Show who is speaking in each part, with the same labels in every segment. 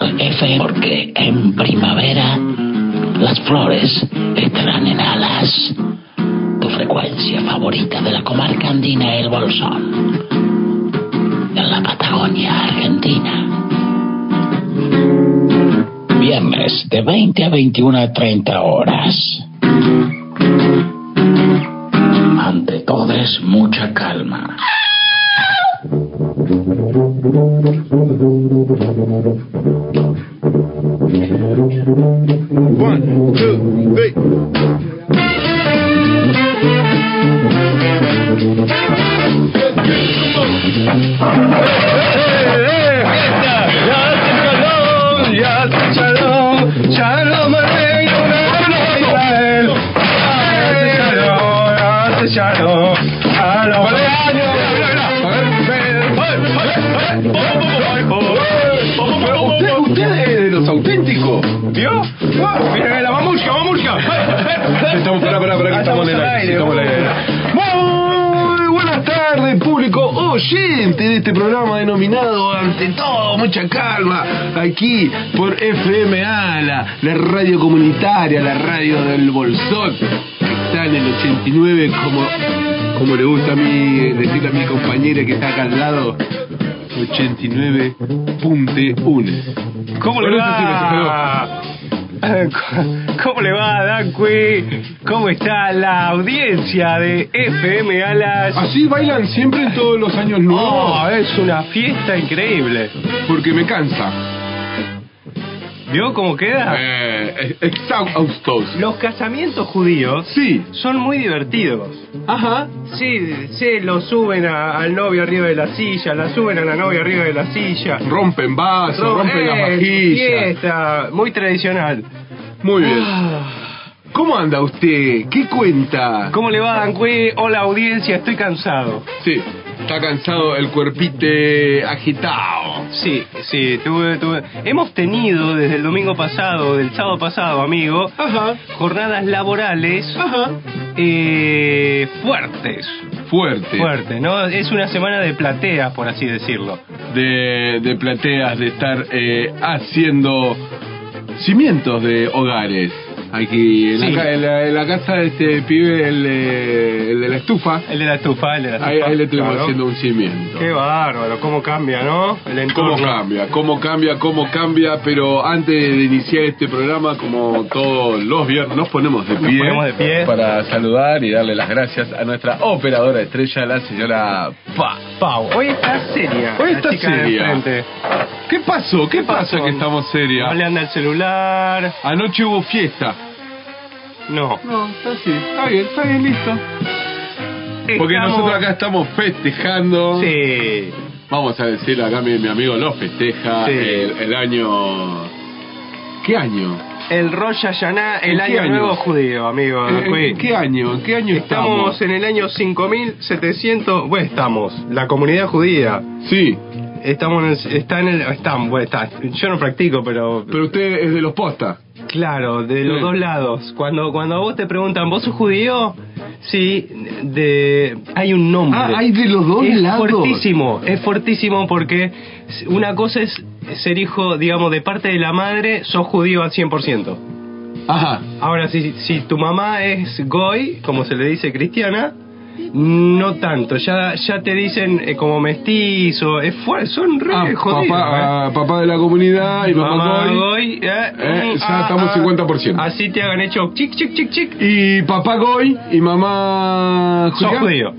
Speaker 1: en F porque en primavera las flores estarán en alas. Tu frecuencia favorita de la comarca andina El Bolsón. En la Patagonia Argentina. Viernes de 20 a 21 a 30 horas. Ante todo es mucha calma. One, two, three.
Speaker 2: de este programa denominado Ante todo, mucha calma, aquí por FM ALA, la radio comunitaria, la radio del Bolsón, está en el 89 como, como le gusta a mí decir a mi compañera que está acá al lado. 89.1
Speaker 3: ¿Cómo le va? ¿Cómo le va, Danqui? ¿Cómo está la audiencia de FM Alas?
Speaker 2: Así bailan siempre en todos los años nuevos.
Speaker 3: Oh, es una fiesta increíble.
Speaker 2: Porque me cansa.
Speaker 3: ¿Vio cómo queda?
Speaker 2: Eh, exhaustos.
Speaker 3: Los casamientos judíos
Speaker 2: sí.
Speaker 3: son muy divertidos.
Speaker 2: Ajá.
Speaker 3: Sí, sí lo suben a, al novio arriba de la silla, la suben a la novia arriba de la silla.
Speaker 2: Rompen vasos, Rom rompen eh, las vajillas.
Speaker 3: Fiesta, muy tradicional.
Speaker 2: Muy bien. Ah. ¿Cómo anda usted? ¿Qué cuenta?
Speaker 3: ¿Cómo le va, Danque? Hola, audiencia, estoy cansado.
Speaker 2: Sí, está cansado el cuerpite agitado.
Speaker 3: Sí, sí, tuve, tuve. Hemos tenido desde el domingo pasado, del sábado pasado, amigo,
Speaker 2: Ajá.
Speaker 3: jornadas laborales
Speaker 2: Ajá.
Speaker 3: Eh, fuertes.
Speaker 2: Fuerte.
Speaker 3: Fuerte, ¿no? Es una semana de plateas, por así decirlo.
Speaker 2: De, de plateas, de estar eh, haciendo cimientos de hogares aquí en, sí. la, en, la, en, la, casa de este pibe, el de, el de, la estufa.
Speaker 3: El de la estufa, el de la estufa.
Speaker 2: Ahí, ahí le estuvimos claro. haciendo un cimiento.
Speaker 3: Qué bárbaro, cómo cambia, ¿no? El
Speaker 2: entorno. Cómo cambia, cómo cambia, cómo cambia, pero antes de iniciar este programa, como todos los viernes, nos ponemos de pie. Nos
Speaker 3: ponemos de pie.
Speaker 2: Para saludar y darle las gracias a nuestra operadora estrella, la señora Pa.
Speaker 3: Pau. Hoy está seria.
Speaker 2: Hoy está seria. ¿Qué pasó? ¿Qué, ¿Qué pasa que estamos seria?
Speaker 3: No le anda el celular.
Speaker 2: Anoche hubo fiesta.
Speaker 3: No.
Speaker 2: No, está así. Está bien, está bien, listo. Estamos... Porque nosotros acá estamos festejando.
Speaker 3: Sí.
Speaker 2: Vamos a decirle acá mi, mi amigo lo festeja sí. el, el, año. ¿Qué año?
Speaker 3: El Rosh Hashanah, el año, año, nuevo judío, amigo.
Speaker 2: Eh, ¿En ¿Qué año? ¿En qué año
Speaker 3: Ah, estamos? Estamos en el año 5700. Bueno, estamos. La comunidad judía.
Speaker 2: Sí
Speaker 3: estamos en el, está en el están, bueno, está, yo no practico pero
Speaker 2: pero usted es de los postas
Speaker 3: claro de los sí. dos lados cuando cuando a vos te preguntan vos sos judío sí de hay un nombre
Speaker 2: ah, hay de los dos
Speaker 3: es
Speaker 2: lados
Speaker 3: fortísimo es fortísimo porque una cosa es ser hijo digamos de parte de la madre sos judío al 100%
Speaker 2: ajá
Speaker 3: ahora si si tu mamá es goy como se le dice cristiana no tanto, ya, ya te dicen eh, como mestizo, es fuerte, son re ah, jodidos.
Speaker 2: Papá, eh. papá, de la comunidad y mamá, mamá Eh,
Speaker 3: Goy.
Speaker 2: ya ah, estamos ah, 50%.
Speaker 3: Así te hagan hecho chic, chic, chic, chic.
Speaker 2: Y papá Goy y mamá
Speaker 3: Sos judío.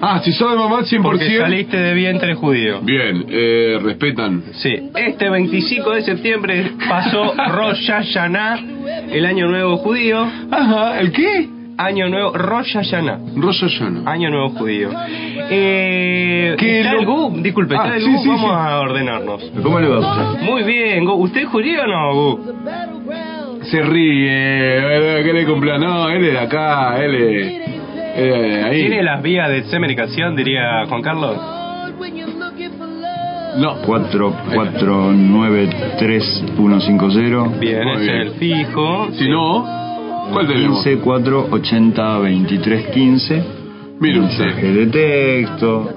Speaker 2: Ah, si sos de mamá 100%.
Speaker 3: Porque saliste de vientre judío.
Speaker 2: Bien, eh, respetan.
Speaker 3: Sí, este 25 de septiembre pasó Rosh Hashanah, el año nuevo judío.
Speaker 2: Ajá, ¿el qué?
Speaker 3: Año Nuevo, Rosh Hashanah.
Speaker 2: Rosh Hashanah.
Speaker 3: Año Nuevo Judío. Eh,
Speaker 2: ¿Qué
Speaker 3: está
Speaker 2: lo...
Speaker 3: el Gu? Disculpe,
Speaker 2: ah,
Speaker 3: está el
Speaker 2: sí,
Speaker 3: Gu,
Speaker 2: sí,
Speaker 3: vamos
Speaker 2: sí.
Speaker 3: a ordenarnos.
Speaker 2: ¿Cómo le va?
Speaker 3: Muy bien, Gu. ¿Usted es judío o no, Gu?
Speaker 2: Se ríe, ¿qué le cumpla? No, él es de acá, él es... Eh, ahí.
Speaker 3: ¿Tiene las vías de semericación, diría Juan Carlos?
Speaker 2: No.
Speaker 4: 493-150.
Speaker 3: Bien, Muy es bien. el fijo.
Speaker 2: Si no... ¿Cuál tenemos?
Speaker 4: 15 4 80 23 15.
Speaker 2: Mira
Speaker 4: mensaje de texto.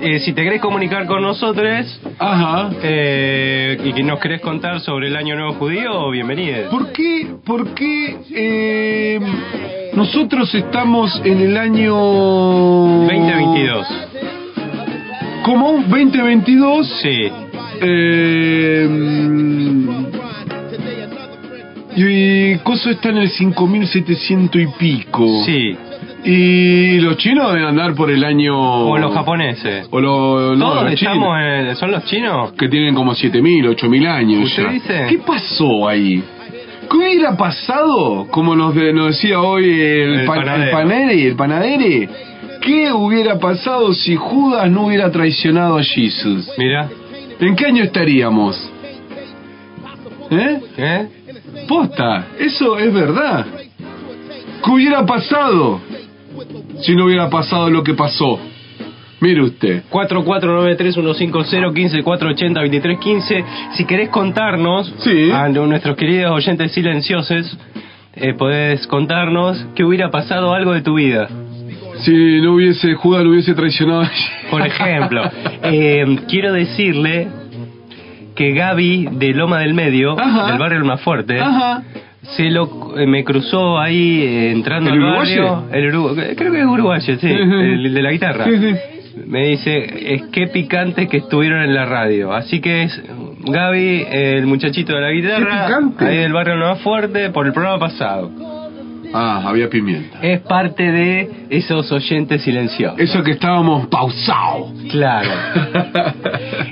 Speaker 3: Eh, si te querés comunicar con nosotros,
Speaker 2: Ajá.
Speaker 3: eh, y que nos querés contar sobre el Año Nuevo Judío, bienvenido.
Speaker 2: ¿Por qué, por qué eh, nosotros estamos en el año
Speaker 3: 2022.
Speaker 2: Como un 2022.
Speaker 3: Sí.
Speaker 2: Eh, y Coso está en el 5700 y pico.
Speaker 3: Sí.
Speaker 2: Y los chinos deben andar por el año.
Speaker 3: O los japoneses.
Speaker 2: O lo- no,
Speaker 3: Todos
Speaker 2: los
Speaker 3: estamos
Speaker 2: chinos.
Speaker 3: en- ¿Son los chinos?
Speaker 2: Que tienen como 7000, 8000 años.
Speaker 3: ¿Usted
Speaker 2: ya.
Speaker 3: dice?
Speaker 2: ¿Qué pasó ahí? ¿Qué hubiera pasado? Como nos, de- nos decía hoy el,
Speaker 3: El
Speaker 2: pan- el
Speaker 3: panadero.
Speaker 2: panere, el panadere. ¿Qué hubiera pasado si Judas no hubiera traicionado a Jesús?
Speaker 3: Mira.
Speaker 2: ¿En qué año estaríamos? ¿Eh?
Speaker 3: ¿Eh?
Speaker 2: Posta, eso es verdad. ¿Qué hubiera pasado si no hubiera pasado lo que pasó? Mire usted.
Speaker 3: 4493-150-15-480-2315. Si querés contarnos
Speaker 2: Sí.
Speaker 3: a lo- nuestros queridos oyentes silenciosos, eh, podés contarnos que hubiera pasado algo de tu vida.
Speaker 2: Si no hubiese Judas, lo hubiese traicionado. a-
Speaker 3: Por ejemplo, eh, quiero decirle que Gaby de Loma del Medio,
Speaker 2: Ajá.
Speaker 3: del barrio El Más Fuerte,
Speaker 2: Ajá.
Speaker 3: se lo eh, me cruzó ahí eh, entrando
Speaker 2: ¿El
Speaker 3: al barrio.
Speaker 2: uruguayo?
Speaker 3: El uruguayo. Creo que es uruguayo, sí.
Speaker 2: Ujú.
Speaker 3: El de la guitarra.
Speaker 2: Sí, sí.
Speaker 3: Me dice, es que picantes que estuvieron en la radio. Así que es Gaby, el muchachito de la guitarra,
Speaker 2: picante!
Speaker 3: ahí del barrio Lo Más Fuerte, por el programa pasado.
Speaker 2: Ah, había pimienta.
Speaker 3: Es parte de esos oyentes silenciosos.
Speaker 2: Eso que estábamos pausados.
Speaker 3: Claro.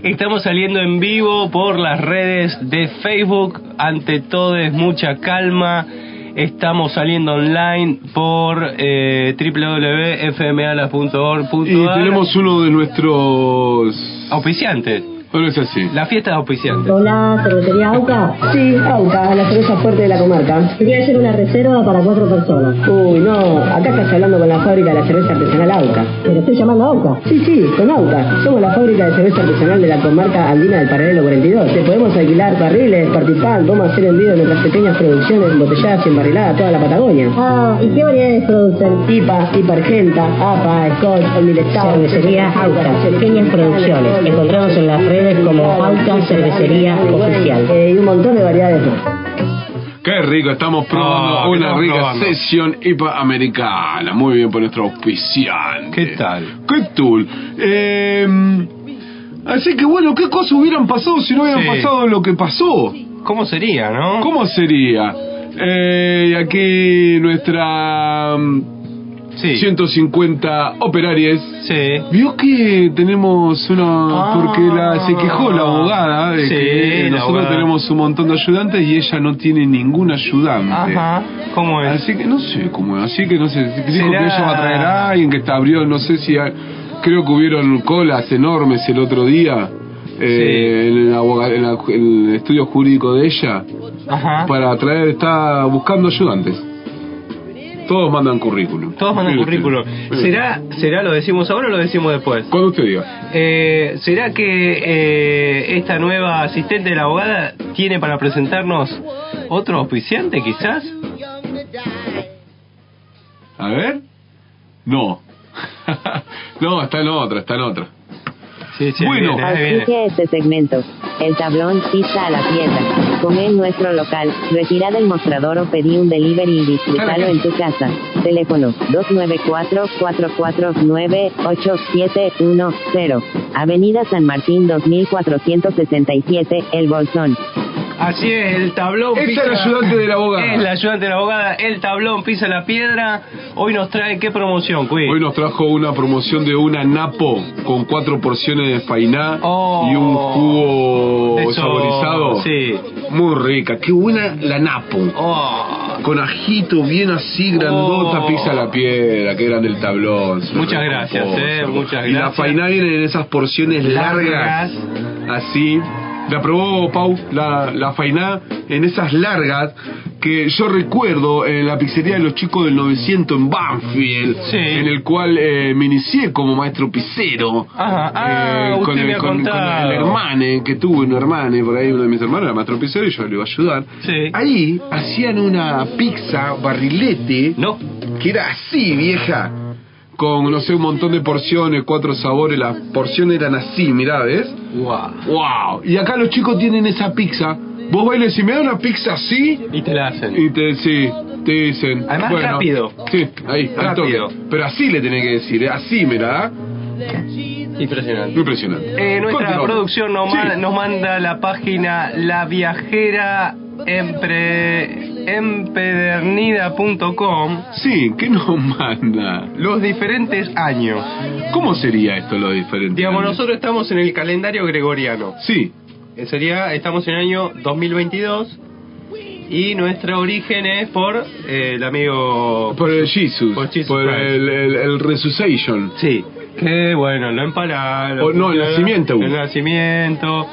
Speaker 3: Estamos saliendo en vivo por las redes de Facebook. Ante todo es mucha calma. Estamos saliendo online por eh, www.fmalas.org.ar.
Speaker 2: y tenemos uno de nuestros.
Speaker 3: auspiciante.
Speaker 2: ¿O no es así?
Speaker 3: La fiesta de auspiciante.
Speaker 5: Hola, cervecería AUCA. Sí, AUCA, la cerveza fuerte de la comarca. Quería hacer una reserva para cuatro personas. Uy, no, acá estás hablando con la fábrica de la cerveza artesanal AUCA. ¿Pero estoy llamando a AUCA? Sí, sí, con AUCA. Somos la fábrica de cerveza artesanal de la comarca andina del Paralelo 42. Te podemos alquilar barriles, participar, vamos a hacer envío de nuestras pequeñas producciones embotelladas y embarriladas a toda la Patagonia. Ah, ¿y qué variedades producen? Pipa, pipa argenta, APA, Scotch, Omnilectado. Cervecería AUCA, pequeñas producciones. Encontramos en las redes como AUCA Cervecería Oficial. Eh, y un montón de variedades más.
Speaker 2: Qué rico, estamos probando
Speaker 3: Ah, que
Speaker 2: una
Speaker 3: estamos
Speaker 2: rica
Speaker 3: probando.
Speaker 2: sesión IPA americana. Muy bien por nuestro auspiciante.
Speaker 3: ¿Qué tal?
Speaker 2: ¿Qué tal? Eh, así que bueno, ¿qué cosas hubieran pasado si no hubieran
Speaker 3: Sí.
Speaker 2: pasado lo que pasó?
Speaker 3: ¿Cómo sería, no?
Speaker 2: ¿Cómo sería? Eh, y aquí nuestra mm,
Speaker 3: Sí.
Speaker 2: 150 operarias.
Speaker 3: Sí.
Speaker 2: Vio que tenemos una...
Speaker 3: Ah.
Speaker 2: porque la, se quejó la abogada de
Speaker 3: Sí,
Speaker 2: que
Speaker 3: la
Speaker 2: nosotros
Speaker 3: abogada.
Speaker 2: tenemos un montón de ayudantes y ella no tiene ningún ayudante.
Speaker 3: Ajá. ¿Cómo es?
Speaker 2: Así que no sé cómo es, así que no sé, dijo
Speaker 3: Será-
Speaker 2: que ella va a traer a alguien que está abrió, no sé si, a- creo que hubieron colas enormes el otro día eh, en, la aboga- en la- en el estudio jurídico de ella
Speaker 3: Ajá.
Speaker 2: para traer, está buscando ayudantes. Todos mandan currículum.
Speaker 3: Todos mandan
Speaker 2: Mire
Speaker 3: currículum.
Speaker 2: usted.
Speaker 3: ¿Será, ¿Será lo decimos ahora o lo decimos después?
Speaker 2: Cuando usted diga.
Speaker 3: Eh, ¿Será que eh, esta nueva asistente de la abogada tiene para presentarnos otro auspiciante, quizás?
Speaker 2: A ver. No. no, está en otra, está en otra.
Speaker 3: Sí, sí,
Speaker 2: Bueno.
Speaker 3: viene, ahí viene.
Speaker 6: Auspicia este segmento. El tablón, pizza a la pieza. Come en nuestro local. Retira del mostrador o pedí un delivery y disfrútalo en tu casa. Teléfono 294-449-8710. Avenida San Martín 2467, El Bolsón.
Speaker 3: Así es, el tablón.
Speaker 2: Esa es la ayudante de la abogada.
Speaker 3: Es la ayudante de la abogada. El tablón pisa la piedra. Hoy nos trae qué promoción, Cui?
Speaker 2: Hoy nos trajo una promoción de una Napo con cuatro porciones de fainá
Speaker 3: Oh.
Speaker 2: y un jugo
Speaker 3: Eso,
Speaker 2: saborizado.
Speaker 3: sí.
Speaker 2: Muy rica. Qué buena la Napo.
Speaker 3: Oh,
Speaker 2: Con ajito bien así, grandota,
Speaker 3: Oh.
Speaker 2: pisa la piedra, que eran del tablón. Se
Speaker 3: Muchas
Speaker 2: recomposa.
Speaker 3: gracias, eh, muchas
Speaker 2: Y la
Speaker 3: gracias.
Speaker 2: fainá viene en esas porciones largas, así. La probó Pau, la, la fainá, en esas largas que yo recuerdo en la pizzería de los chicos del 900 en Banfield,
Speaker 3: Sí.
Speaker 2: en el cual eh, me inicié como maestro pizzero. eh,
Speaker 3: Ajá. Ah, usted
Speaker 2: con,
Speaker 3: me
Speaker 2: el,
Speaker 3: ha
Speaker 2: con- con
Speaker 3: contado.
Speaker 2: el hermano que tuve un hermano por ahí, uno de mis hermanos era maestro pizzero y yo le iba a ayudar.
Speaker 3: Sí.
Speaker 2: Ahí hacían una pizza barrilete
Speaker 3: no.
Speaker 2: que era así, vieja. con, no sé, un montón de porciones, cuatro sabores. Las porciones eran así, mirá, ¿ves? ¡Wow! Y acá los chicos tienen esa pizza. Vos bailes si me da una pizza así,
Speaker 3: Y te la hacen.
Speaker 2: y te, sí, te dicen.
Speaker 7: Además,
Speaker 2: bueno,
Speaker 7: rápido.
Speaker 2: Sí, ahí, al toque.
Speaker 7: Rápido.
Speaker 2: Pero así le tenés que decir, ¿eh? así, mirá.
Speaker 3: Impresionante.
Speaker 2: Impresionante.
Speaker 3: Eh, nuestra
Speaker 2: Continuamos.
Speaker 3: producción nos, ma-
Speaker 2: Sí.
Speaker 3: nos manda la página La Viajera empedernida.com
Speaker 2: Sí, ¿qué nos manda?
Speaker 3: los diferentes años.
Speaker 2: ¿Cómo sería esto lo diferente?
Speaker 3: Digamos, nosotros estamos en el calendario gregoriano.
Speaker 2: Sí,
Speaker 3: Eh, Sería, estamos en el año 2022 y nuestro origen es por eh, el amigo...
Speaker 2: por el Jesus,
Speaker 3: Por
Speaker 2: por,
Speaker 3: Jesus Christ.
Speaker 2: el, el, el Resuscitation.
Speaker 3: Sí, que bueno, lo empalaron.
Speaker 2: O no, el nacimiento.
Speaker 3: El nacimiento.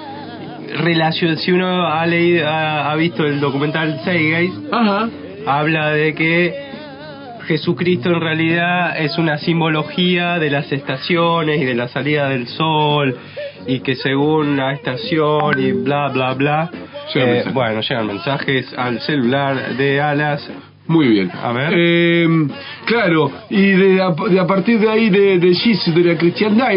Speaker 3: Relacio- si uno ha leído, ha, ha visto el documental Seigeis,
Speaker 2: Ajá.
Speaker 3: habla de que Jesucristo en realidad es una simbología de las estaciones y de la salida del sol y que según la estación y bla bla bla
Speaker 2: Llegan
Speaker 3: eh,
Speaker 2: mensajes.
Speaker 3: bueno llegan mensajes al celular de Alas
Speaker 2: Muy bien.
Speaker 3: A ver.
Speaker 2: Eh, claro, y de a, de a partir de ahí de, de Jesus, de la Christianidad,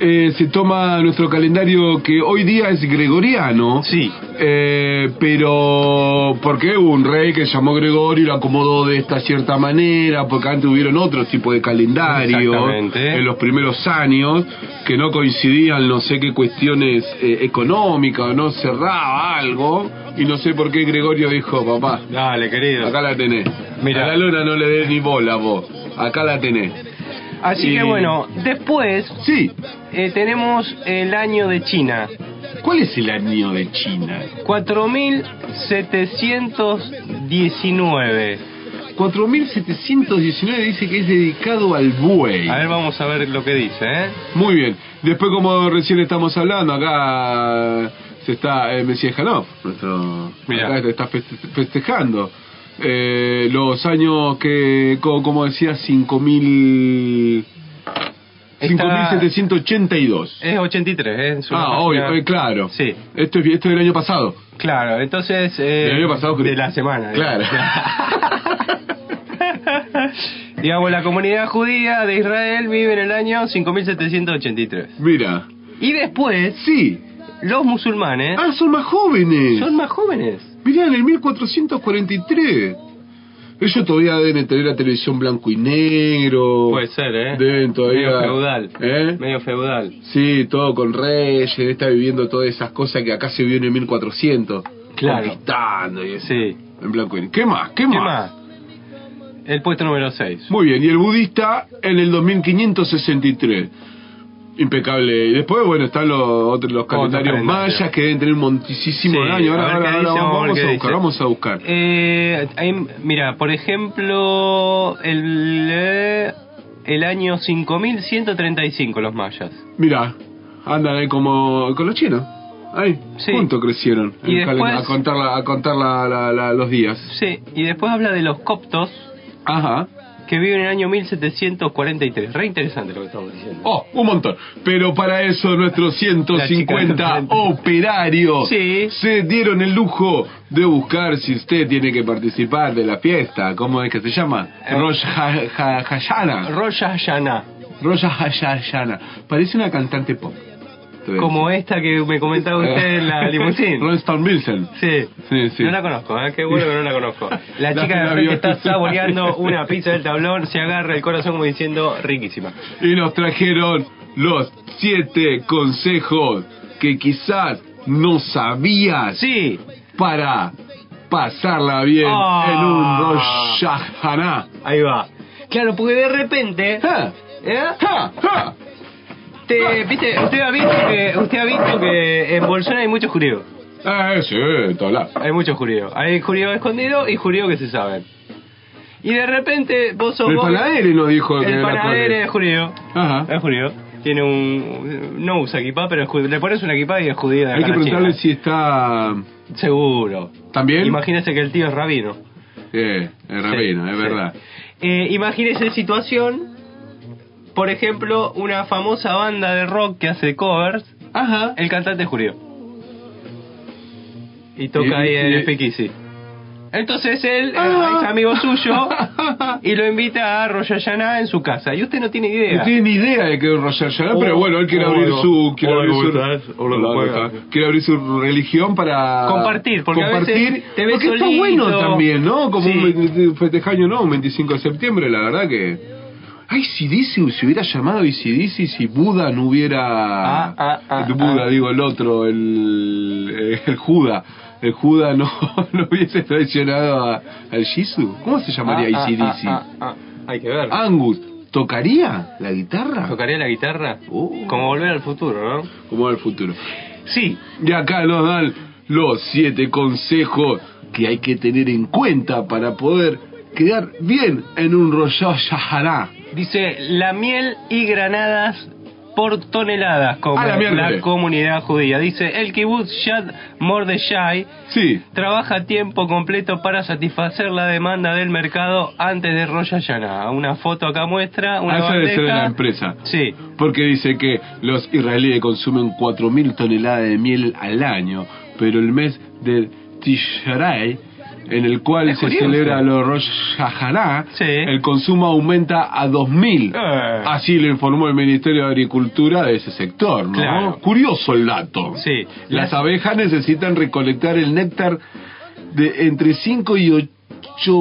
Speaker 2: eh, se toma nuestro calendario que hoy día es gregoriano.
Speaker 3: sí
Speaker 2: Eh, pero porque hubo un rey que se llamó Gregorio y lo acomodó de esta cierta manera, porque antes hubieron otro tipo de calendario
Speaker 3: Exactamente.
Speaker 2: en los primeros años que no coincidían no sé qué cuestiones eh, económicas o no cerraba algo y no sé por qué Gregorio dijo, papá,
Speaker 3: dale querido
Speaker 2: acá la tenés.
Speaker 3: Mirá.
Speaker 2: A la luna no le des ni bola vos, acá la tenés.
Speaker 3: así que
Speaker 2: y-
Speaker 3: bueno después
Speaker 2: Sí,
Speaker 3: eh, tenemos el año de China
Speaker 2: ¿cuál es el año de China?
Speaker 3: 4719
Speaker 2: 4719 dice que es dedicado al buey.
Speaker 3: a ver vamos a ver lo que dice ¿eh?
Speaker 2: Muy bien. Después, como recién estamos hablando, acá se está eh, Mesías Janov, nuestro.
Speaker 3: Mirá.
Speaker 2: acá está feste- festejando. eh, los años que, co- como decía, 5000.
Speaker 3: Está-
Speaker 2: 5782.
Speaker 3: es 83 ¿eh? en su
Speaker 2: Ah,
Speaker 3: página.
Speaker 2: obvio, eh, claro.
Speaker 3: Sí.
Speaker 2: Esto es, esto es del año pasado.
Speaker 3: Claro, entonces... eh,
Speaker 2: Del año pasado,
Speaker 3: De
Speaker 2: creo.
Speaker 3: la semana.
Speaker 2: Claro.
Speaker 3: Digamos, la comunidad judía de Israel vive en el año 5783.
Speaker 2: Mira.
Speaker 3: Y después,
Speaker 2: Sí.
Speaker 3: los musulmanes
Speaker 2: Ah, son más jóvenes.
Speaker 3: ¿Eh? son más jóvenes.
Speaker 2: Mirá, en el 1443. Ellos todavía deben tener la televisión blanco y negro.
Speaker 3: Puede ser, ¿eh?
Speaker 2: Deben todavía.
Speaker 3: Medio feudal.
Speaker 2: ¿Eh?
Speaker 3: Medio feudal.
Speaker 2: Sí, todo con reyes, está viviendo todas esas cosas que acá se vio en el 1400.
Speaker 3: Claro.
Speaker 2: Conquistando y eso.
Speaker 3: Sí.
Speaker 2: En blanco y negro. ¿Qué más? ¿Qué más?
Speaker 3: ¿Qué más? El puesto número 6.
Speaker 2: Muy bien, y el budista en el 2563. Impecable. Y después, bueno, están los otros los
Speaker 3: Otro
Speaker 2: calendarios
Speaker 3: calendario.
Speaker 2: mayas que deben tener montísimo
Speaker 3: Sí,
Speaker 2: de años.
Speaker 3: a ver
Speaker 2: Ahora, ahora,
Speaker 3: qué
Speaker 2: ahora
Speaker 3: dice,
Speaker 2: vamos,
Speaker 3: vamos a ver
Speaker 2: vamos
Speaker 3: qué
Speaker 2: a buscar,
Speaker 3: dice.
Speaker 2: vamos a buscar.
Speaker 3: Eh, hay- mira, por ejemplo, el, eh, el año 5135 los mayas.
Speaker 2: Mira, andan ahí como con los chinos. Ahí,
Speaker 3: Sí.
Speaker 2: juntos crecieron.
Speaker 3: Y
Speaker 2: en calen- A
Speaker 3: después-
Speaker 2: contar, la- a contar la- la- la- los días.
Speaker 3: Sí, y después habla de los coptos
Speaker 2: Ajá.
Speaker 3: que viven en el año 1743. Re interesante lo que estamos diciendo.
Speaker 2: Oh, un montón. Pero para eso nuestros
Speaker 3: La
Speaker 2: 150
Speaker 3: chica de
Speaker 2: operarios
Speaker 3: Sí.
Speaker 2: se dieron el lujo de buscar si usted tiene que participar de la fiesta. ¿Cómo es que se llama?
Speaker 3: Eh.
Speaker 2: Rosh Ha- Ha- Hashanah.
Speaker 3: Rosh Hashanah,
Speaker 2: Rosh Hashanah. Parece una cantante pop. Te voy a
Speaker 3: como esta que me comentaba
Speaker 2: decir.
Speaker 3: usted en la limusín.
Speaker 2: Ron Stone Wilson.
Speaker 3: Sí.
Speaker 2: Sí, sí.
Speaker 3: No la conozco, ¿eh? qué bueno que no la conozco. La
Speaker 2: La-
Speaker 3: chica de
Speaker 2: la
Speaker 3: enfrente
Speaker 2: vio.
Speaker 3: está saboreando una pizza del tablón, se agarra el corazón como diciendo, riquísima.
Speaker 2: y nos trajeron los siete consejos que quizás no sabías
Speaker 3: Sí,
Speaker 2: para pasarla bien
Speaker 3: Ah.
Speaker 2: en un Rosh Hashanah.
Speaker 3: ahí va. Claro, porque de repente...
Speaker 2: Ja,
Speaker 3: ¿eh?
Speaker 2: ja, ja.
Speaker 3: Te- ¿viste? Usted ha visto que, usted ha visto que en Bolsonaro hay muchos judíos.
Speaker 2: Eh, sí, todo lado.
Speaker 3: Hay muchos judíos. Hay judíos escondidos y judíos que se saben. Y de repente vos sos
Speaker 2: El
Speaker 3: vos-
Speaker 2: panadero nos dijo que
Speaker 3: El
Speaker 2: era ¿Ah?
Speaker 3: panadero es
Speaker 2: correcto.
Speaker 3: judío.
Speaker 2: Ajá.
Speaker 3: Es judío. Tiene un... No usa equipa, pero es judío. le pones una equipa y es judío. de
Speaker 2: Hay que
Speaker 3: cara
Speaker 2: preguntarle
Speaker 3: chica.
Speaker 2: si está
Speaker 3: Seguro.
Speaker 2: también.
Speaker 3: Imagínese que el tío es rabino.
Speaker 2: eh, es rabino,
Speaker 3: Sí,
Speaker 2: es
Speaker 3: sí.
Speaker 2: verdad.
Speaker 3: Eh, imagínese situación... Por ejemplo, una famosa banda de rock que hace covers
Speaker 2: Ajá.
Speaker 3: El cantante es judío. Y toca
Speaker 2: Y-
Speaker 3: ahí en
Speaker 2: y-
Speaker 3: el Speakeasy. Entonces él,
Speaker 2: Ah.
Speaker 3: es amigo suyo, y lo invita a Rosh Hashanah en su casa. Y usted no tiene idea.
Speaker 2: No tiene ni idea de que es Rosh Hashanah, pero bueno, él quiere
Speaker 7: o
Speaker 2: abrir
Speaker 7: algo-
Speaker 2: su. Quiere
Speaker 7: o
Speaker 2: abrir
Speaker 7: algo
Speaker 2: su,
Speaker 7: estás, o lo que
Speaker 2: Claro,
Speaker 7: pueda.
Speaker 2: claro. Quiere abrir su religión para.
Speaker 3: Compartir, porque a
Speaker 2: compartir.
Speaker 3: veces te ves
Speaker 2: Porque está
Speaker 3: solito.
Speaker 2: bueno también, ¿no? Como
Speaker 3: Sí.
Speaker 2: un ve- festejar año no, un 25 de septiembre, la verdad que. Ay, si dice, si hubiera llamado y si dice, si Buda no hubiera.
Speaker 3: Ah, ah, ah,
Speaker 2: Buda,
Speaker 3: ah.
Speaker 2: digo, el otro, el. El Juda. El Juda no, no hubiese traicionado a- al Jisoo. ¿Cómo se llamaría
Speaker 3: Ah, ah,
Speaker 2: ICDC?
Speaker 3: ah, ah, ah. Hay que ver.
Speaker 2: Angus, ¿tocaría la guitarra?
Speaker 3: ¿Tocaría la guitarra?
Speaker 2: Oh.
Speaker 3: Como volver al futuro, ¿no?
Speaker 2: Como va el futuro.
Speaker 3: Sí,
Speaker 2: Y acá nos dan los siete consejos que hay que tener en cuenta para poder quedar bien en un rollo Sahara.
Speaker 3: Dice, la miel y granadas por toneladas como
Speaker 2: A Ah, la mierda.
Speaker 3: comunidad judía. Dice, el kibbutz Yad Mordechai
Speaker 2: Sí.
Speaker 3: trabaja a tiempo completo para satisfacer la demanda del mercado antes de Rosh Hashanah. Una foto acá muestra, una
Speaker 2: Esa Ah, debe ser de
Speaker 3: bandeja.
Speaker 2: la empresa.
Speaker 3: Sí.
Speaker 2: Porque dice que los israelíes consumen 4.000 toneladas de miel al año, pero el mes de Tishrei, en el cual
Speaker 3: Es
Speaker 2: se
Speaker 3: curioso.
Speaker 2: celebra los Rosh Hashanah,
Speaker 3: Sí.
Speaker 2: el consumo aumenta a 2.000.
Speaker 3: Eh.
Speaker 2: Así lo informó el Ministerio de Agricultura de ese sector, ¿no?
Speaker 3: Claro.
Speaker 2: Curioso el dato.
Speaker 3: Sí.
Speaker 2: Las
Speaker 3: Las-
Speaker 2: abejas necesitan recolectar el néctar de entre 5 y 8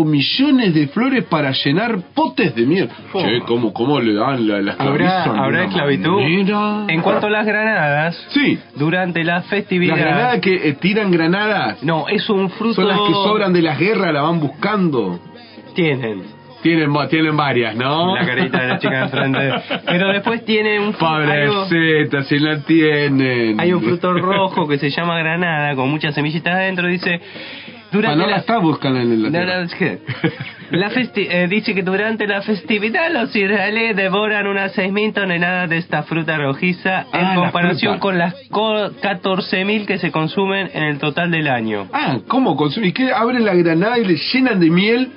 Speaker 2: millones de flores para llenar potes de miel. Che, ¿cómo, cómo le dan la, la
Speaker 3: ¿Habrá,
Speaker 2: esclavizan de
Speaker 3: habrá
Speaker 2: una
Speaker 3: esclavitud?
Speaker 2: manera?
Speaker 3: En cuanto a las granadas,
Speaker 2: Sí,
Speaker 3: durante la festividad...
Speaker 2: las granadas que eh, tiran granadas
Speaker 3: No, es un fruto...
Speaker 2: son las que sobran de las guerras, la van buscando.
Speaker 3: Tienen.
Speaker 2: Tienen, va- tienen varias, ¿no?
Speaker 3: La carita de la chica de enfrente. Pero después tienen un fruto... algo-
Speaker 2: Pobrecita, si la tienen.
Speaker 3: Hay un fruto rojo que se llama granada con muchas semillitas adentro. Dice durante
Speaker 2: Palabras
Speaker 3: la,
Speaker 2: está buscando en la
Speaker 3: No,
Speaker 2: tierra.
Speaker 3: no, es que- la festi- eh, dice que durante la festividad los israelíes devoran unas 6.000 toneladas de esta fruta rojiza en
Speaker 2: Ah, la
Speaker 3: comparación
Speaker 2: fruta.
Speaker 3: con las co- 14.000 que se consumen en el total del año.
Speaker 2: Ah, ¿cómo consumen? ¿Y qué? Abren la granada y le llenan de miel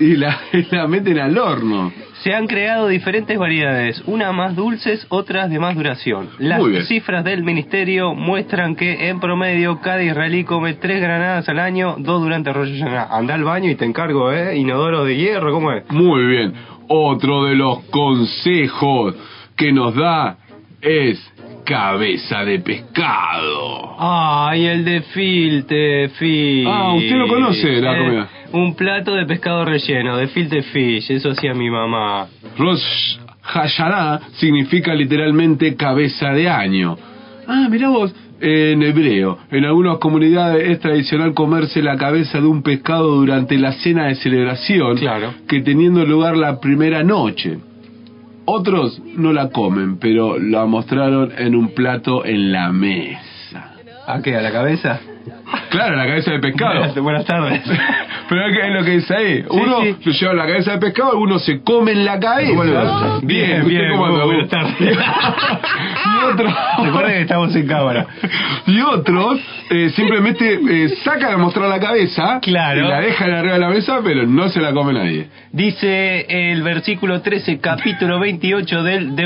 Speaker 2: y la, y la meten al horno.
Speaker 3: Se han creado diferentes variedades, unas más dulces, otras de más duración. Las
Speaker 2: Muy bien.
Speaker 3: cifras del ministerio muestran que en promedio cada israelí come tres granadas al año, dos durante Rosh Hashanah. Anda al baño y te encargo, ¿eh? Inodoro de hierro, ¿cómo es?
Speaker 2: Muy bien. Otro de los consejos que nos da es cabeza de pescado.
Speaker 3: Ay, el de filte fish.
Speaker 2: Ah, usted lo conoce, la
Speaker 3: Eh,
Speaker 2: comida.
Speaker 3: Un plato de pescado relleno, de filte fish, eso hacía mi mamá.
Speaker 2: Rosh Hashanah significa literalmente cabeza de año. Ah, mirá vos. En hebreo, en algunas comunidades es tradicional comerse la cabeza de un pescado durante la cena de celebración,
Speaker 3: Claro.
Speaker 2: que teniendo lugar la primera noche. Otros no la comen, pero la mostraron en un plato en la mesa.
Speaker 3: ¿A qué? ¿A la cabeza?
Speaker 2: Claro, la cabeza de pescado.
Speaker 3: Buenas- Buenas tardes.
Speaker 2: Pero es, que es lo que dice ahí. Uno
Speaker 3: sí.
Speaker 2: lo lleva la cabeza de pescado, uno se come en la cabeza.
Speaker 3: Bien,
Speaker 2: ¿usted
Speaker 3: bien,
Speaker 2: cómo anda,
Speaker 3: bu-
Speaker 2: vos?
Speaker 3: buenas tardes.
Speaker 2: y otro.
Speaker 3: Recuerden que estamos en cámara.
Speaker 2: Y otros eh, simplemente eh, sacan a mostrar la cabeza
Speaker 3: Claro.
Speaker 2: y la dejan arriba de la mesa, pero no se la come nadie.
Speaker 3: Dice el versículo 13, capítulo 28 del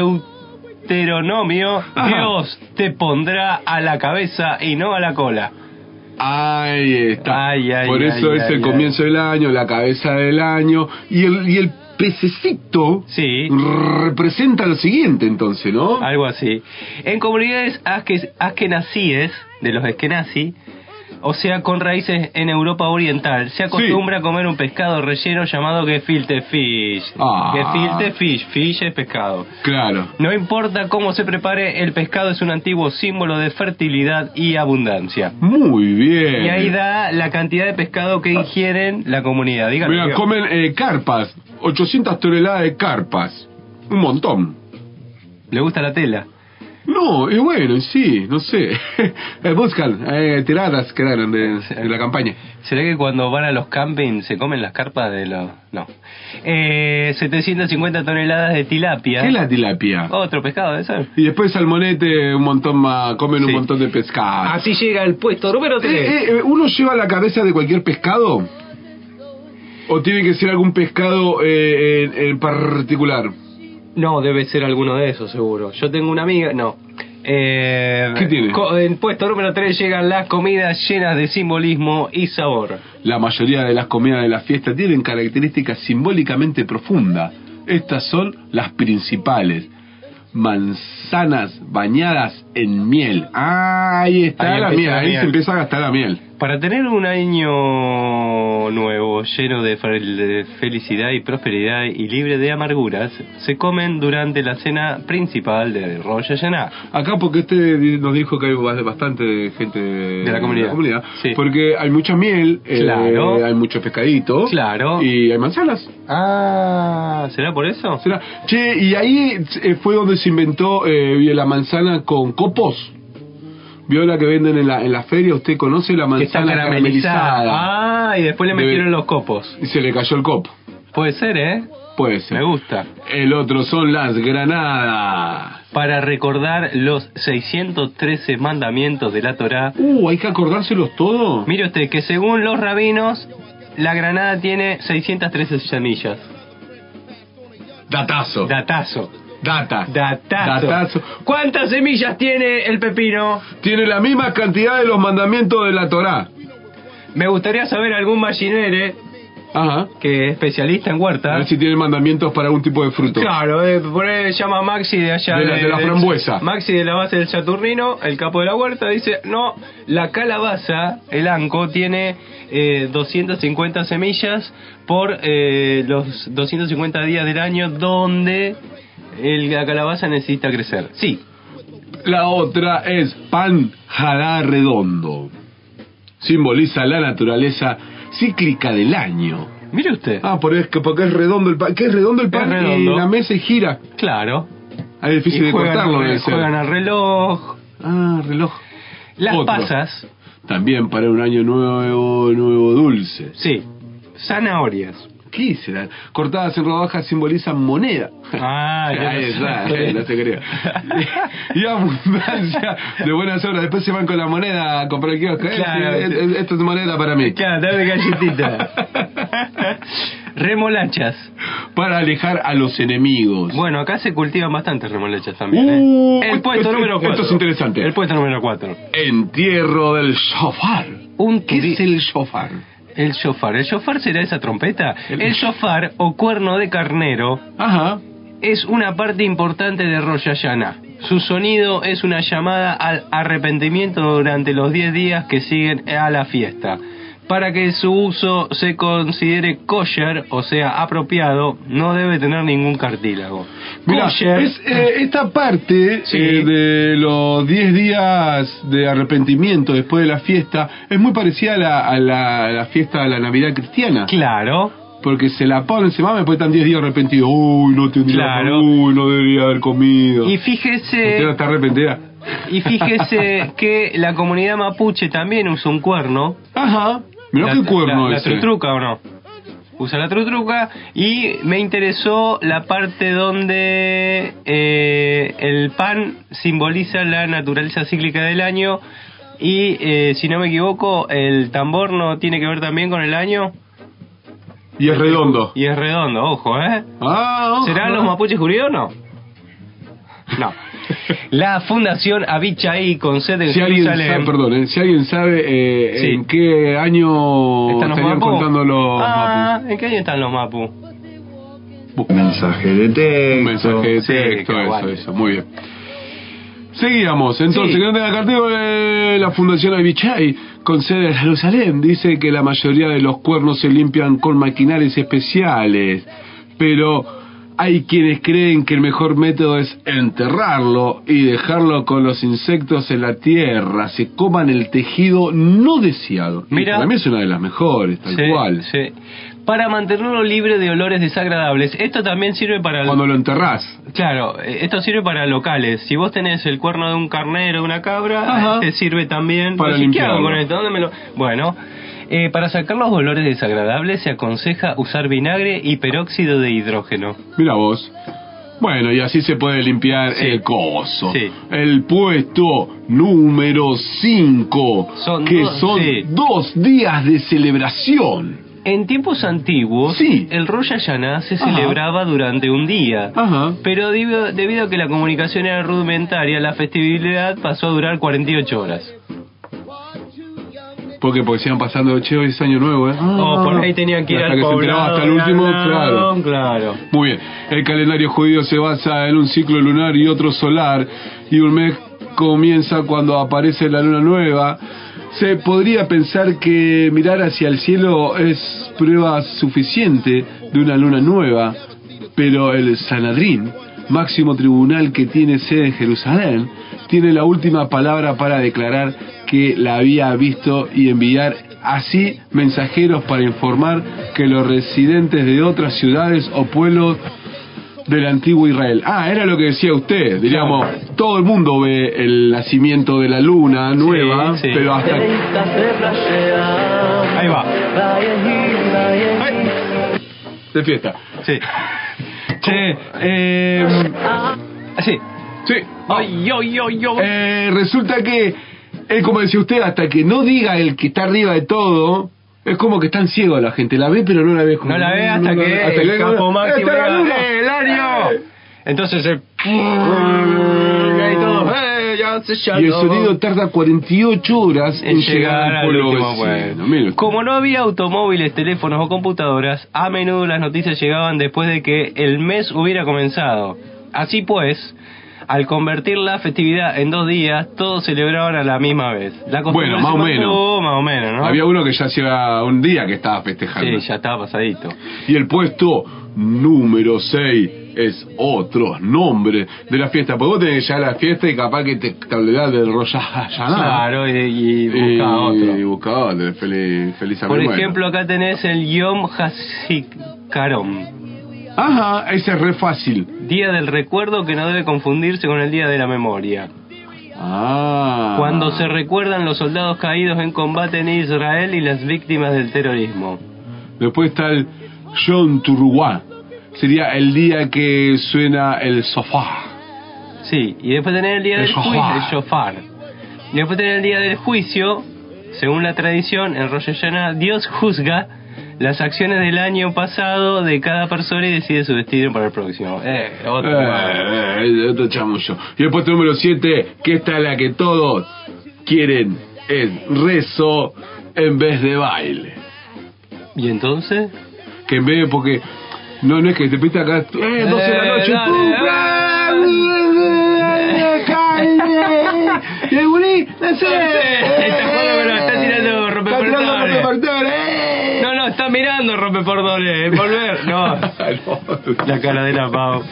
Speaker 3: Deuteronomio,
Speaker 2: Ajá.
Speaker 3: Dios te pondrá a la cabeza y no a la cola.
Speaker 2: Ahí está.
Speaker 3: Ay, ay,
Speaker 2: Por
Speaker 3: ay,
Speaker 2: eso
Speaker 3: ay,
Speaker 2: es
Speaker 3: ay.
Speaker 2: el comienzo del año, la cabeza del año y el, y el pececito
Speaker 3: Sí.
Speaker 2: representa lo siguiente entonces, ¿no?
Speaker 3: Algo así. En comunidades asque- askenazíes, de los eskenazi, o sea, con raíces en Europa Oriental, se acostumbra a comer un pescado relleno llamado gefilte fish.
Speaker 2: Ah.
Speaker 3: Gefilte fish, fish es pescado.
Speaker 2: Claro.
Speaker 3: No importa cómo se prepare, el pescado es un antiguo símbolo de fertilidad y abundancia.
Speaker 2: Muy bien.
Speaker 3: Y ahí da la cantidad de pescado que ingieren la comunidad. Dígalo,
Speaker 2: Mira,
Speaker 3: diga.
Speaker 2: comen eh, carpas, 800 toneladas de carpas, un montón.
Speaker 3: ¿Le gusta la tela?
Speaker 2: No, y bueno, sí, no sé. Eh, buscan eh, tiradas quedaron de, de la campaña.
Speaker 3: ¿Será que cuando van a los campings se comen las carpas de los.? No. Eh, 750 toneladas de tilapia.
Speaker 2: ¿Qué es la tilapia?
Speaker 3: Otro pescado de eso.
Speaker 2: Y después salmonete, un montón más, comen
Speaker 3: Sí. Ah,
Speaker 2: un montón de pescado.
Speaker 3: Así llega el puesto número
Speaker 2: Eh,
Speaker 3: 3.
Speaker 2: eh, eh, ¿Uno lleva la cabeza de cualquier pescado? ¿O tiene que ser algún pescado eh, en, en particular?
Speaker 3: No, debe ser alguno de esos, seguro. Yo tengo una amiga. No. Eh,
Speaker 2: ¿Qué tiene?
Speaker 3: co- en puesto número 3 llegan las comidas llenas de simbolismo y sabor.
Speaker 2: La mayoría de las comidas de la fiesta tienen características simbólicamente profundas. Estas son las principales. Manzanas bañadas en miel. Ah, ahí está
Speaker 3: Ahí
Speaker 2: la
Speaker 3: empieza
Speaker 2: miel,
Speaker 3: la
Speaker 2: ahí
Speaker 3: miel.
Speaker 2: se empieza a gastar la miel.
Speaker 3: Para tener un año nuevo lleno de, fel- de felicidad y prosperidad y libre de amarguras, se comen durante la cena principal de Rosh Hashanah.
Speaker 2: Acá porque este di- nos dijo que hay ba- bastante gente de
Speaker 3: la comunidad. Sí.
Speaker 2: Porque hay mucha miel, eh,
Speaker 3: Claro.
Speaker 2: hay mucho pescadito
Speaker 3: Claro.
Speaker 2: y hay manzanas.
Speaker 3: Ah, ¿será por eso?
Speaker 2: Será. Che, y ahí eh, fue donde se inventó eh, la manzana con copos. Vio la que venden en la, en la feria, usted conoce la
Speaker 3: Que está
Speaker 2: manzana
Speaker 3: caramelizada.
Speaker 2: caramelizada.
Speaker 3: Ah, y después le
Speaker 2: Debe-
Speaker 3: metieron los copos.
Speaker 2: Y se le cayó el copo.
Speaker 3: Puede ser, ¿eh?
Speaker 2: Puede ser.
Speaker 3: Me gusta.
Speaker 2: El otro son las granadas.
Speaker 3: Para recordar los 613 mandamientos de la Torá,
Speaker 2: Uh, hay que acordárselos todo.
Speaker 3: mire usted que según los rabinos, la granada tiene 613 semillas.
Speaker 2: Datazo.
Speaker 3: Datazo.
Speaker 2: Data.
Speaker 3: Datazo.
Speaker 2: Datazo.
Speaker 3: ¿Cuántas semillas tiene el pepino?
Speaker 2: Tiene la misma cantidad de los mandamientos de la Torá.
Speaker 3: Me gustaría saber algún machinere
Speaker 2: Ajá.
Speaker 3: que es especialista en
Speaker 2: A
Speaker 3: huerta.
Speaker 2: ver si tiene mandamientos para algún tipo de fruto.
Speaker 3: Claro, eh, por ahí llama a Maxi de allá.
Speaker 2: De la- de la
Speaker 3: del-
Speaker 2: frambuesa.
Speaker 3: Maxi de la base del Saturnino, el capo de la huerta, dice, no, la calabaza, el anco, tiene eh, 250 semillas por eh, los 250 días del año donde el- la calabaza necesita crecer. Sí,
Speaker 2: La otra es pan jalá redondo. Simboliza la naturaleza cíclica del año.
Speaker 3: mire usted.
Speaker 2: Ah, por es que porque es redondo el pan. ¿Qué es redondo el pan?
Speaker 3: Es redondo.
Speaker 2: Y la mesa y gira.
Speaker 3: Claro.
Speaker 2: Ah, es difícil
Speaker 3: Y
Speaker 2: de
Speaker 3: juegan,
Speaker 2: cortarlo. debe ser.
Speaker 3: juegan al reloj.
Speaker 2: Ah, reloj.
Speaker 3: Las
Speaker 2: Otro.
Speaker 3: pasas,
Speaker 2: También para un año nuevo, nuevo dulce.
Speaker 3: sí. Zanahorias.
Speaker 2: ¿Qué será? Cortadas en rodajas simbolizan moneda.
Speaker 3: Ah, ya
Speaker 2: Ahí
Speaker 3: lo
Speaker 2: está,
Speaker 3: sé.
Speaker 2: eh, no se crea. Y abundancia de buenas obras. Después se van con la moneda a comprar el kiosco. Eh,
Speaker 3: Claro.
Speaker 2: eh, eh, esta es moneda para mí.
Speaker 3: Claro, dame galletita. remolachas.
Speaker 2: Para alejar a los enemigos.
Speaker 3: Bueno, acá se cultivan bastantes remolachas también. ¿eh?
Speaker 2: Uh,
Speaker 3: el puesto
Speaker 2: esto-
Speaker 3: número 4.
Speaker 2: esto es interesante.
Speaker 3: El puesto número 4.
Speaker 2: Entierro del shofar.
Speaker 3: Un
Speaker 2: ¿Qué
Speaker 3: turi-
Speaker 2: es el shofar?
Speaker 3: El shofar. ¿El shofar será esa trompeta?
Speaker 2: El-
Speaker 3: El, shofar o cuerno de carnero
Speaker 2: Ajá.
Speaker 3: es una parte importante de Rosh Hashanah. Su sonido es una llamada al arrepentimiento durante los 10 días que siguen a la fiesta. Para que su uso se considere kosher, o sea, apropiado, no debe tener ningún cartílago.
Speaker 2: Mira,
Speaker 3: Kosher-
Speaker 2: eh, esta parte
Speaker 3: Sí.
Speaker 2: eh, de los 10 días de arrepentimiento después de la fiesta es muy parecida a la, a la, a la fiesta de la Navidad cristiana.
Speaker 3: Claro,
Speaker 2: Porque se la ponen, se mamen, después están 10 días arrepentidos. Uy, no tendría,
Speaker 3: Claro.
Speaker 2: uy, no debería haber comido. Usted
Speaker 3: y
Speaker 2: no
Speaker 3: fíjese,
Speaker 2: está arrepentida.
Speaker 3: y fíjese que la comunidad mapuche también usa un cuerno.
Speaker 2: Ajá. Mirá
Speaker 3: La-
Speaker 2: qué cuerno
Speaker 3: la, la
Speaker 2: ese.
Speaker 3: trutruca o no. Usa la trutruca y me interesó la parte donde eh, el pan simboliza la naturaleza cíclica del año y eh, si no me equivoco el tambor no tiene que ver también con el año
Speaker 2: Y es redondo.
Speaker 3: y es redondo, ojo, ¿eh?
Speaker 2: Ah, ojo.
Speaker 3: ¿Serán los mapuches judíos o no? No. La Fundación Abichai con sede en
Speaker 2: si alguien
Speaker 3: Jerusalén.
Speaker 2: sabe, perdón, eh, si alguien sabe eh,
Speaker 3: Sí.
Speaker 2: en qué año
Speaker 3: ¿Están los
Speaker 2: estarían
Speaker 3: mapu?
Speaker 2: contando los
Speaker 3: ah, ¿en qué año están los mapu?
Speaker 4: Mensaje de texto.
Speaker 2: Un mensaje de
Speaker 3: Sí,
Speaker 2: texto, eso,
Speaker 3: caguate.
Speaker 2: eso, muy bien. Seguíamos, entonces,
Speaker 3: Sí.
Speaker 2: que no tenga carteo, eh, la Fundación Avichay, con sede en Jerusalén, dice que la mayoría de los cuernos se limpian con maquinales especiales, pero hay quienes creen que el mejor método es enterrarlo y dejarlo con los insectos en la tierra, se coman el tejido no deseado. Y
Speaker 3: Mira.
Speaker 2: para mí es una de las mejores, tal
Speaker 3: Sí,
Speaker 2: cual.
Speaker 3: sí. Para mantenerlo libre de olores desagradables. Esto también sirve para... el-
Speaker 2: Cuando lo enterrás.
Speaker 3: Claro, eh, esto sirve para locales. Si vos tenés el cuerno de un carnero, de una cabra, eh,
Speaker 2: Ajá.
Speaker 3: te sirve también...
Speaker 2: Para
Speaker 3: Pero sí, ¿Qué
Speaker 2: limpiarlo.
Speaker 3: hago con esto? ¿Dónde me lo...? Bueno... eh, para sacar los olores desagradables se aconseja usar vinagre y peróxido de hidrógeno.
Speaker 2: Mira vos. Bueno, y así se puede limpiar
Speaker 3: Sí.
Speaker 2: el coso.
Speaker 3: Sí.
Speaker 2: El puesto número 5,
Speaker 3: Son
Speaker 2: que
Speaker 3: dos-
Speaker 2: son
Speaker 3: sí.
Speaker 2: dos días de celebración.
Speaker 3: En tiempos antiguos,
Speaker 2: Sí.
Speaker 3: el Rosh Hashanah se
Speaker 2: Ajá.
Speaker 3: celebraba durante un día.
Speaker 2: Ajá.
Speaker 3: Pero debido, debido a que la comunicación era rudimentaria, la festividad pasó a durar 48 horas.
Speaker 2: Porque porque se iban pasando, che, hoy es año nuevo, ¿eh?
Speaker 3: o Oh, por ahí tenían que ir
Speaker 2: Hasta
Speaker 3: al
Speaker 2: que se enteraba
Speaker 3: poblado.
Speaker 2: hasta el último, claro.
Speaker 3: ganaron, claro.
Speaker 2: Muy bien. El calendario judío se basa en un ciclo lunar y otro solar, y un mes comienza cuando aparece la luna nueva. Se podría pensar que mirar hacia el cielo es prueba suficiente de una luna nueva, pero el Sanadrín, máximo tribunal que tiene sede en Jerusalén, tiene la última palabra para declarar que la había visto y enviar así mensajeros para informar que los residentes de otras ciudades o pueblos del antiguo Israel. Ah, era lo que decía usted, diríamos, todo el mundo ve el nacimiento de la luna nueva,
Speaker 3: sí.
Speaker 2: pero hasta...
Speaker 3: Ahí va.
Speaker 2: ¡Ay! De fiesta.
Speaker 3: Sí. Che,
Speaker 2: Eh, ah,
Speaker 3: sí.
Speaker 2: sí.
Speaker 3: Ay, ay, ay, ay.
Speaker 2: Eh, resulta que es como decía usted, hasta que no diga el que está arriba de todo, es como que están ciegos la gente. La ve pero no la ve. como-
Speaker 3: No la ve hasta que
Speaker 2: hasta
Speaker 3: el capo
Speaker 2: ¡Eh,
Speaker 3: máximo
Speaker 2: está la
Speaker 3: diga,
Speaker 2: luna!
Speaker 3: "Eh, el año. Entonces el...
Speaker 2: Eh,
Speaker 3: Y
Speaker 2: y todo,
Speaker 3: todo, eh, ya se
Speaker 2: Y el
Speaker 3: llamó.
Speaker 2: sonido tarda 48 horas en,
Speaker 3: en llegar al
Speaker 2: pueblo
Speaker 3: último
Speaker 2: vecino.
Speaker 3: pueblo.
Speaker 2: Mire usted.
Speaker 3: Como no había automóviles, teléfonos o computadoras, a menudo las noticias llegaban después de que el mes hubiera comenzado. Así pues, al convertir la festividad en dos días, todos celebraban a la misma vez. La costumbre
Speaker 2: Bueno, más
Speaker 3: se
Speaker 2: o menos.
Speaker 3: mantuvo, más o menos, ¿no?
Speaker 2: Había uno que ya hacía un día que estaba
Speaker 3: Sí,
Speaker 2: festejando.
Speaker 3: ya estaba pasadito.
Speaker 2: Y el puesto número 6 es otros nombres de la fiesta. Porque vos tenés ya la fiesta y capaz que te calderás del Rosh Hashanah.
Speaker 3: Claro, y, y
Speaker 2: Ah, Y
Speaker 3: buscaba otro.
Speaker 2: y buscaba otro. Feliz, feliz
Speaker 3: Por
Speaker 2: año nuevo.
Speaker 3: ejemplo, acá tenés el Yom Hazikarom,
Speaker 2: Ajá, ese es re fácil.
Speaker 3: Día del Recuerdo que no debe confundirse con el Día de la Memoria.
Speaker 2: Ah.
Speaker 3: cuando se recuerdan los soldados caídos en combate en Israel y las víctimas del terrorismo.
Speaker 2: Después está el John Turwa. Sería el día que suena el sofá.
Speaker 3: Sí, y después tener el día
Speaker 2: El
Speaker 3: del
Speaker 2: shofar.
Speaker 3: juicio, el shofar. Y después tener el día del juicio, según la tradición, en Rosh Hashanah, Dios juzga las acciones del año pasado de cada persona y decide su destino para el próximo. Eh,
Speaker 2: Eh,
Speaker 3: otro.
Speaker 2: eh, otro chamullo. Y el puesto número 7, que esta es la que todos quieren, es rezo en vez de baile.
Speaker 3: ¿Y entonces?
Speaker 2: que en vez de porque no no es que te piste acá eh 12 de la noche
Speaker 3: Eh, dale,
Speaker 2: ¡pum!
Speaker 3: dale.
Speaker 2: ¡Ah! Calle. y el gurí no sé
Speaker 3: Está jugando, pero está tirando rompeportones.
Speaker 2: Está tirando rompeportones, eh. Ah,
Speaker 3: No, no, está mirando, rompe pordones, volver. No.
Speaker 2: No.
Speaker 3: La cara de la Pau.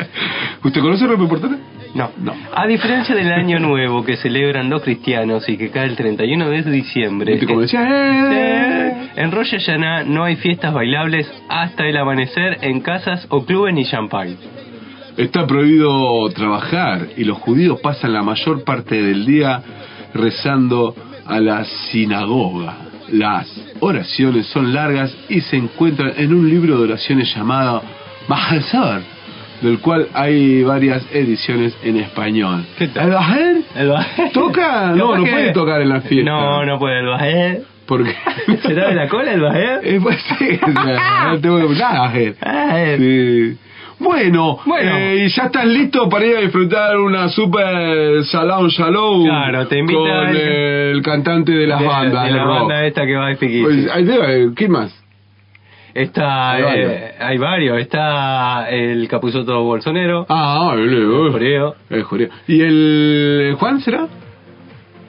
Speaker 2: ¿Usted conoce rompeportones?
Speaker 3: No,
Speaker 2: No.
Speaker 3: A diferencia del año nuevo que celebran los cristianos y que cae el 31 de diciembre,
Speaker 2: ¿Viste como decía? eh.
Speaker 3: eh, en Rosh Hashanah no hay fiestas bailables hasta el amanecer en casas o clubes ni champagne.
Speaker 2: Está prohibido trabajar y los judíos pasan la mayor parte del día rezando a la sinagoga. Las oraciones son largas y se encuentran en un libro de oraciones llamado Bajalzar, del cual hay varias ediciones en español.
Speaker 3: ¿Qué tal?
Speaker 2: ¿El Bajel?
Speaker 3: El ba-
Speaker 2: ¿Toca? No,
Speaker 3: Capaz
Speaker 2: no
Speaker 3: que-
Speaker 2: puede tocar en la fiesta.
Speaker 3: No, no puede el bajé.
Speaker 2: Porque...
Speaker 3: ¿Será de la cola el bajé?
Speaker 2: Eh, pues, sí, o sea, no tengo que preguntar, Bajel. eh. Sí. Bueno,
Speaker 3: Ah, eh. Bueno.
Speaker 2: eh, ¿y ya estás listo para ir a disfrutar una super Salón Shalom
Speaker 3: Claro, te invita
Speaker 2: con
Speaker 3: el-
Speaker 2: el, cantante de las
Speaker 3: De-
Speaker 2: bandas
Speaker 3: de
Speaker 2: de
Speaker 3: la
Speaker 2: rock.
Speaker 3: banda esta que va a
Speaker 2: Pues, ahí te va, eh, ¿Quién más?
Speaker 3: Está,
Speaker 2: Hay varios.
Speaker 3: eh, hay varios. Está el capuzoto bolsonero,
Speaker 2: Ah, el,
Speaker 3: Joreo.
Speaker 2: el Joreo. ¿Y el Juan será?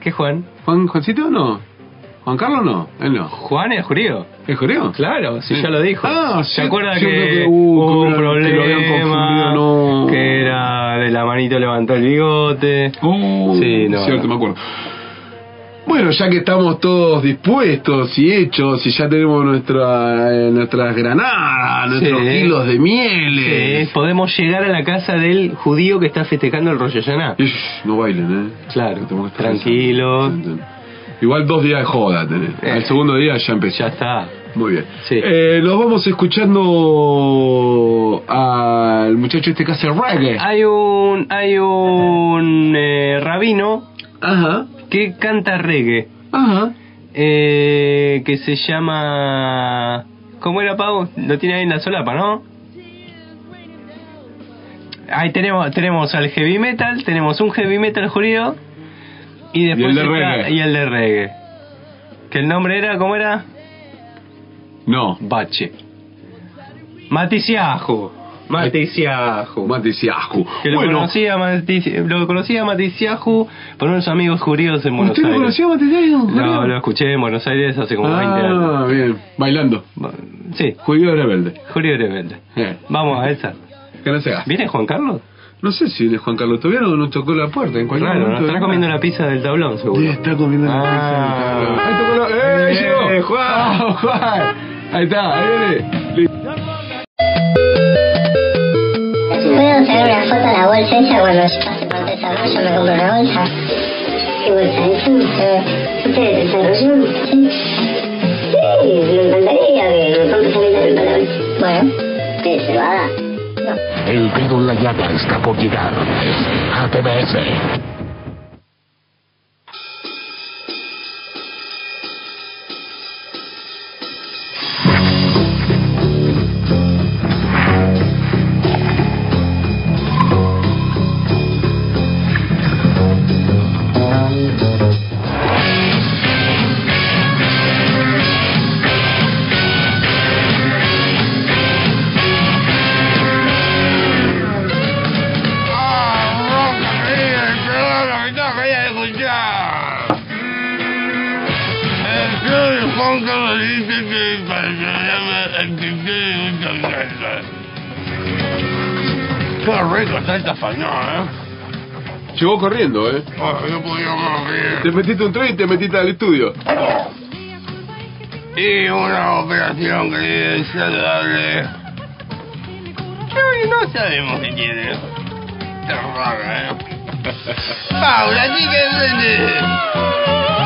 Speaker 3: ¿Qué Juan?
Speaker 2: ¿Juan Juancito no? ¿Juan Carlos no? Él no.
Speaker 3: Juan es judío.
Speaker 2: ¿El Joreo?
Speaker 3: Claro, si
Speaker 2: Sí.
Speaker 3: ya lo dijo.
Speaker 2: Ah, sí,
Speaker 3: ¿Se acuerda
Speaker 2: yo creo
Speaker 3: que,
Speaker 2: que- uh,
Speaker 3: hubo
Speaker 2: que
Speaker 3: un
Speaker 2: lo- que lo habían
Speaker 3: problema?
Speaker 2: confundido, no.
Speaker 3: Que era de la manito levantó el bigote.
Speaker 2: Oh,
Speaker 3: Sí, no,
Speaker 2: cierto,
Speaker 3: no.
Speaker 2: me acuerdo. Bueno, ya que estamos todos dispuestos y hechos y ya tenemos nuestra, eh, nuestras granadas, nuestros
Speaker 3: Sí.
Speaker 2: kilos de
Speaker 3: Sí,
Speaker 2: mieles.
Speaker 3: podemos llegar a la casa del judío que está festejando el Rosh Hashanah.
Speaker 2: Ish, No bailen, ¿eh?
Speaker 3: Claro,
Speaker 2: No tengo que estar
Speaker 3: tranquilo.
Speaker 2: pensando. Igual dos días de joda tenés.
Speaker 3: Eh.
Speaker 2: Al segundo día ya empecé.
Speaker 3: Ya está.
Speaker 2: Muy bien.
Speaker 3: Sí.
Speaker 2: Eh, nos vamos escuchando al muchacho este que hace reggae.
Speaker 3: Hay un, hay un eh, rabino
Speaker 2: Ajá,
Speaker 3: que canta reggae,
Speaker 2: ajá.
Speaker 3: eh, que se llama...
Speaker 8: ¿Cómo era, Pau? Lo tiene ahí en la solapa, ¿no? Ahí tenemos, tenemos al heavy metal, tenemos un heavy metal judío y después
Speaker 2: el de
Speaker 8: está-
Speaker 2: reggae.
Speaker 8: y el de reggae. Que el nombre era, ¿cómo era?
Speaker 2: No.
Speaker 8: Bache. Maticiajo. Maticiajo.
Speaker 2: Matisiascu.
Speaker 8: Que lo
Speaker 2: Bueno,
Speaker 8: conocía Matici- lo conocía Maticiajo por unos amigos judíos en Buenos
Speaker 2: ¿usted lo
Speaker 8: Aires.
Speaker 2: conocía Matisiascu?
Speaker 8: No, lo escuché en Buenos Aires hace como 20 años.
Speaker 2: Ah, bien. Bailando.
Speaker 8: Sí,
Speaker 2: Judío rebelde.
Speaker 8: Julio Rebelde.
Speaker 2: Eh,
Speaker 8: Vamos a esa.
Speaker 2: que no se haga.
Speaker 8: ¿Viene Juan Carlos?
Speaker 2: No sé si viene Juan Carlos todavía no nos tocó la puerta. En cualquier
Speaker 8: Claro, nos
Speaker 2: momento
Speaker 8: estará
Speaker 2: vendrá.
Speaker 8: comiendo la pizza del tablón,
Speaker 2: Sí,
Speaker 8: seguro.
Speaker 2: está comiendo la
Speaker 8: Ah.
Speaker 2: pizza. Ahí tocó la- ¡Eh, ahí llegó!
Speaker 8: Eh, Juan.
Speaker 2: Ah, Juan! Ahí está, ahí viene. Listo.
Speaker 9: Si puedo tener una foto de la bolsa esa cuando yo pase por desarrollo, me compro una bolsa. ¿Qué bolsa? ¿Es un, eh, ¿Ustedes desarrollan? Sí. Sí, me encantaría que me compres un litro de pantalón. Bueno, ¿qué se va a dar? No.
Speaker 1: El dedo en la llaga está por llegar a TBS.
Speaker 3: ¿eh?
Speaker 2: Llegó corriendo, ¿eh? Te metiste un tren y te metiste al estudio.
Speaker 3: Y una operación que es saludable. No, no sabemos qué tiene. Está rara, ¿eh? Paula, sí que aprende.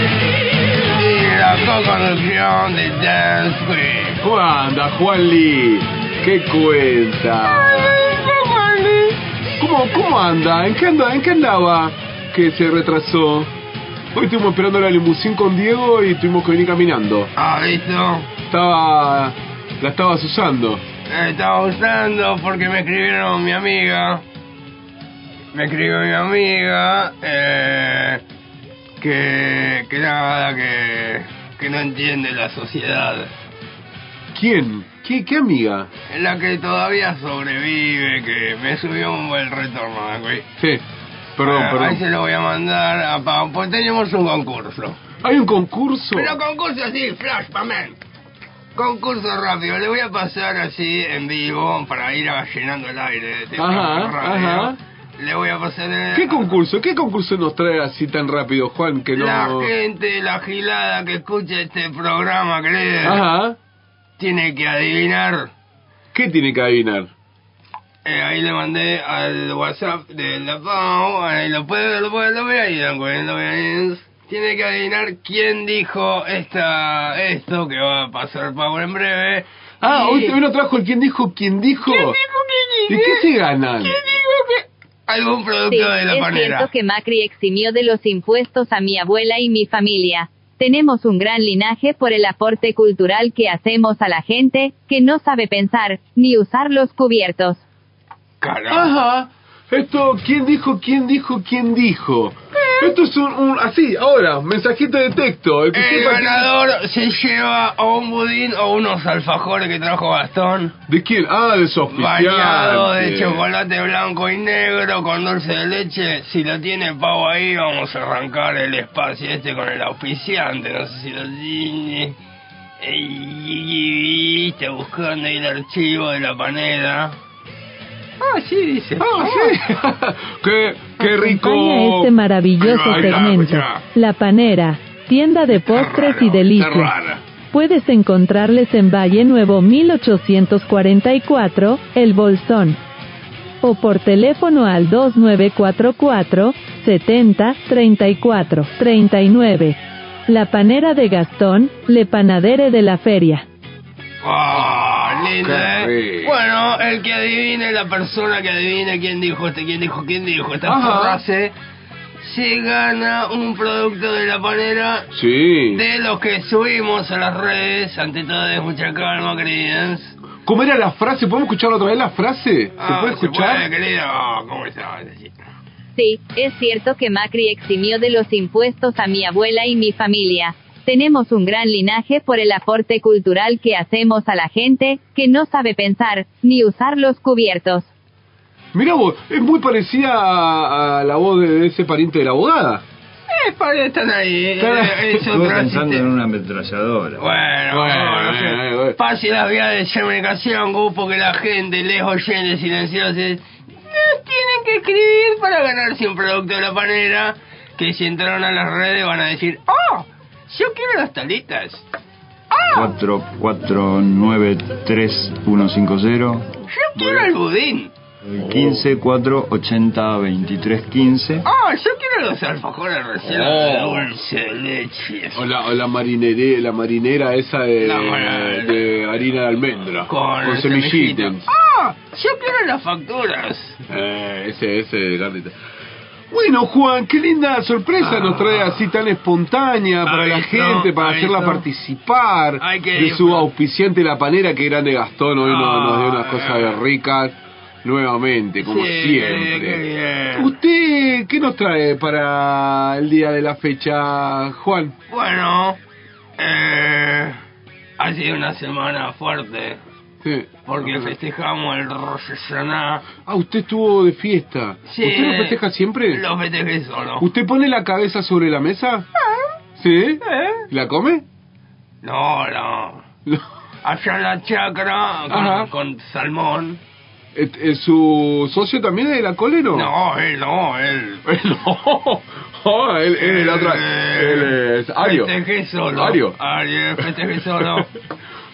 Speaker 3: Y la co-conducción de Dance Queen.
Speaker 2: ¿Cómo anda, Juan Lee? ¿Qué cuenta? ¿Cómo, cómo anda? ¿En qué, anda? ¿En qué andaba que se retrasó? Hoy estuvimos esperando la limusín con Diego y tuvimos que venir caminando.
Speaker 3: Ah, ¿visto?
Speaker 2: Estaba... La estabas usando.
Speaker 3: Me estaba usando porque me escribieron mi amiga. Me escribió mi amiga eh, que, que nada, que, que no entiende la sociedad.
Speaker 2: ¿Quién? ¿Qué, qué amiga?
Speaker 3: Es la que todavía sobrevive, que me subió un buen retorno. ¿no, güey?
Speaker 2: Sí. Perdón,
Speaker 3: Ah, Ahí se
Speaker 2: perdón.
Speaker 3: lo voy a mandar a Pau, pues tenemos un concurso.
Speaker 2: Hay un concurso.
Speaker 3: Pero concurso así, flash, pamel. Concurso rápido, le voy a pasar así en vivo para ir a- llenando el aire de este
Speaker 2: Ajá,
Speaker 3: radio.
Speaker 2: ajá.
Speaker 3: Le voy a pasar eh,
Speaker 2: ¿Qué concurso? ¿Qué concurso nos trae así tan rápido, Juan? Que no...
Speaker 3: La gente, la gilada que escucha este programa, cree,
Speaker 2: Ajá.
Speaker 3: tiene que adivinar.
Speaker 2: ¿Qué tiene que adivinar?
Speaker 3: Eh, ahí le mandé al WhatsApp de la Pau, ahí lo puede ver, lo puede lo ve ahí, lo ve, lo ve ahí. Tiene que adivinar quién dijo esta esto que va a pasar Pau en breve.
Speaker 2: Ah,
Speaker 3: Y-
Speaker 2: hoy hoy nos trajo el quién dijo, quién dijo.
Speaker 3: ¿Quién dijo que
Speaker 2: ¿Y
Speaker 3: llegué?
Speaker 2: qué se ganan?
Speaker 3: ¿Quién dijo que...? Algún producto
Speaker 10: Sí,
Speaker 3: de la
Speaker 10: es
Speaker 3: panera.
Speaker 10: cierto que Macri eximió de los impuestos a mi abuela y mi familia. Tenemos un gran linaje por el aporte cultural que hacemos a la gente, que no sabe pensar, ni usar los cubiertos.
Speaker 3: Carajo.
Speaker 2: Ajá. Esto, ¿quién dijo, quién dijo, quién dijo?
Speaker 3: ¿Eh?
Speaker 2: Esto es un, un- así, ahora, mensajito de texto. El que
Speaker 3: El
Speaker 2: sepa quién-
Speaker 3: ganador se lleva o un budín o unos alfajores que trajo Gastón,
Speaker 2: ¿De quién? Ah, de Sofía.
Speaker 3: bañado de chocolate blanco y negro con dulce de leche. Si lo tiene Pau ahí, vamos a arrancar el espacio este con el auspiciante. No sé si lo tiene. Ey, Está buscando ahí el archivo de la panera. Ah, sí, dice.
Speaker 2: Ah, sí. qué, qué rico.
Speaker 11: este
Speaker 3: maravilloso Ahí está, segmento. escuchá.
Speaker 11: La Panera, tienda de postres y
Speaker 3: Está
Speaker 11: delicias.
Speaker 3: rara.
Speaker 11: Puedes encontrarles en Valle Nuevo 1844, El Bolsón. O por teléfono al 2944 70 34 39. La panera de Gastón, le panadere de la feria.
Speaker 3: Ah, lindo,
Speaker 2: Qué
Speaker 3: ¿eh? Bueno, el que adivine, la persona que adivine quién dijo este, quién dijo, quién dijo esta
Speaker 2: Ajá.
Speaker 3: frase, se gana un producto de la panera
Speaker 2: Sí.
Speaker 3: de los que subimos a las redes. Ante todo, es mucha calma, queridos.
Speaker 2: ¿Cómo era la frase? ¿Podemos escuchar otra vez la frase? ¿Se
Speaker 3: Ah,
Speaker 2: puede escuchar?
Speaker 3: puede, querido? ¿Cómo estás?
Speaker 10: Sí, es cierto que Macri eximió de los impuestos a mi abuela y mi familia. Tenemos un gran linaje por el aporte cultural que hacemos a la gente, que no sabe pensar, ni usar los cubiertos.
Speaker 2: Mirá vos, es muy parecida a, a la voz de ese pariente de la abogada.
Speaker 3: Eh, para están ahí.
Speaker 2: Claro.
Speaker 3: eh, es
Speaker 4: Estuve
Speaker 3: otro
Speaker 4: pensando
Speaker 3: asisten-
Speaker 4: en una ametralladora.
Speaker 3: Bueno,
Speaker 2: Bueno,
Speaker 3: no sé.
Speaker 2: bueno, bueno.
Speaker 3: Fácil las vías de comunicación, Gupo, que la gente, les oyentes silenciosos, es- no tienen que escribir para ganarse un producto de la panera, que si entraron a las redes van a decir, ¡Oh! Yo quiero las talitas.
Speaker 4: 4493150
Speaker 3: Yo quiero el budín.
Speaker 4: 15 480 2315
Speaker 3: ¡Oh! Yo quiero los alfajores recién de
Speaker 2: Oh.
Speaker 3: dulce de leche.
Speaker 2: O la, o la marineré- la marinera esa de,
Speaker 3: La mar-
Speaker 2: de harina de almendra.
Speaker 3: Con,
Speaker 2: semillitas.
Speaker 3: ¡Oh! Yo quiero las facturas.
Speaker 2: Eh, ese, ese, Carlita. Bueno, Juan, qué linda sorpresa nos
Speaker 3: Ah.
Speaker 2: trae así tan espontánea para la
Speaker 3: Aviso,
Speaker 2: gente, para
Speaker 3: aviso.
Speaker 2: hacerla participar
Speaker 3: Hay que
Speaker 2: de su
Speaker 3: disfrutar.
Speaker 2: auspiciante La Panera, que grande Gastón, hoy nos, nos dio unas
Speaker 3: Ah.
Speaker 2: cosas ricas nuevamente, como
Speaker 3: Sí, qué
Speaker 2: siempre.
Speaker 3: bien.
Speaker 2: ¿Usted qué nos trae para el día de la fecha, Juan?
Speaker 3: Bueno, eh, ha sido una semana fuerte
Speaker 2: Sí.
Speaker 3: porque festejamos el Rosh Hashanah.
Speaker 2: Ah, usted estuvo de fiesta.
Speaker 3: Sí,
Speaker 2: ¿Usted lo festeja siempre?
Speaker 3: Lo festejé solo.
Speaker 2: ¿Usted pone la cabeza sobre la mesa?
Speaker 3: Ah.
Speaker 2: ¿Sí?
Speaker 3: Eh.
Speaker 2: ¿La come?
Speaker 3: No, no.
Speaker 2: No.
Speaker 3: Allá en la chacra
Speaker 2: Ajá.
Speaker 3: con, con salmón.
Speaker 2: Et- eh, ¿Su socio también es de la colero?
Speaker 3: No, él no, él.
Speaker 2: no. Ah, él, él es la otra.
Speaker 3: Eh, Este
Speaker 2: Él es Ario.
Speaker 3: Festejé solo.
Speaker 2: Ario.
Speaker 3: Ario, festejé solo.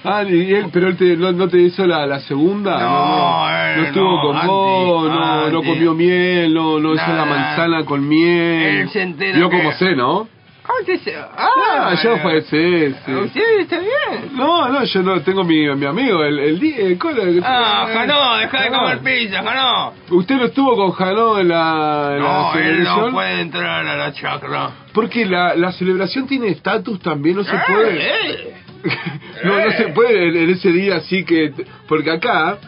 Speaker 2: Ah, y él, pero él te- no, no te hizo la, la segunda.
Speaker 3: No, él
Speaker 2: no estuvo
Speaker 3: no,
Speaker 2: con
Speaker 3: anti,
Speaker 2: vos, no, no
Speaker 3: anti.
Speaker 2: comió miel, no, no hizo la
Speaker 3: Nada.
Speaker 2: manzana con miel.
Speaker 3: Él se entera
Speaker 2: Vio
Speaker 3: que-
Speaker 2: como sé, ¿no?
Speaker 3: ah, ¿qué se-
Speaker 2: Ah, yo fue sí, sí.
Speaker 3: Sí, está bien.
Speaker 2: No, no, yo no tengo mi, mi amigo, el, el, di- el colo- el-
Speaker 3: Ah, Janó, deja de
Speaker 2: Janó.
Speaker 3: comer pizza, Janó.
Speaker 2: ¿Usted no estuvo con Janó en la, en la
Speaker 3: No, él no
Speaker 2: celebración?
Speaker 3: puede entrar a la chacra.
Speaker 2: Porque la, la celebración tiene estatus también, no se
Speaker 3: Eh,
Speaker 2: puede.
Speaker 3: eh.
Speaker 2: no, no se puede en, en ese día así que. Porque acá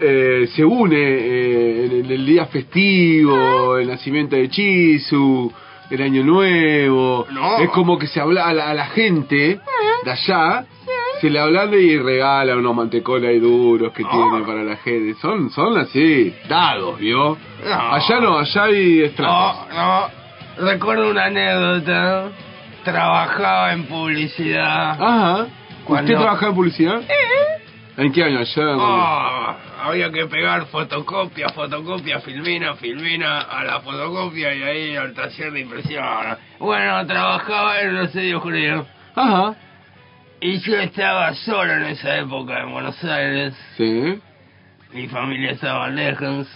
Speaker 2: eh, se une eh, en, en el día festivo, el nacimiento de Chisu, el Año Nuevo.
Speaker 3: No.
Speaker 2: Es como que se habla a la, a la gente de allá. Se le hablan y regala unos mantecolas y duros que
Speaker 3: No.
Speaker 2: tiene para la gente. Son, son así, dados, ¿vio?
Speaker 3: No.
Speaker 2: Allá no, allá hay estratos.
Speaker 3: No, no. Recuerdo una anécdota. Trabajaba en
Speaker 2: Ah,
Speaker 3: publicidad.
Speaker 2: Ajá.
Speaker 3: Cuando-
Speaker 2: ¿Usted trabajaba en publicidad? ¿En qué año? Allá. cuando-
Speaker 3: Oh, había que pegar fotocopia, fotocopia, filmina, filmina a la fotocopia y ahí al taller de impresión. Bueno, trabajaba en los sedios judíos.
Speaker 2: Ajá.
Speaker 3: Y yo estaba solo en esa época en Buenos Aires.
Speaker 2: Sí.
Speaker 3: Mi familia estaba lejos.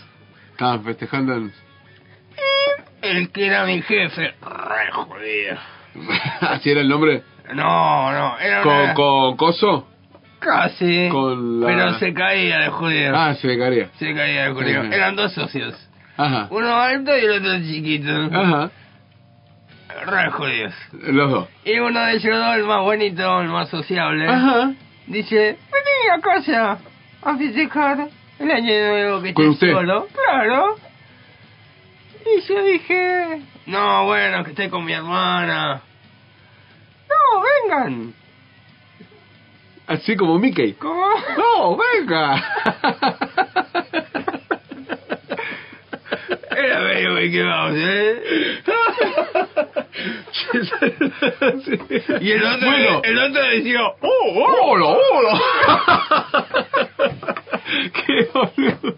Speaker 2: Estaban festejando en...
Speaker 3: El que era mi jefe, re jodido.
Speaker 2: ¿Así era el nombre?
Speaker 3: No, no, era
Speaker 2: ¿Con,
Speaker 3: una-
Speaker 2: con Coso?
Speaker 3: casi,
Speaker 2: con la-
Speaker 3: pero se caía de judío.
Speaker 2: Ah, se le caría.
Speaker 3: Se caía de judío.
Speaker 2: Sí.
Speaker 3: Eran dos socios,
Speaker 2: Ajá.
Speaker 3: uno alto y el otro chiquito.
Speaker 2: Ajá.
Speaker 3: Re judíos.
Speaker 2: Los dos.
Speaker 3: Y uno de ellos dos, el más bonito, el más sociable,
Speaker 2: Ajá.
Speaker 3: dice, vení a casa a festejar el año nuevo que
Speaker 2: ¿Con
Speaker 3: estés
Speaker 2: usted?
Speaker 3: solo. Claro. Y yo dije, no, bueno, que esté con mi hermana. No, vengan.
Speaker 2: Así como Mickey.
Speaker 3: ¿Cómo?
Speaker 2: ¡No, venga!
Speaker 3: Era medio Mickey Mouse, ¿eh? Y el otro,
Speaker 2: Bueno.
Speaker 3: el otro decía, "Oh,
Speaker 2: ¡Oh, hola, hola! ¡Qué boludo!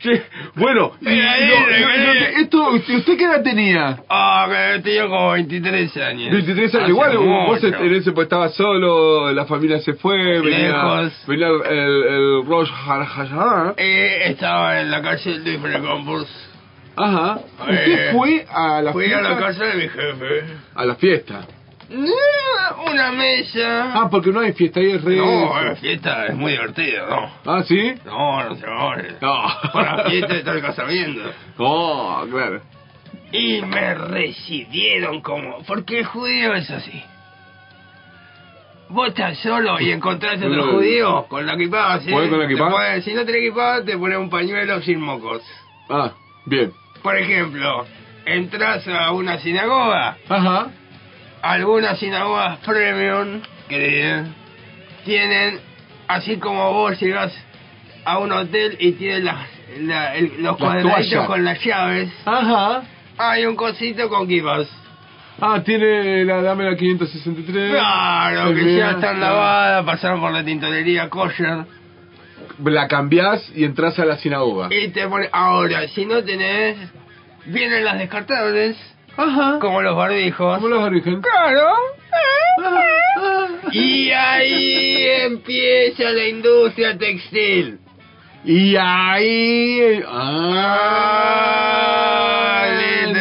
Speaker 2: Qué- Bueno, y-
Speaker 3: Eh, eh,
Speaker 2: no, no, no,
Speaker 3: eh.
Speaker 2: esto, ¿usted usted qué edad tenía?
Speaker 3: ah, que tenía como 23 años.
Speaker 2: 23 años,
Speaker 3: Hace
Speaker 2: igual vos
Speaker 3: mucho.
Speaker 2: en ese pues estabas solo, la familia se fue, venía,
Speaker 3: Lejos.
Speaker 2: venía el, el, el Rosh Hashanah.
Speaker 3: Eh, estaba en la calle de Frecompus.
Speaker 2: Ajá.
Speaker 3: Eh,
Speaker 2: ¿Usted fue a la
Speaker 3: Fui Eh, a
Speaker 2: fiesta?
Speaker 3: la casa de mi jefe.
Speaker 2: A la fiesta.
Speaker 3: Una mesa.
Speaker 2: Ah, porque no hay fiesta, ahí es re...
Speaker 3: No, la fiesta es muy divertida, ¿no?
Speaker 2: Ah, ¿sí?
Speaker 3: No, no señores.
Speaker 2: No.
Speaker 3: Para la fiesta está el casamiento.
Speaker 2: Oh, claro.
Speaker 3: Y me recibieron como... Porque el judío es así. Vos estás solo y encontrás a
Speaker 2: No.
Speaker 3: otro judío con la equipada, ¿sí?
Speaker 2: ¿Podés con la
Speaker 3: Te
Speaker 2: equipada?
Speaker 3: podés- si no tenés equipada, te pones un pañuelo sin mocos.
Speaker 2: Ah, bien.
Speaker 3: Por ejemplo, entras a una sinagoga,
Speaker 2: Ajá.
Speaker 3: algunas sinagogas premium que tienen, así como vos llegas a un hotel y tienen las- la- el- los
Speaker 2: Las
Speaker 3: cuadraditos
Speaker 2: toallas.
Speaker 3: con las llaves,
Speaker 2: Ajá.
Speaker 3: hay un cosito con kibas.
Speaker 2: Ah, tiene la dame la 563.
Speaker 3: Claro, que
Speaker 2: Bien.
Speaker 3: ya están
Speaker 2: Ah.
Speaker 3: lavadas, pasaron por la tintorería kosher.
Speaker 2: La cambiás y entras a la sinagoga.
Speaker 3: Y te pone, ahora, si no tenés, vienen las descartables,
Speaker 2: Ajá.
Speaker 3: como los barbijos.
Speaker 2: ¿Cómo los Ah, origen?
Speaker 3: Claro.
Speaker 2: Ajá, ajá.
Speaker 3: Y ahí empieza la industria textil.
Speaker 2: Y ahí.
Speaker 3: Ah,
Speaker 2: ¡Ah!
Speaker 3: lindo.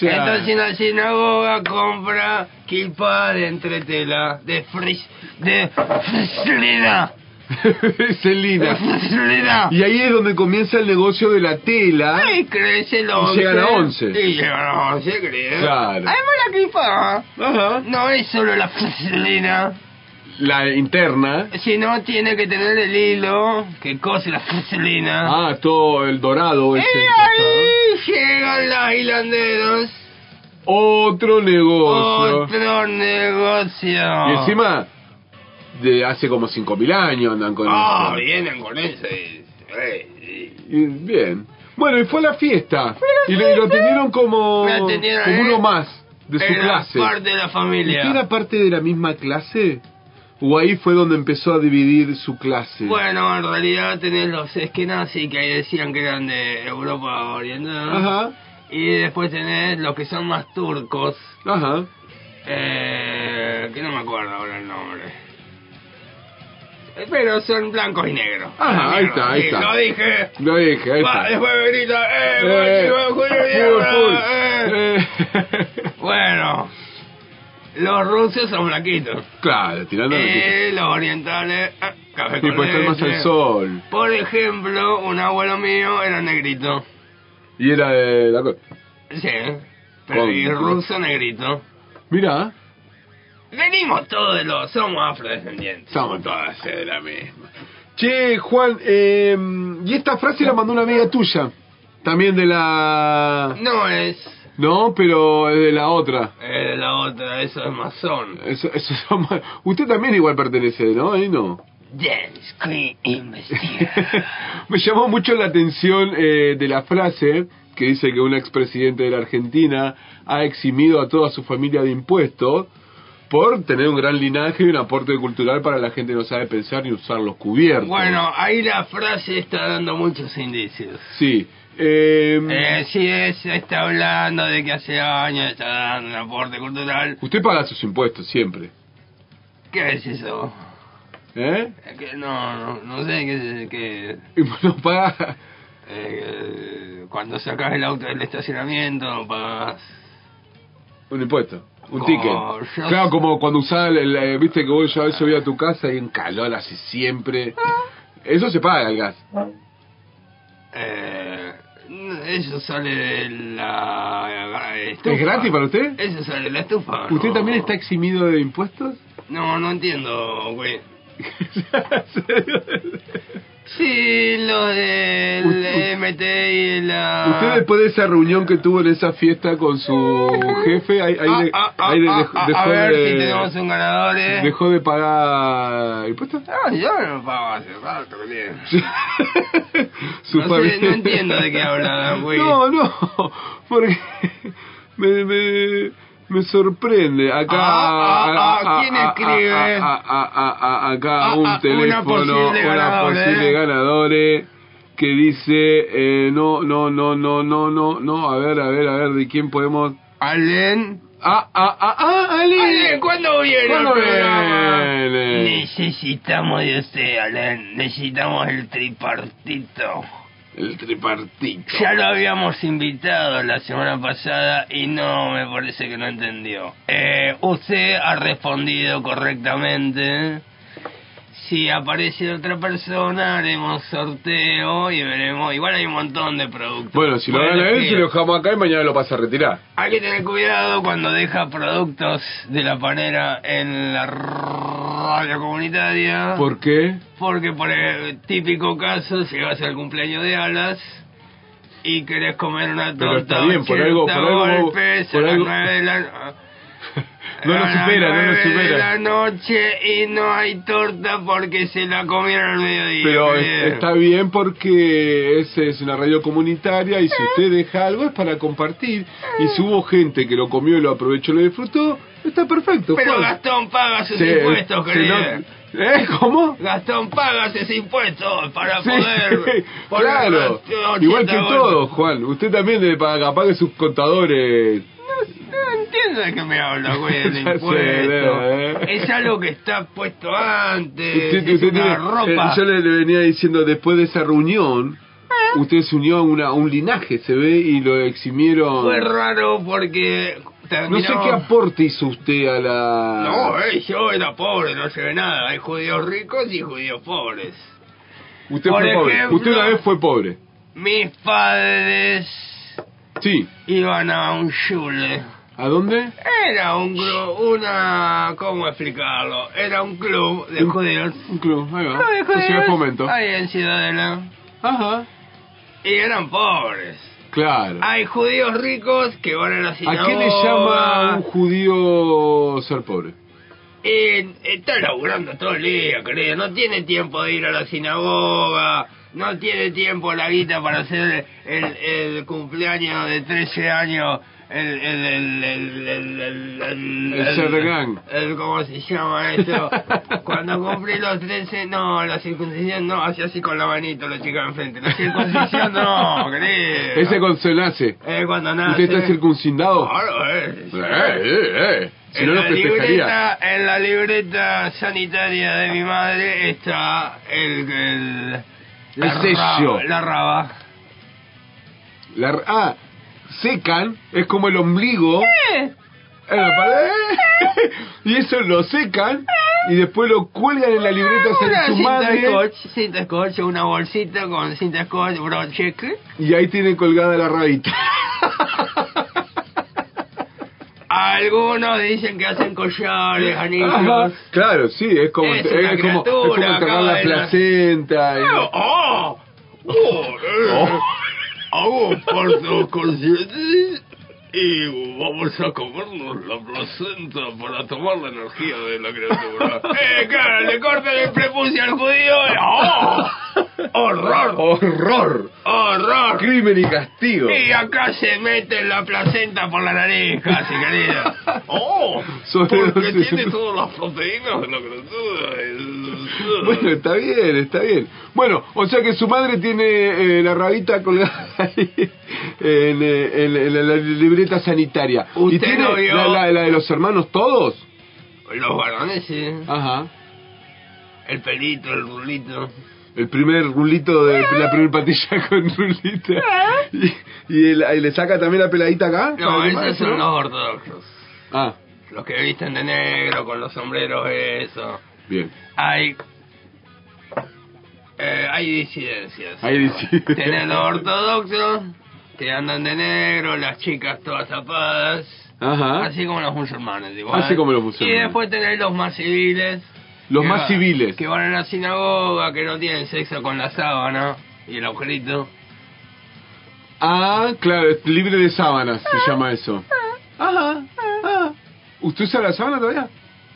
Speaker 3: Entonces la sinagoga compra kipa de entretela, de fris, de frislina, de
Speaker 2: Celina.
Speaker 3: frislina.
Speaker 2: Y ahí es donde comienza el negocio de la tela.
Speaker 3: Y crece el
Speaker 2: Y
Speaker 3: 11.
Speaker 2: llegan a 11.
Speaker 3: Y llegan a 11, creo.
Speaker 2: Claro.
Speaker 3: Además la kipa
Speaker 2: Ajá.
Speaker 3: no es solo la frislina,
Speaker 2: La interna.
Speaker 3: sino tiene que tener el hilo que cose la frislina.
Speaker 2: Ah, todo el dorado
Speaker 3: Y
Speaker 2: ese.
Speaker 3: ahí llegan los hilanderos.
Speaker 2: Otro negocio.
Speaker 3: Otro negocio.
Speaker 2: Y encima, de hace como 5.000 años andan con
Speaker 3: Ah,
Speaker 2: eso.
Speaker 3: vienen con eso. y- eh, y-
Speaker 2: Y- bien. Bueno, y fue a la fiesta. y le- lo tenieron como,
Speaker 3: Me atendieron,
Speaker 2: como
Speaker 3: ¿eh?
Speaker 2: uno más de su
Speaker 3: era
Speaker 2: clase.
Speaker 3: parte de la familia.
Speaker 2: ¿Usted era parte de la misma clase? ¿O ahí fue donde empezó a dividir su clase?
Speaker 3: Bueno, en realidad tenés los esquenazis que ahí decían que eran de Europa Oriental.
Speaker 2: Ajá,
Speaker 3: Y después tenés los que son más turcos.
Speaker 2: ajá.
Speaker 3: Eh, que no me acuerdo ahora el nombre. Eh, Pero son blancos y negros.
Speaker 2: Ajá, ahí está, ahí
Speaker 3: Sí,
Speaker 2: está.
Speaker 3: Lo dije.
Speaker 2: Lo dije, ahí
Speaker 3: Va,
Speaker 2: está.
Speaker 3: después me grita, eh,
Speaker 2: Eh,
Speaker 3: guachi, guachi,
Speaker 2: full,
Speaker 3: guachi,
Speaker 2: full.
Speaker 3: eh.
Speaker 2: Eh,
Speaker 3: Bueno, los rusos son blanquitos.
Speaker 2: Claro, tirando
Speaker 3: Eh, los orientales, ah, café
Speaker 2: Y
Speaker 3: con
Speaker 2: pues estar más
Speaker 3: leche.
Speaker 2: al sol.
Speaker 3: Por ejemplo, un abuelo mío era negrito.
Speaker 2: Y era de la co-
Speaker 3: Sí, ¿eh? pero
Speaker 2: Con-
Speaker 3: y ruso negrito.
Speaker 2: Mirá,
Speaker 3: Venimos todos de los, somos afrodescendientes.
Speaker 2: estamos todas de la misma. Che, Juan, eh, y esta frase la mandó una amiga tuya. También de la...
Speaker 3: No es
Speaker 2: No, pero es de la otra.
Speaker 3: eh, la otra, eso es masón.
Speaker 2: Eso, eso es mal. Usted también igual pertenece, ¿no? Ahí no.
Speaker 3: Dance Queen Investiga.
Speaker 2: Me llamó mucho la atención eh, de la frase que dice que un expresidente de la Argentina ha eximido a toda su familia de impuestos por tener un gran linaje y un aporte cultural para la gente que no sabe pensar ni usar los cubiertos.
Speaker 3: bueno, ahí la frase está dando muchos indicios.
Speaker 2: Sí. Eh,
Speaker 3: Eh, sí, es, está hablando de que hace años está dando un aporte cultural.
Speaker 2: Usted paga sus impuestos siempre.
Speaker 3: ¿Qué es eso?
Speaker 2: ¿Eh?
Speaker 3: Eh, que no, no, no sé qué es que
Speaker 2: Y bueno, paga...
Speaker 3: eh, cuando sacas el auto del estacionamiento pagas
Speaker 2: Un impuesto, un
Speaker 3: Oh,
Speaker 2: ticket.
Speaker 3: yo-
Speaker 2: Claro, como cuando usaba, el, el, eh, viste que vos ya subía a tu casa y en calor así siempre.
Speaker 3: Ah.
Speaker 2: Eso se paga el gas.
Speaker 3: eh, eso sale de la, la eh, estufa.
Speaker 2: ¿Es gratis para usted?
Speaker 3: Eso sale de la estufa.
Speaker 2: ¿Usted
Speaker 3: Ah, no.
Speaker 2: también está eximido de impuestos?
Speaker 3: No, no entiendo, güey. Sí, lo del
Speaker 2: Usted-
Speaker 3: EMT y la...
Speaker 2: Usted después de esa reunión que tuvo en esa fiesta con su jefe, ahí, ahí
Speaker 3: Ah,
Speaker 2: le-
Speaker 3: ah, ah,
Speaker 2: ahí le
Speaker 3: ah,
Speaker 2: dej-
Speaker 3: ah,
Speaker 2: dejó,
Speaker 3: a ver si tenemos
Speaker 2: de,
Speaker 3: un ganador, eh.
Speaker 2: dejó de pagar impuestos.
Speaker 3: Ah, yo no pago hace rato, bien.
Speaker 2: Su
Speaker 3: No sé,
Speaker 2: familia-
Speaker 3: no entiendo de qué habla, güey.
Speaker 2: No, no, porque me, me, me sorprende. Acá.
Speaker 3: Ah, ah, ah, ¿quién escribe?
Speaker 2: ah, ah, ah, ah, acá
Speaker 3: Ah,
Speaker 2: un
Speaker 3: ah, una
Speaker 2: teléfono,
Speaker 3: posible
Speaker 2: una
Speaker 3: ganadora,
Speaker 2: posible
Speaker 3: eh.
Speaker 2: ganadores que dice: eh, no, no, no, no, no, no, no. A ver, a ver, a ver, ¿de quién podemos.?
Speaker 3: Allen.
Speaker 2: Ah, ah, ah, ah, Ale.
Speaker 3: Allen, ¿cuándo viene?
Speaker 2: ¿Cuándo
Speaker 3: el programa?
Speaker 2: viene?
Speaker 3: Necesitamos de usted, Allen. Necesitamos el tripartito.
Speaker 2: el tripartito.
Speaker 3: Ya lo habíamos invitado la semana pasada y no, me parece que no entendió. Eh, usted ha respondido correctamente. Si aparece otra persona, haremos sorteo y veremos. Igual hay un montón de productos.
Speaker 2: Bueno, si lo
Speaker 3: Pueden
Speaker 2: gana él,
Speaker 3: elegir.
Speaker 2: se lo dejamos acá y mañana lo pasa a retirar.
Speaker 3: Hay que tener cuidado cuando deja productos de la panera en la radio comunitaria.
Speaker 2: ¿Por qué?
Speaker 3: Porque por el típico caso, si vas al cumpleaños de Alas y querés comer una
Speaker 2: Pero está
Speaker 3: torta de
Speaker 2: bien, por algo-
Speaker 3: 80
Speaker 2: por algo-
Speaker 3: golpes
Speaker 2: por
Speaker 3: a las
Speaker 2: algo-
Speaker 3: nueve de la...
Speaker 2: No lo
Speaker 3: a las
Speaker 2: supera, no lo
Speaker 3: nueve de
Speaker 2: supera.
Speaker 3: la noche y no hay torta porque se la comieron al mediodía.
Speaker 2: Pero es-
Speaker 3: Bien.
Speaker 2: está bien porque es, es una radio comunitaria y si usted deja algo es para compartir. Y si hubo gente que lo comió y lo aprovechó y lo disfrutó, está perfecto.
Speaker 3: Pero
Speaker 2: Juan.
Speaker 3: Gastón paga sus
Speaker 2: Se-
Speaker 3: impuestos,
Speaker 2: se
Speaker 3: querido.
Speaker 2: no- ¿Eh? ¿Cómo?
Speaker 3: Gastón paga sus impuestos para
Speaker 2: Sí,
Speaker 3: poder... poner
Speaker 2: claro.
Speaker 3: las 80
Speaker 2: Igual que
Speaker 3: bolsas.
Speaker 2: todos, Juan. Usted también debe pagar, capaz que sus contadores.
Speaker 3: No entiendo de qué me habla, güey,
Speaker 2: Ya
Speaker 3: del
Speaker 2: sé,
Speaker 3: impuesto.
Speaker 2: ¿eh?
Speaker 3: Es algo que está puesto antes,
Speaker 2: Usted-
Speaker 3: es
Speaker 2: usted
Speaker 3: una
Speaker 2: tiene- eh,
Speaker 3: ropa.
Speaker 2: yo le, le venía diciendo después de esa reunión.
Speaker 3: Ah.
Speaker 2: Usted se unió a, una, a un linaje, se ve, y lo eximieron.
Speaker 3: Fue raro porque
Speaker 2: No sé qué
Speaker 3: terminó...
Speaker 2: aporte hizo usted a la...
Speaker 3: No, eh, yo era pobre, no llevé nada. Hay judíos ricos y judíos pobres.
Speaker 2: Usted
Speaker 3: Por
Speaker 2: fue pobre.
Speaker 3: ejemplo-
Speaker 2: Usted una vez fue pobre.
Speaker 3: Mis padres
Speaker 2: Sí.
Speaker 3: iban a un shul.
Speaker 2: ¿A dónde?
Speaker 3: Era un club, una... ¿Cómo explicarlo? Era un club de
Speaker 2: Un-
Speaker 3: judíos.
Speaker 2: Un club, ahí va.
Speaker 3: Club de
Speaker 2: Sociedad de fomento.
Speaker 3: judíos ahí en Ciudadela.
Speaker 2: Ajá.
Speaker 3: Y eran pobres.
Speaker 2: Claro.
Speaker 3: Hay judíos ricos que van a la
Speaker 2: ¿A
Speaker 3: sinagoga.
Speaker 2: qué le llama un judío ser pobre?
Speaker 3: Eh, está laburando todo el día, querido. No tiene tiempo de ir a la sinagoga. No tiene tiempo la guita para hacer el, el cumpleaños de 13 años. El, el, el, el, el, el, el-
Speaker 2: El Shadagán.
Speaker 3: el- ¿Cómo se llama eso? Cuando cumplí los 13, no, la circuncisión no, hacía así con la manito los chicos enfrente. La circuncisión no, querido.
Speaker 2: Ese cuando se nace.
Speaker 3: Eh, cuando nace.
Speaker 2: ¿Usted está circuncindado?
Speaker 3: Claro, eh.
Speaker 2: Eh, eh, eh. Si no
Speaker 3: en,
Speaker 2: lo
Speaker 3: la
Speaker 2: festejaría.
Speaker 3: libreta, en la libreta sanitaria de mi madre está el... El, la
Speaker 2: El sello.
Speaker 3: raba- La raba.
Speaker 2: La... Ah, secan. Es como el ombligo. En la pared. y eso lo secan. Y después lo cuelgan en la libreta
Speaker 3: Eh,
Speaker 2: hacia
Speaker 3: Ah, Una
Speaker 2: su
Speaker 3: cinta
Speaker 2: madre.
Speaker 3: scotch, cinta scotch, una bolsita con cinta scotch, broche.
Speaker 2: Y ahí tienen colgada la rabita.
Speaker 3: Algunos dicen que hacen collares,
Speaker 2: Ajá,
Speaker 3: anillos.
Speaker 2: claro, sí, es como,
Speaker 3: Es
Speaker 2: es
Speaker 3: una
Speaker 2: como, es como
Speaker 3: criatura,
Speaker 2: enterrar
Speaker 3: acaba
Speaker 2: la
Speaker 3: de
Speaker 2: placenta. y-
Speaker 3: ¡Oh! ¡Oh! eh, Hago parto consciente y vamos a comernos la placenta para tomar la energía de la criatura. ¡Eh, claro! Le cortan el prepucio al judío. eh, ¡Oh! ¡Horror!
Speaker 2: Horror,
Speaker 3: ¡Horror!
Speaker 2: crimen y castigo.
Speaker 3: Y acá se mete la placenta por la nariz, casi querida. ¡Oh!
Speaker 2: Sobre
Speaker 3: Porque
Speaker 2: los-
Speaker 3: tiene todas las proteínas de la criatura. el-
Speaker 2: Bueno, está bien, está bien. Bueno, o sea que su madre tiene eh, la rabita colgada ahí en, eh, en- en la libreta sanitaria. ¿Y
Speaker 3: Usted
Speaker 2: tiene
Speaker 3: no vio-
Speaker 2: la, la- la de los hermanos todos?
Speaker 3: Los varones, sí.
Speaker 2: Ajá.
Speaker 3: El pelito, el rulito.
Speaker 2: El primer rulito
Speaker 3: Ah.
Speaker 2: de la primera patilla con rulita. Y, y el- y le saca también la peladita acá.
Speaker 3: No,
Speaker 2: ¿Para que
Speaker 3: esos
Speaker 2: pase, no?
Speaker 3: son los ortodoxos.
Speaker 2: Ah,
Speaker 3: Los que visten de negro, con los sombreros, eso.
Speaker 2: bien.
Speaker 3: Hay. eh, hay disidencias.
Speaker 2: Ahí dice.
Speaker 3: Tenés los ortodoxos, que andan de negro, las chicas todas tapadas.
Speaker 2: Ajá.
Speaker 3: Así como los musulmanes, igual.
Speaker 2: ¿Ah? Así como los musulmanes.
Speaker 3: Y después tenés los más civiles.
Speaker 2: Los
Speaker 3: que
Speaker 2: más
Speaker 3: va-
Speaker 2: civiles.
Speaker 3: Que van a la sinagoga, que no tienen sexo con la sábana y el agujerito.
Speaker 2: Ah, claro, es libre de sábanas se llama eso. Ajá. ah. ¿Usted usa la sábana todavía?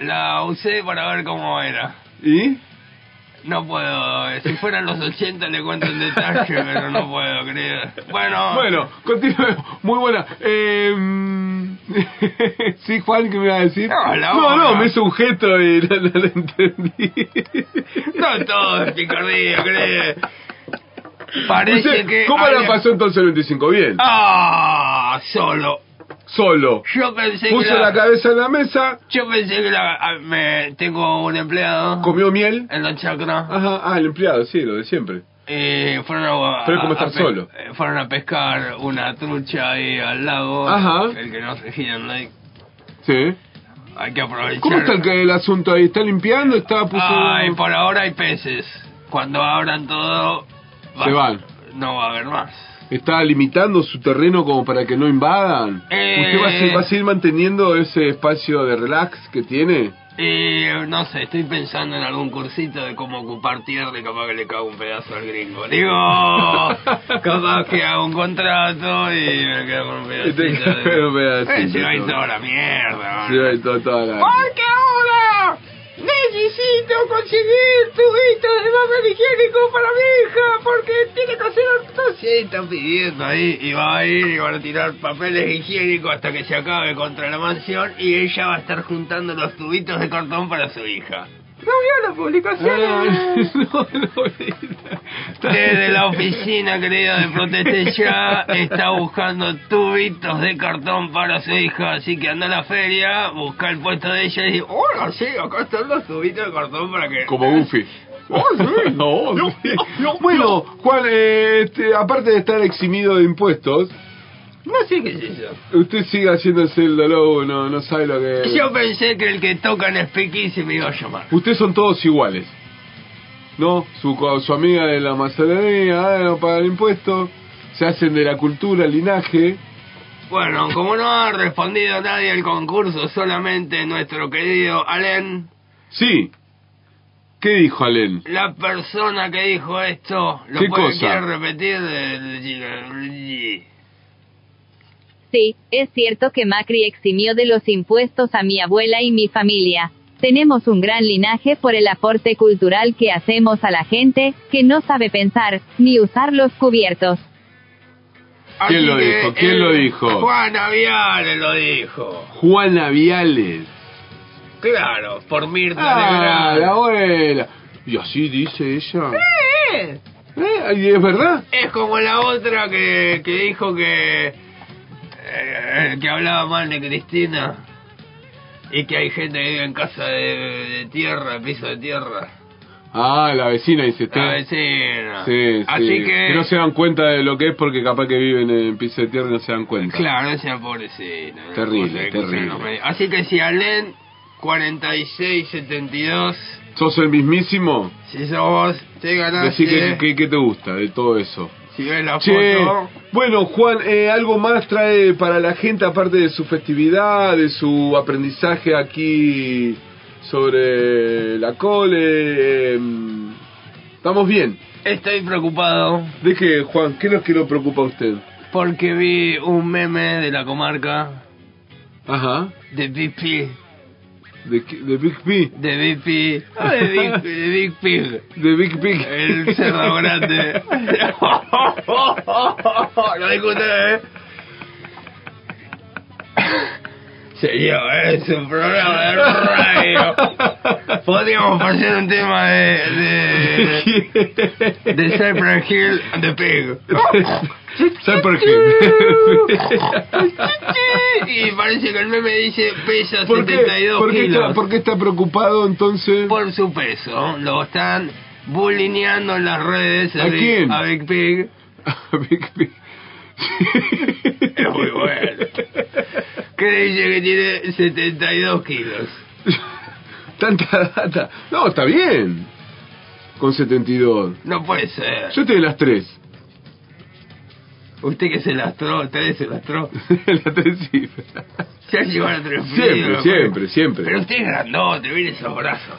Speaker 3: La usé para ver cómo era.
Speaker 2: ¿Y?
Speaker 3: No puedo, eh, si fueran los 80 le cuento el detalle, pero no puedo, creer. Bueno,
Speaker 2: Bueno, continuemos. Muy buena. Em, sí, Juan, ¿qué me iba a decir?
Speaker 3: No, la
Speaker 2: no,
Speaker 3: otra.
Speaker 2: no, me hizo un gesto y no, no lo entendí.
Speaker 3: no todo es picardía, cree. Parece
Speaker 2: Usted,
Speaker 3: que.
Speaker 2: ¿Cómo la
Speaker 3: alguien-
Speaker 2: pasó entonces el 25? Bien,
Speaker 3: ¡Ah! Solo.
Speaker 2: solo.
Speaker 3: Yo pensé que.
Speaker 2: Puso
Speaker 3: la-
Speaker 2: la cabeza en la mesa,
Speaker 3: Yo pensé que la- ah, me, tengo un empleado
Speaker 2: comió miel.
Speaker 3: en la chacra.
Speaker 2: Ah. Ajá, ah, el empleado, sí, lo de siempre.
Speaker 3: eh, fueron a,
Speaker 2: Pero es como
Speaker 3: a- a
Speaker 2: estar
Speaker 3: pe-
Speaker 2: solo.
Speaker 3: eh, fueron a pescar una trucha ahí al lago.
Speaker 2: Ajá.
Speaker 3: El que no se gira en like.
Speaker 2: Sí.
Speaker 3: Hay que aprovechar.
Speaker 2: ¿Cómo está el, el asunto ahí? ¿Está limpiando? ¿Está puso...
Speaker 3: Ay, por ahora hay peces. Cuando abran todo,
Speaker 2: Se van.
Speaker 3: no va a haber más.
Speaker 2: ¿Está limitando su terreno como para que no invadan?
Speaker 3: Eh.
Speaker 2: ¿Usted va a, seguir, va a seguir manteniendo ese espacio de relax que tiene?
Speaker 3: Eh, no sé, estoy pensando en algún cursito de cómo ocupar tierra y capaz que le cago un pedazo al gringo. Digo, capaz que hago un contrato y me quedo con un pedacito.
Speaker 2: te
Speaker 3: de-
Speaker 2: quedo un pedacito,
Speaker 3: Eh, se va a ir
Speaker 2: ¿no?
Speaker 3: toda la mierda.
Speaker 2: Sí, ahí está toda la-
Speaker 12: Porque ahora necesito conseguir tubitos de papel higiénico para mi hija, porque tiene que hacer autopsia.
Speaker 3: están pidiendo ahí y va a ir y van a tirar papeles higiénicos hasta que se acabe contra la mansión y ella va a estar juntando los tubitos de cartón para su hija.
Speaker 12: No vio la publicación.
Speaker 3: Desde la oficina, querida, de Proteste Ya está buscando tubitos de cartón para su hija, así que anda a la feria, busca el puesto de ella y dice, hola, sí, acá están los tubitos de cartón para que...
Speaker 2: Ah. Como Goofy. No, no. Bueno, Juan, eh, este, aparte de estar eximido de impuestos,
Speaker 3: No sé qué es eso.
Speaker 2: usted sigue haciéndose el dolor, no, no sabe lo que...
Speaker 3: Yo pensé que el que toca en Speaking se me iba a llamar.
Speaker 2: Ustedes son todos iguales. ¿No? Su, co- su amiga de la masonería, ah, no pagan impuestos, se hacen de la cultura, el linaje.
Speaker 3: Bueno, como no ha respondido nadie al concurso, solamente nuestro querido Alen,
Speaker 2: Sí. ¿Qué dijo Alén?
Speaker 3: la persona que dijo esto, ¿lo
Speaker 2: ¿Qué
Speaker 3: puede
Speaker 2: cosa?
Speaker 3: quiere repetir? El-
Speaker 10: Sí, es cierto que Macri eximió de los impuestos a mi abuela y mi familia. Tenemos un gran linaje por el aporte cultural que hacemos a la gente, que no sabe pensar, ni usar los cubiertos.
Speaker 2: ¿Quién lo
Speaker 3: que
Speaker 2: dijo? ¿Quién
Speaker 3: el-
Speaker 2: lo dijo?
Speaker 3: Juana Viale lo dijo.
Speaker 2: Juana Viales.
Speaker 3: Claro, por Mirta
Speaker 2: Ah,
Speaker 3: Legrand.
Speaker 2: la abuela. Y así dice ella.
Speaker 3: Eh,
Speaker 2: Eh, ¿Y es verdad?
Speaker 3: Es como la otra que, que dijo que. eh, que hablaba mal de Cristina. Y que hay gente que vive en casa de, de tierra, piso de tierra.
Speaker 2: Ah, la vecina dice usted.
Speaker 3: La vecina.
Speaker 2: Sí, sí.
Speaker 3: Así que.
Speaker 2: Que no se dan cuenta de lo que es porque capaz que viven en piso de tierra y no se dan cuenta.
Speaker 3: Claro, esa pobrecina. una
Speaker 2: Terrible,
Speaker 3: cosa que cruza
Speaker 2: terrible.
Speaker 3: los medios. Así que si Alén 4672,
Speaker 2: ¿Sos el mismísimo?
Speaker 3: si sos vos, te
Speaker 2: Decí
Speaker 3: ganaste.
Speaker 2: que, que- que te gusta de todo eso.
Speaker 3: Si ves la
Speaker 2: Che,
Speaker 3: foto.
Speaker 2: bueno, Juan, eh, ¿algo más trae para la gente aparte de su festividad, de su aprendizaje aquí sobre la cole? Em, ¿Estamos bien?
Speaker 3: Estoy preocupado
Speaker 2: ¿De qué, Juan? ¿Qué es lo que lo preocupa a usted?
Speaker 3: porque vi un meme de la comarca
Speaker 2: Ajá.
Speaker 3: de Big Pig.
Speaker 2: ¿De, qué- de Big P?
Speaker 3: De Big Pig. Ah, de Big, de Big Pig.
Speaker 2: De Big Pig.
Speaker 3: El cerdo grande. Lo dijo usted, ¿eh? Señor, es un programa de radio. Podríamos hacer un tema de. de, de Cypress Hill and the Pig.
Speaker 2: Cypress
Speaker 3: y parece que el meme dice pesa
Speaker 2: ¿Por qué?
Speaker 3: 72
Speaker 2: ¿Por qué
Speaker 3: kilos.
Speaker 2: está- por qué está preocupado entonces?
Speaker 3: Por su peso, lo están bulineando en las redes.
Speaker 2: ¿A
Speaker 3: Big-
Speaker 2: quién?
Speaker 3: A Big Pig.
Speaker 2: Big P.
Speaker 3: Es muy bueno. Que dice que tiene 72 kilos.
Speaker 2: Tanta data. No, está bien. Con 72.
Speaker 3: No puede ser.
Speaker 2: Yo estoy en las 3.
Speaker 3: Usted que se lastró, tres se lastró.
Speaker 2: las 3 cifras.
Speaker 3: Ya lleva la tres
Speaker 2: Siempre, siempre, siempre.
Speaker 3: Pero usted es grandote, mire esos brazos.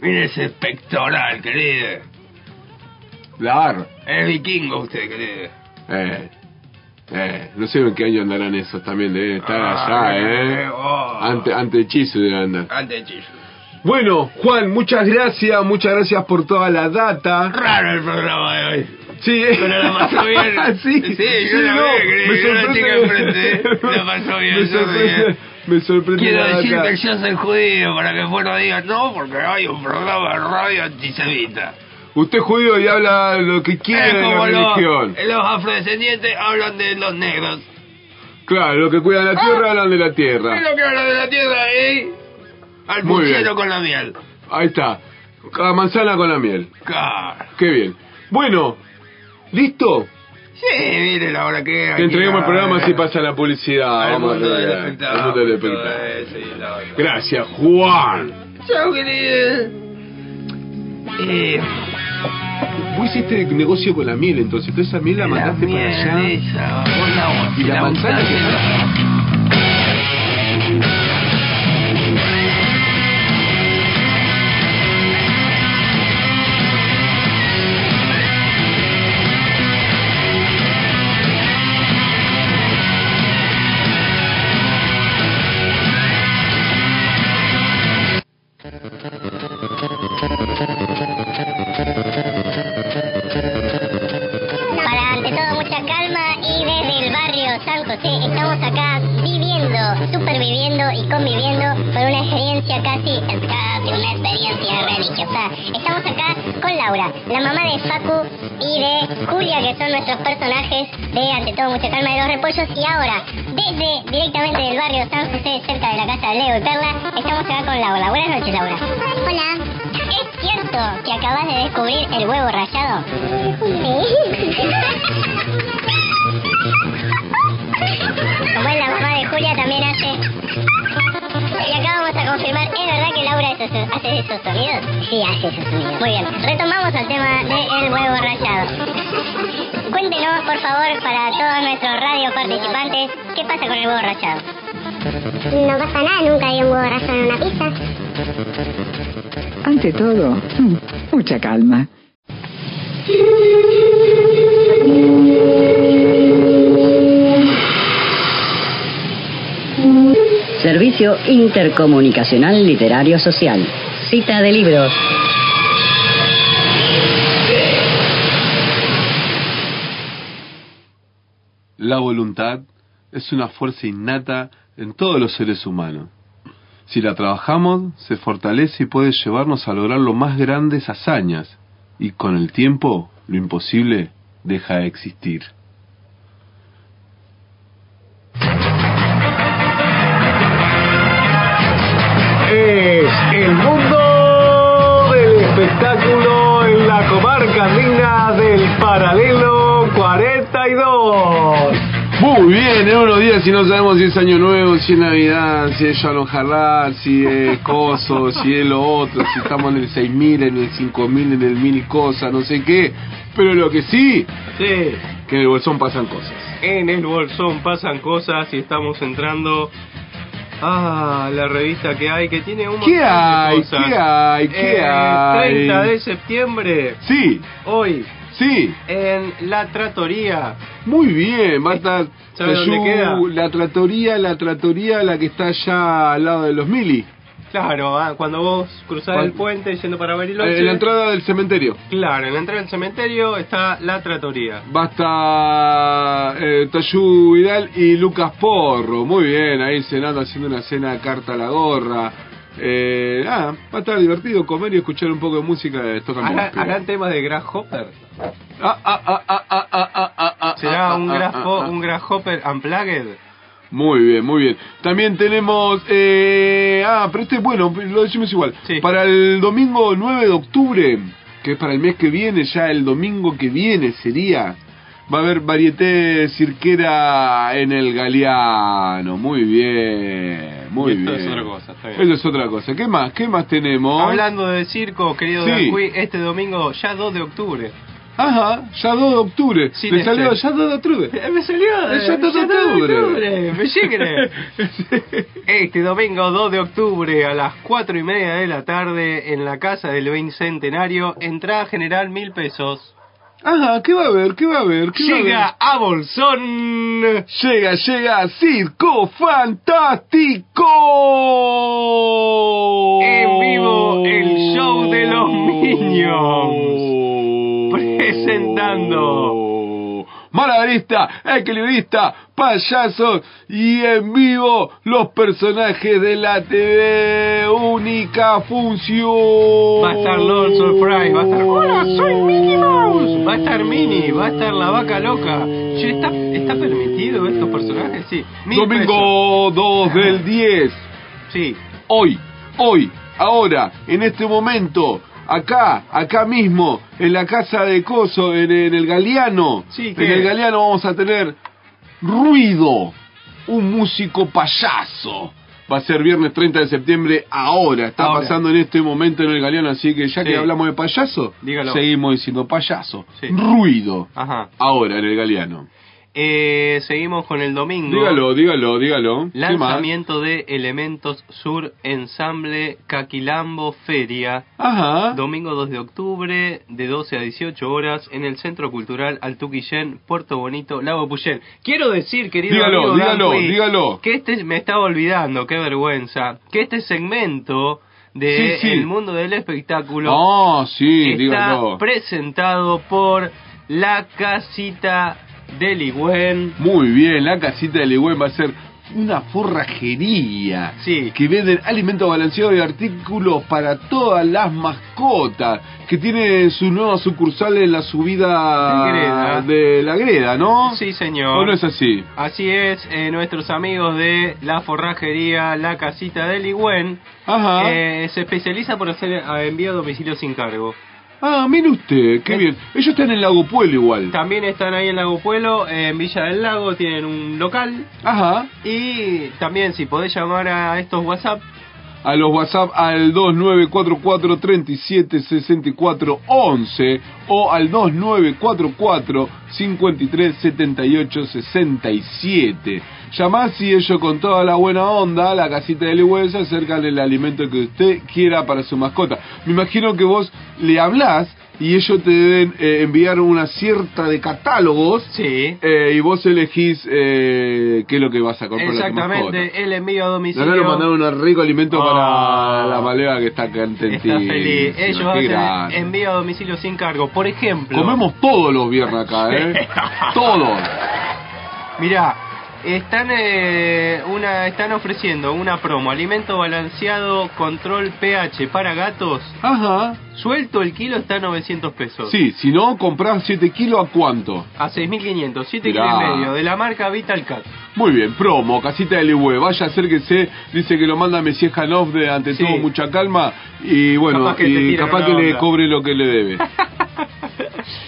Speaker 3: Mire ese pectoral, querido.
Speaker 2: Claro.
Speaker 3: Es vikingo usted, querido.
Speaker 2: Eh. Eh, no sé en qué año andarán esos también, deben estar
Speaker 3: Ah,
Speaker 2: allá, eh.
Speaker 3: eh, oh.
Speaker 2: Ante, ante hechizo deben andar.
Speaker 3: Antes de chillo.
Speaker 2: Bueno, Juan, muchas gracias, muchas gracias por toda la data.
Speaker 3: Raro el programa de hoy.
Speaker 2: Sí,
Speaker 3: Pero la pasó bien.
Speaker 2: sí,
Speaker 3: Sí, yo la
Speaker 2: no,
Speaker 3: veo, querido.
Speaker 2: me
Speaker 3: Yo la chica
Speaker 2: sorprende-
Speaker 3: enfrente. ¿eh? La pasó bien,
Speaker 2: Me
Speaker 3: yo
Speaker 2: sorprende,
Speaker 3: reía.
Speaker 2: me sorprende
Speaker 3: Quiero
Speaker 2: la
Speaker 3: decir
Speaker 2: data.
Speaker 3: que yo soy judío para que vos no digas no, porque hay un programa de radio antisemita.
Speaker 2: Usted es judío y habla lo que
Speaker 3: Es
Speaker 2: quiere de la
Speaker 3: como los,
Speaker 2: religión.
Speaker 3: los afrodescendientes hablan de los negros.
Speaker 2: Claro, lo que cuida la tierra hablan de la
Speaker 3: ¿Qué es
Speaker 2: tierra.
Speaker 3: lo que hablan de la tierra? ¿eh? Al
Speaker 2: Ah. Muy bien.
Speaker 3: puchero con la miel.
Speaker 2: Ahí está, a manzana con la miel.
Speaker 3: Claro.
Speaker 2: Qué bien. Bueno, ¿listo?
Speaker 13: Sí, mire la hora que
Speaker 2: Te entregamos el programa si pasa la publicidad.
Speaker 13: Al
Speaker 2: Vamos a
Speaker 13: mundo del
Speaker 2: ver, al mundo del
Speaker 3: eh,
Speaker 2: espectáculo.
Speaker 13: espectáculo.
Speaker 2: Gracias, Juan.
Speaker 13: Chao, querida.
Speaker 2: Eh, vos hiciste negocio con la miel, entonces. Tú esa miel la mandaste para
Speaker 13: miel
Speaker 2: allá. y la, manzana que
Speaker 7: Para ante todo mucha calma y desde el barrio San José estamos acá viviendo, superviviendo y conviviendo por una experiencia casi casi una experiencia religiosa. Estamos acá con Laura, la mamá de Facu y de Julia, que son nuestros personajes de ante todo mucha calma de los repollos y ahora desde directamente del barrio San José, cerca de la casa de Leo y Perla, estamos acá con Laura. Buenas noches, Laura. Hola. ¿Es cierto que acabas de descubrir el huevo rayado? Como es la mamá de Julia también hace. Y acá vamos a confirmar, ¿es verdad que Laura esos- hace esos sonidos? Sí, hace esos sonidos. Muy bien, retomamos el tema del huevo rayado. Cuéntenos, por favor, para todos nuestros radio participantes, ¿qué pasa con el huevo rayado? No pasa nada, nunca hay un huevo rayado en una pizza.
Speaker 14: Ante todo, mm, mucha calma.
Speaker 15: Servicio Intercomunicacional Literario Social. Cita de libros.
Speaker 2: La voluntad es una fuerza innata en todos los seres humanos. Si la trabajamos, se fortalece y puede llevarnos a lograr lo más grandes hazañas, y con el tiempo lo imposible deja de existir.
Speaker 16: Es el mundo del espectáculo en la comarca andina del paralelo 42.
Speaker 2: Muy bien, en unos días si no sabemos si es Año Nuevo, si es Navidad, si es Shalom Harral, si es Coso, si es lo otro, si estamos en el 6000, en el 5000, en el mil cosa, no sé qué. Pero lo que sí,
Speaker 3: Sí.
Speaker 2: que en el bolsón pasan cosas.
Speaker 3: En el bolsón pasan cosas y estamos entrando a la revista que hay, que tiene un montón
Speaker 2: ¿Qué
Speaker 3: de
Speaker 2: hay?
Speaker 3: cosas.
Speaker 2: ¿Qué hay? ¿Qué
Speaker 3: Eh,
Speaker 2: hay?
Speaker 3: 30 de septiembre.
Speaker 2: Sí.
Speaker 3: Hoy.
Speaker 2: Sí.
Speaker 3: En La Tratoría.
Speaker 2: Muy bien, va a estar
Speaker 3: ¿Sabe dónde
Speaker 2: Sayú,
Speaker 3: queda?
Speaker 2: la tratoría, la tratoría, la que está allá al lado de los mili.
Speaker 3: Claro, ah, cuando vos cruzás
Speaker 2: Cuando-
Speaker 3: el puente yendo para Bariloche.
Speaker 2: En Eh, la entrada del cementerio.
Speaker 3: Claro, en la entrada del cementerio está La Tratoría.
Speaker 2: Va a estar eh, Tayú Vidal y Lucas Porro. Muy bien, ahí cenando, haciendo una cena carta a la gorra. Eh, nada, va a estar divertido comer y escuchar un poco de música de estos
Speaker 3: ¿Harán,
Speaker 2: campeones.
Speaker 3: harán temas de Grasshopper?
Speaker 2: Ah, ah, ah, ah, ah, ah, ah, ah,
Speaker 3: ¿Será
Speaker 2: ah,
Speaker 3: un,
Speaker 2: ah,
Speaker 3: grasho-
Speaker 2: ah, ah.
Speaker 3: un Grasshopper Unplugged?
Speaker 2: Muy bien, muy bien. También tenemos. Eh, ah, pero este, bueno, lo decimos igual. Para el domingo 9 de octubre, que es para el mes que viene, ya el domingo que viene sería. Va a haber varieté cirquera en el Galeano. Muy bien, muy
Speaker 3: Y esto
Speaker 2: bien.
Speaker 3: es otra cosa, está bien.
Speaker 2: Eso es otra cosa. ¿Qué más? ¿Qué más tenemos?
Speaker 3: Hablando de circo, querido
Speaker 2: Sí.
Speaker 3: Dancuy, este domingo ya 2 de octubre.
Speaker 2: Ajá, ya 2 de octubre.
Speaker 3: Sin
Speaker 2: Le
Speaker 3: este.
Speaker 2: salió ya 2 de octubre.
Speaker 3: Me salió
Speaker 2: eh, ya 2 de octubre.
Speaker 3: me llegre. Este domingo 2 de octubre a las 4 y media de la tarde en la casa del Bicentenario, entrada general mil pesos.
Speaker 2: Ajá, ¿qué va a haber? ¿Qué va a haber? ¿Qué va a haber?
Speaker 3: Llega a Bolsón.
Speaker 2: Llega, llega Circo Fantástico.
Speaker 3: En vivo el show de los Minions. Presentando.
Speaker 2: Malabarista, equilibrista, payasos y en vivo los personajes de la TV única función.
Speaker 3: Va a estar Lord Surprise, va a estar. ¡Hola, soy Minnie Mouse! Va a estar Minnie, va a estar la vaca loca. Che, ¿Está, está permitido estos personajes? Sí. Mil
Speaker 2: Domingo 2 del 10.
Speaker 3: Sí.
Speaker 2: Hoy, hoy, ahora, en este momento, acá, acá mismo, en la casa de Coso, en, en el Galeano.
Speaker 17: Sí,
Speaker 2: En
Speaker 17: ¿qué?
Speaker 2: el Galeano vamos a tener ruido, un músico payaso. Va a ser viernes 30 de septiembre ahora, está
Speaker 17: Ahora.
Speaker 2: pasando en este momento en el Galeano, así que ya
Speaker 17: Sí.
Speaker 2: que hablamos de payaso,
Speaker 17: Dígalo.
Speaker 2: seguimos diciendo payaso. Ruido,
Speaker 3: Ajá.
Speaker 2: ahora en el Galeano.
Speaker 3: Eh, seguimos con el domingo.
Speaker 2: Dígalo, dígalo, dígalo. ¿Qué más?
Speaker 3: Lanzamiento de Elementos Sur Ensamble Caquilambo Feria. Domingo 2 de octubre, de 12 a 18 horas, en el Centro Cultural Altuquillén, Puerto Bonito, Lago Puyén. Quiero decir, querido
Speaker 2: Dígalo,
Speaker 3: amigo
Speaker 2: dígalo,
Speaker 3: Danqui,
Speaker 2: dígalo.
Speaker 3: que este me estaba olvidando, qué vergüenza, que este segmento de
Speaker 2: Sí, sí.
Speaker 3: El Mundo del Espectáculo
Speaker 2: Ah, sí,
Speaker 3: está
Speaker 2: dígalo.
Speaker 3: presentado por La Casita del Ligüen.
Speaker 2: Muy bien, la casita de Legüen va a ser una forrajería que venden alimentos balanceados y artículos para todas las mascotas, que tiene su nueva sucursal en la subida
Speaker 3: De Greda.
Speaker 2: de la greda, ¿no?
Speaker 3: Sí, señor.
Speaker 2: ¿O no es así?
Speaker 3: Así es, eh, nuestros amigos de la forrajería La Casita del Ligüen
Speaker 2: Ah.
Speaker 3: eh, se especializa por hacer eh, envío a domicilio sin cargo.
Speaker 2: Ah, mire usted,
Speaker 3: eh,
Speaker 2: qué bien. Ellos están en Lago Pueblo igual.
Speaker 3: También están ahí en Lago Pueblo, eh, en Villa del Lago tienen un local.
Speaker 2: Ajá.
Speaker 3: Y también si podés llamar a estos WhatsApp,
Speaker 2: a los WhatsApp al 2944-376411 o al 2944-537867. Llamás y ellos con toda la buena onda, a la casita de Ligüen se acercan el alimento que usted quiera para su mascota. Me imagino que vos le hablás y ellos te deben eh, enviar una cierta de catálogos eh, y vos elegís eh, qué es lo que vas a comprar. a tu mascota.
Speaker 3: exactamente, el envío a domicilio.
Speaker 2: Ahora le mandaron un rico alimento
Speaker 3: Oh.
Speaker 2: para la maleva que está
Speaker 3: Está
Speaker 2: contentísima.
Speaker 3: feliz. Ellos
Speaker 2: Qué
Speaker 3: hacen
Speaker 2: grande.
Speaker 3: envío a domicilio sin cargo. Por ejemplo,
Speaker 2: Comemos todos los viernes acá, ¿eh? todos.
Speaker 3: Mirá, están, eh, una, están ofreciendo una promo, alimento balanceado, control pH para gatos.
Speaker 2: Ajá.
Speaker 3: Suelto el kilo está a 900 pesos.
Speaker 2: Sí, si no, compras 7 kilos a cuánto.
Speaker 3: A 6.500, 7
Speaker 2: Mirá.
Speaker 3: kilos y medio, de la marca Vital Cat.
Speaker 2: Muy bien, promo, casita de Ligüe, vaya acérquese, dice que lo manda Mesías Janov de ante todo mucha calma y bueno,
Speaker 17: Capaz que te
Speaker 2: y
Speaker 17: tira
Speaker 2: capaz
Speaker 17: una
Speaker 2: que le
Speaker 17: onda.
Speaker 2: cobre lo que le debe.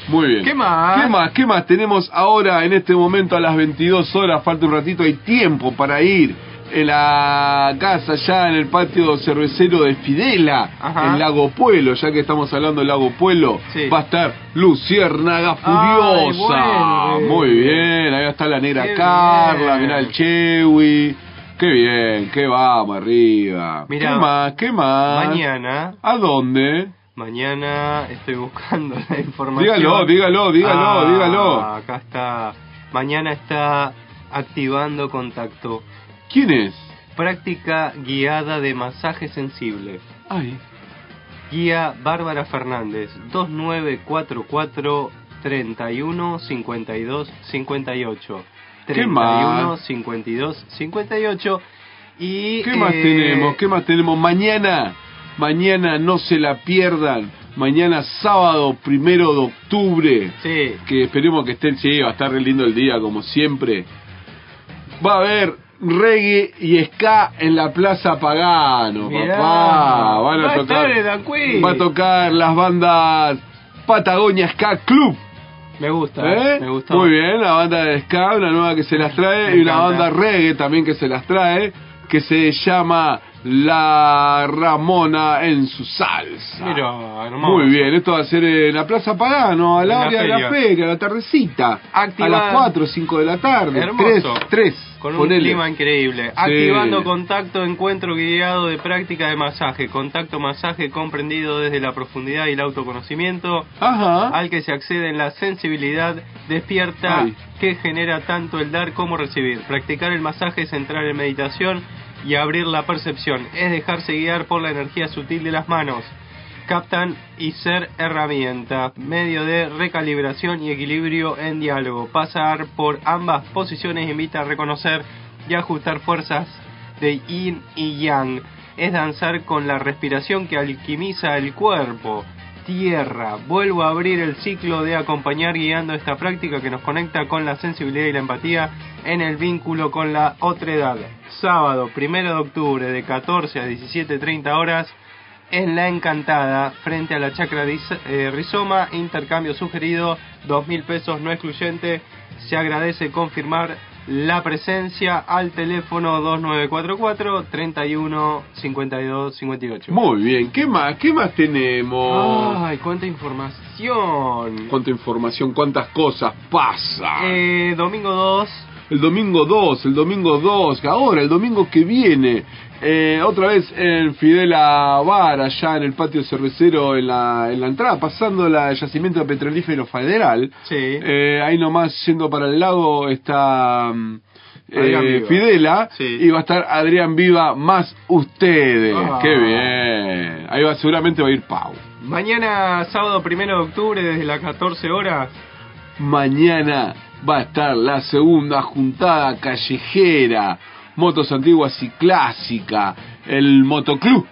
Speaker 2: Muy bien.
Speaker 3: ¿Qué más?
Speaker 2: ¿Qué más? ¿Qué más? Tenemos ahora en este momento a las 22 horas, falta un ratito, hay tiempo para ir en la casa ya en el patio cervecero de Fidela,
Speaker 17: Ajá.
Speaker 2: en Lago Pueblo, ya que estamos hablando de Lago Pueblo,
Speaker 17: Sí.
Speaker 2: va a estar Luciérnaga
Speaker 17: Ay,
Speaker 2: Furiosa.
Speaker 17: bueno.
Speaker 2: Muy bien, ahí está la negra
Speaker 17: Qué
Speaker 2: Carla,
Speaker 17: bien.
Speaker 2: mirá el Chewi. Qué bien, que vamos arriba.
Speaker 3: Mirá.
Speaker 2: ¿Qué más? ¿Qué más?
Speaker 3: Mañana,
Speaker 2: ¿A dónde?
Speaker 3: mañana estoy buscando la información.
Speaker 2: Dígalo, dígalo, dígalo,
Speaker 3: Ah,
Speaker 2: dígalo.
Speaker 3: Acá está. Mañana está activando contacto.
Speaker 2: ¿Quién es?
Speaker 3: Práctica guiada de masaje sensible.
Speaker 2: Ay.
Speaker 3: Guía Bárbara Fernández, 2944 31 52 58.
Speaker 2: ¿Qué
Speaker 3: 31
Speaker 2: más?
Speaker 3: 52 58. Y,
Speaker 2: ¿Qué más
Speaker 3: eh,
Speaker 2: tenemos? ¿Qué más tenemos? Mañana, mañana no se la pierdan. Mañana sábado, primero de octubre.
Speaker 3: Sí.
Speaker 2: Que esperemos que estén, sí, va a estar re lindo el día como siempre. Va a haber reggae y ska en la Plaza Pagano,
Speaker 17: Mirá.
Speaker 2: papá. Van a
Speaker 17: Va a estar
Speaker 2: tocar,
Speaker 17: el Danqui.
Speaker 2: va a tocar las bandas Patagonia Ska Club.
Speaker 3: Me gusta,
Speaker 2: ¿Eh?
Speaker 3: me gustó.
Speaker 2: Muy bien, la banda de ska, una nueva que se las trae
Speaker 3: Me
Speaker 2: y una
Speaker 3: encanta.
Speaker 2: banda reggae también que se las trae, que se llama La Ramona en su salsa.
Speaker 3: Mirá, hermoso.
Speaker 2: Ah, Muy bien, esto va a ser en la Plaza Pagano, a
Speaker 3: En
Speaker 2: la
Speaker 3: la
Speaker 2: hora de la
Speaker 3: feria.
Speaker 2: feria, a la tardecita,
Speaker 3: Activa-
Speaker 2: a las 4 o 5 de la tarde,
Speaker 3: Hermoso.
Speaker 2: 3, 3,
Speaker 3: Con un clima increíble. Activando contacto, encuentro guiado de práctica de masaje. Contacto masaje comprendido desde la profundidad y el autoconocimiento. Al que se accede en la sensibilidad despierta
Speaker 2: Ay.
Speaker 3: que genera tanto el dar como recibir. Practicar el masaje es entrar en meditación y abrir la percepción. Es dejarse guiar por la energía sutil de las manos. Captan y ser herramienta, medio de recalibración y equilibrio en diálogo. Pasar por ambas posiciones invita a reconocer y ajustar fuerzas de yin y yang. Es danzar con la respiración que alquimiza el cuerpo. Tierra, vuelvo a abrir el ciclo de acompañar guiando esta práctica que nos conecta con la sensibilidad y la empatía en el vínculo con la otredad. Sábado, primero de octubre, de 14 a 17.30 horas, en La Encantada, frente a la Chacra Riz- eh, Rizoma, intercambio sugerido, dos mil pesos no excluyente. Se agradece confirmar la presencia al teléfono 2944 31 52 58.
Speaker 2: Muy bien, ¿qué más? ¿Qué más tenemos?
Speaker 3: Ay, cuánta información.
Speaker 2: ¿Cuánta información? ¿Cuántas cosas pasan?
Speaker 3: Eh, domingo 2,
Speaker 2: El domingo 2, el domingo 2, ahora, el domingo que viene. Eh, otra vez en Fidel Avar, allá en el patio cervecero, en la, en la entrada, pasando la el yacimiento petrolífero federal.
Speaker 3: sí.
Speaker 2: Eh, ahí nomás yendo para el lago está mm,
Speaker 18: Adrián
Speaker 2: eh,
Speaker 18: Viva.
Speaker 2: Fidela
Speaker 18: Sí.
Speaker 2: y va a estar Adrián Viva más ustedes.
Speaker 3: Ah.
Speaker 2: Qué bien. Ahí va, seguramente va a ir Pau.
Speaker 3: Mañana, sábado primero de octubre, desde las 14 horas.
Speaker 2: Mañana va a estar la segunda juntada callejera, motos antiguas y clásica, el motoclub.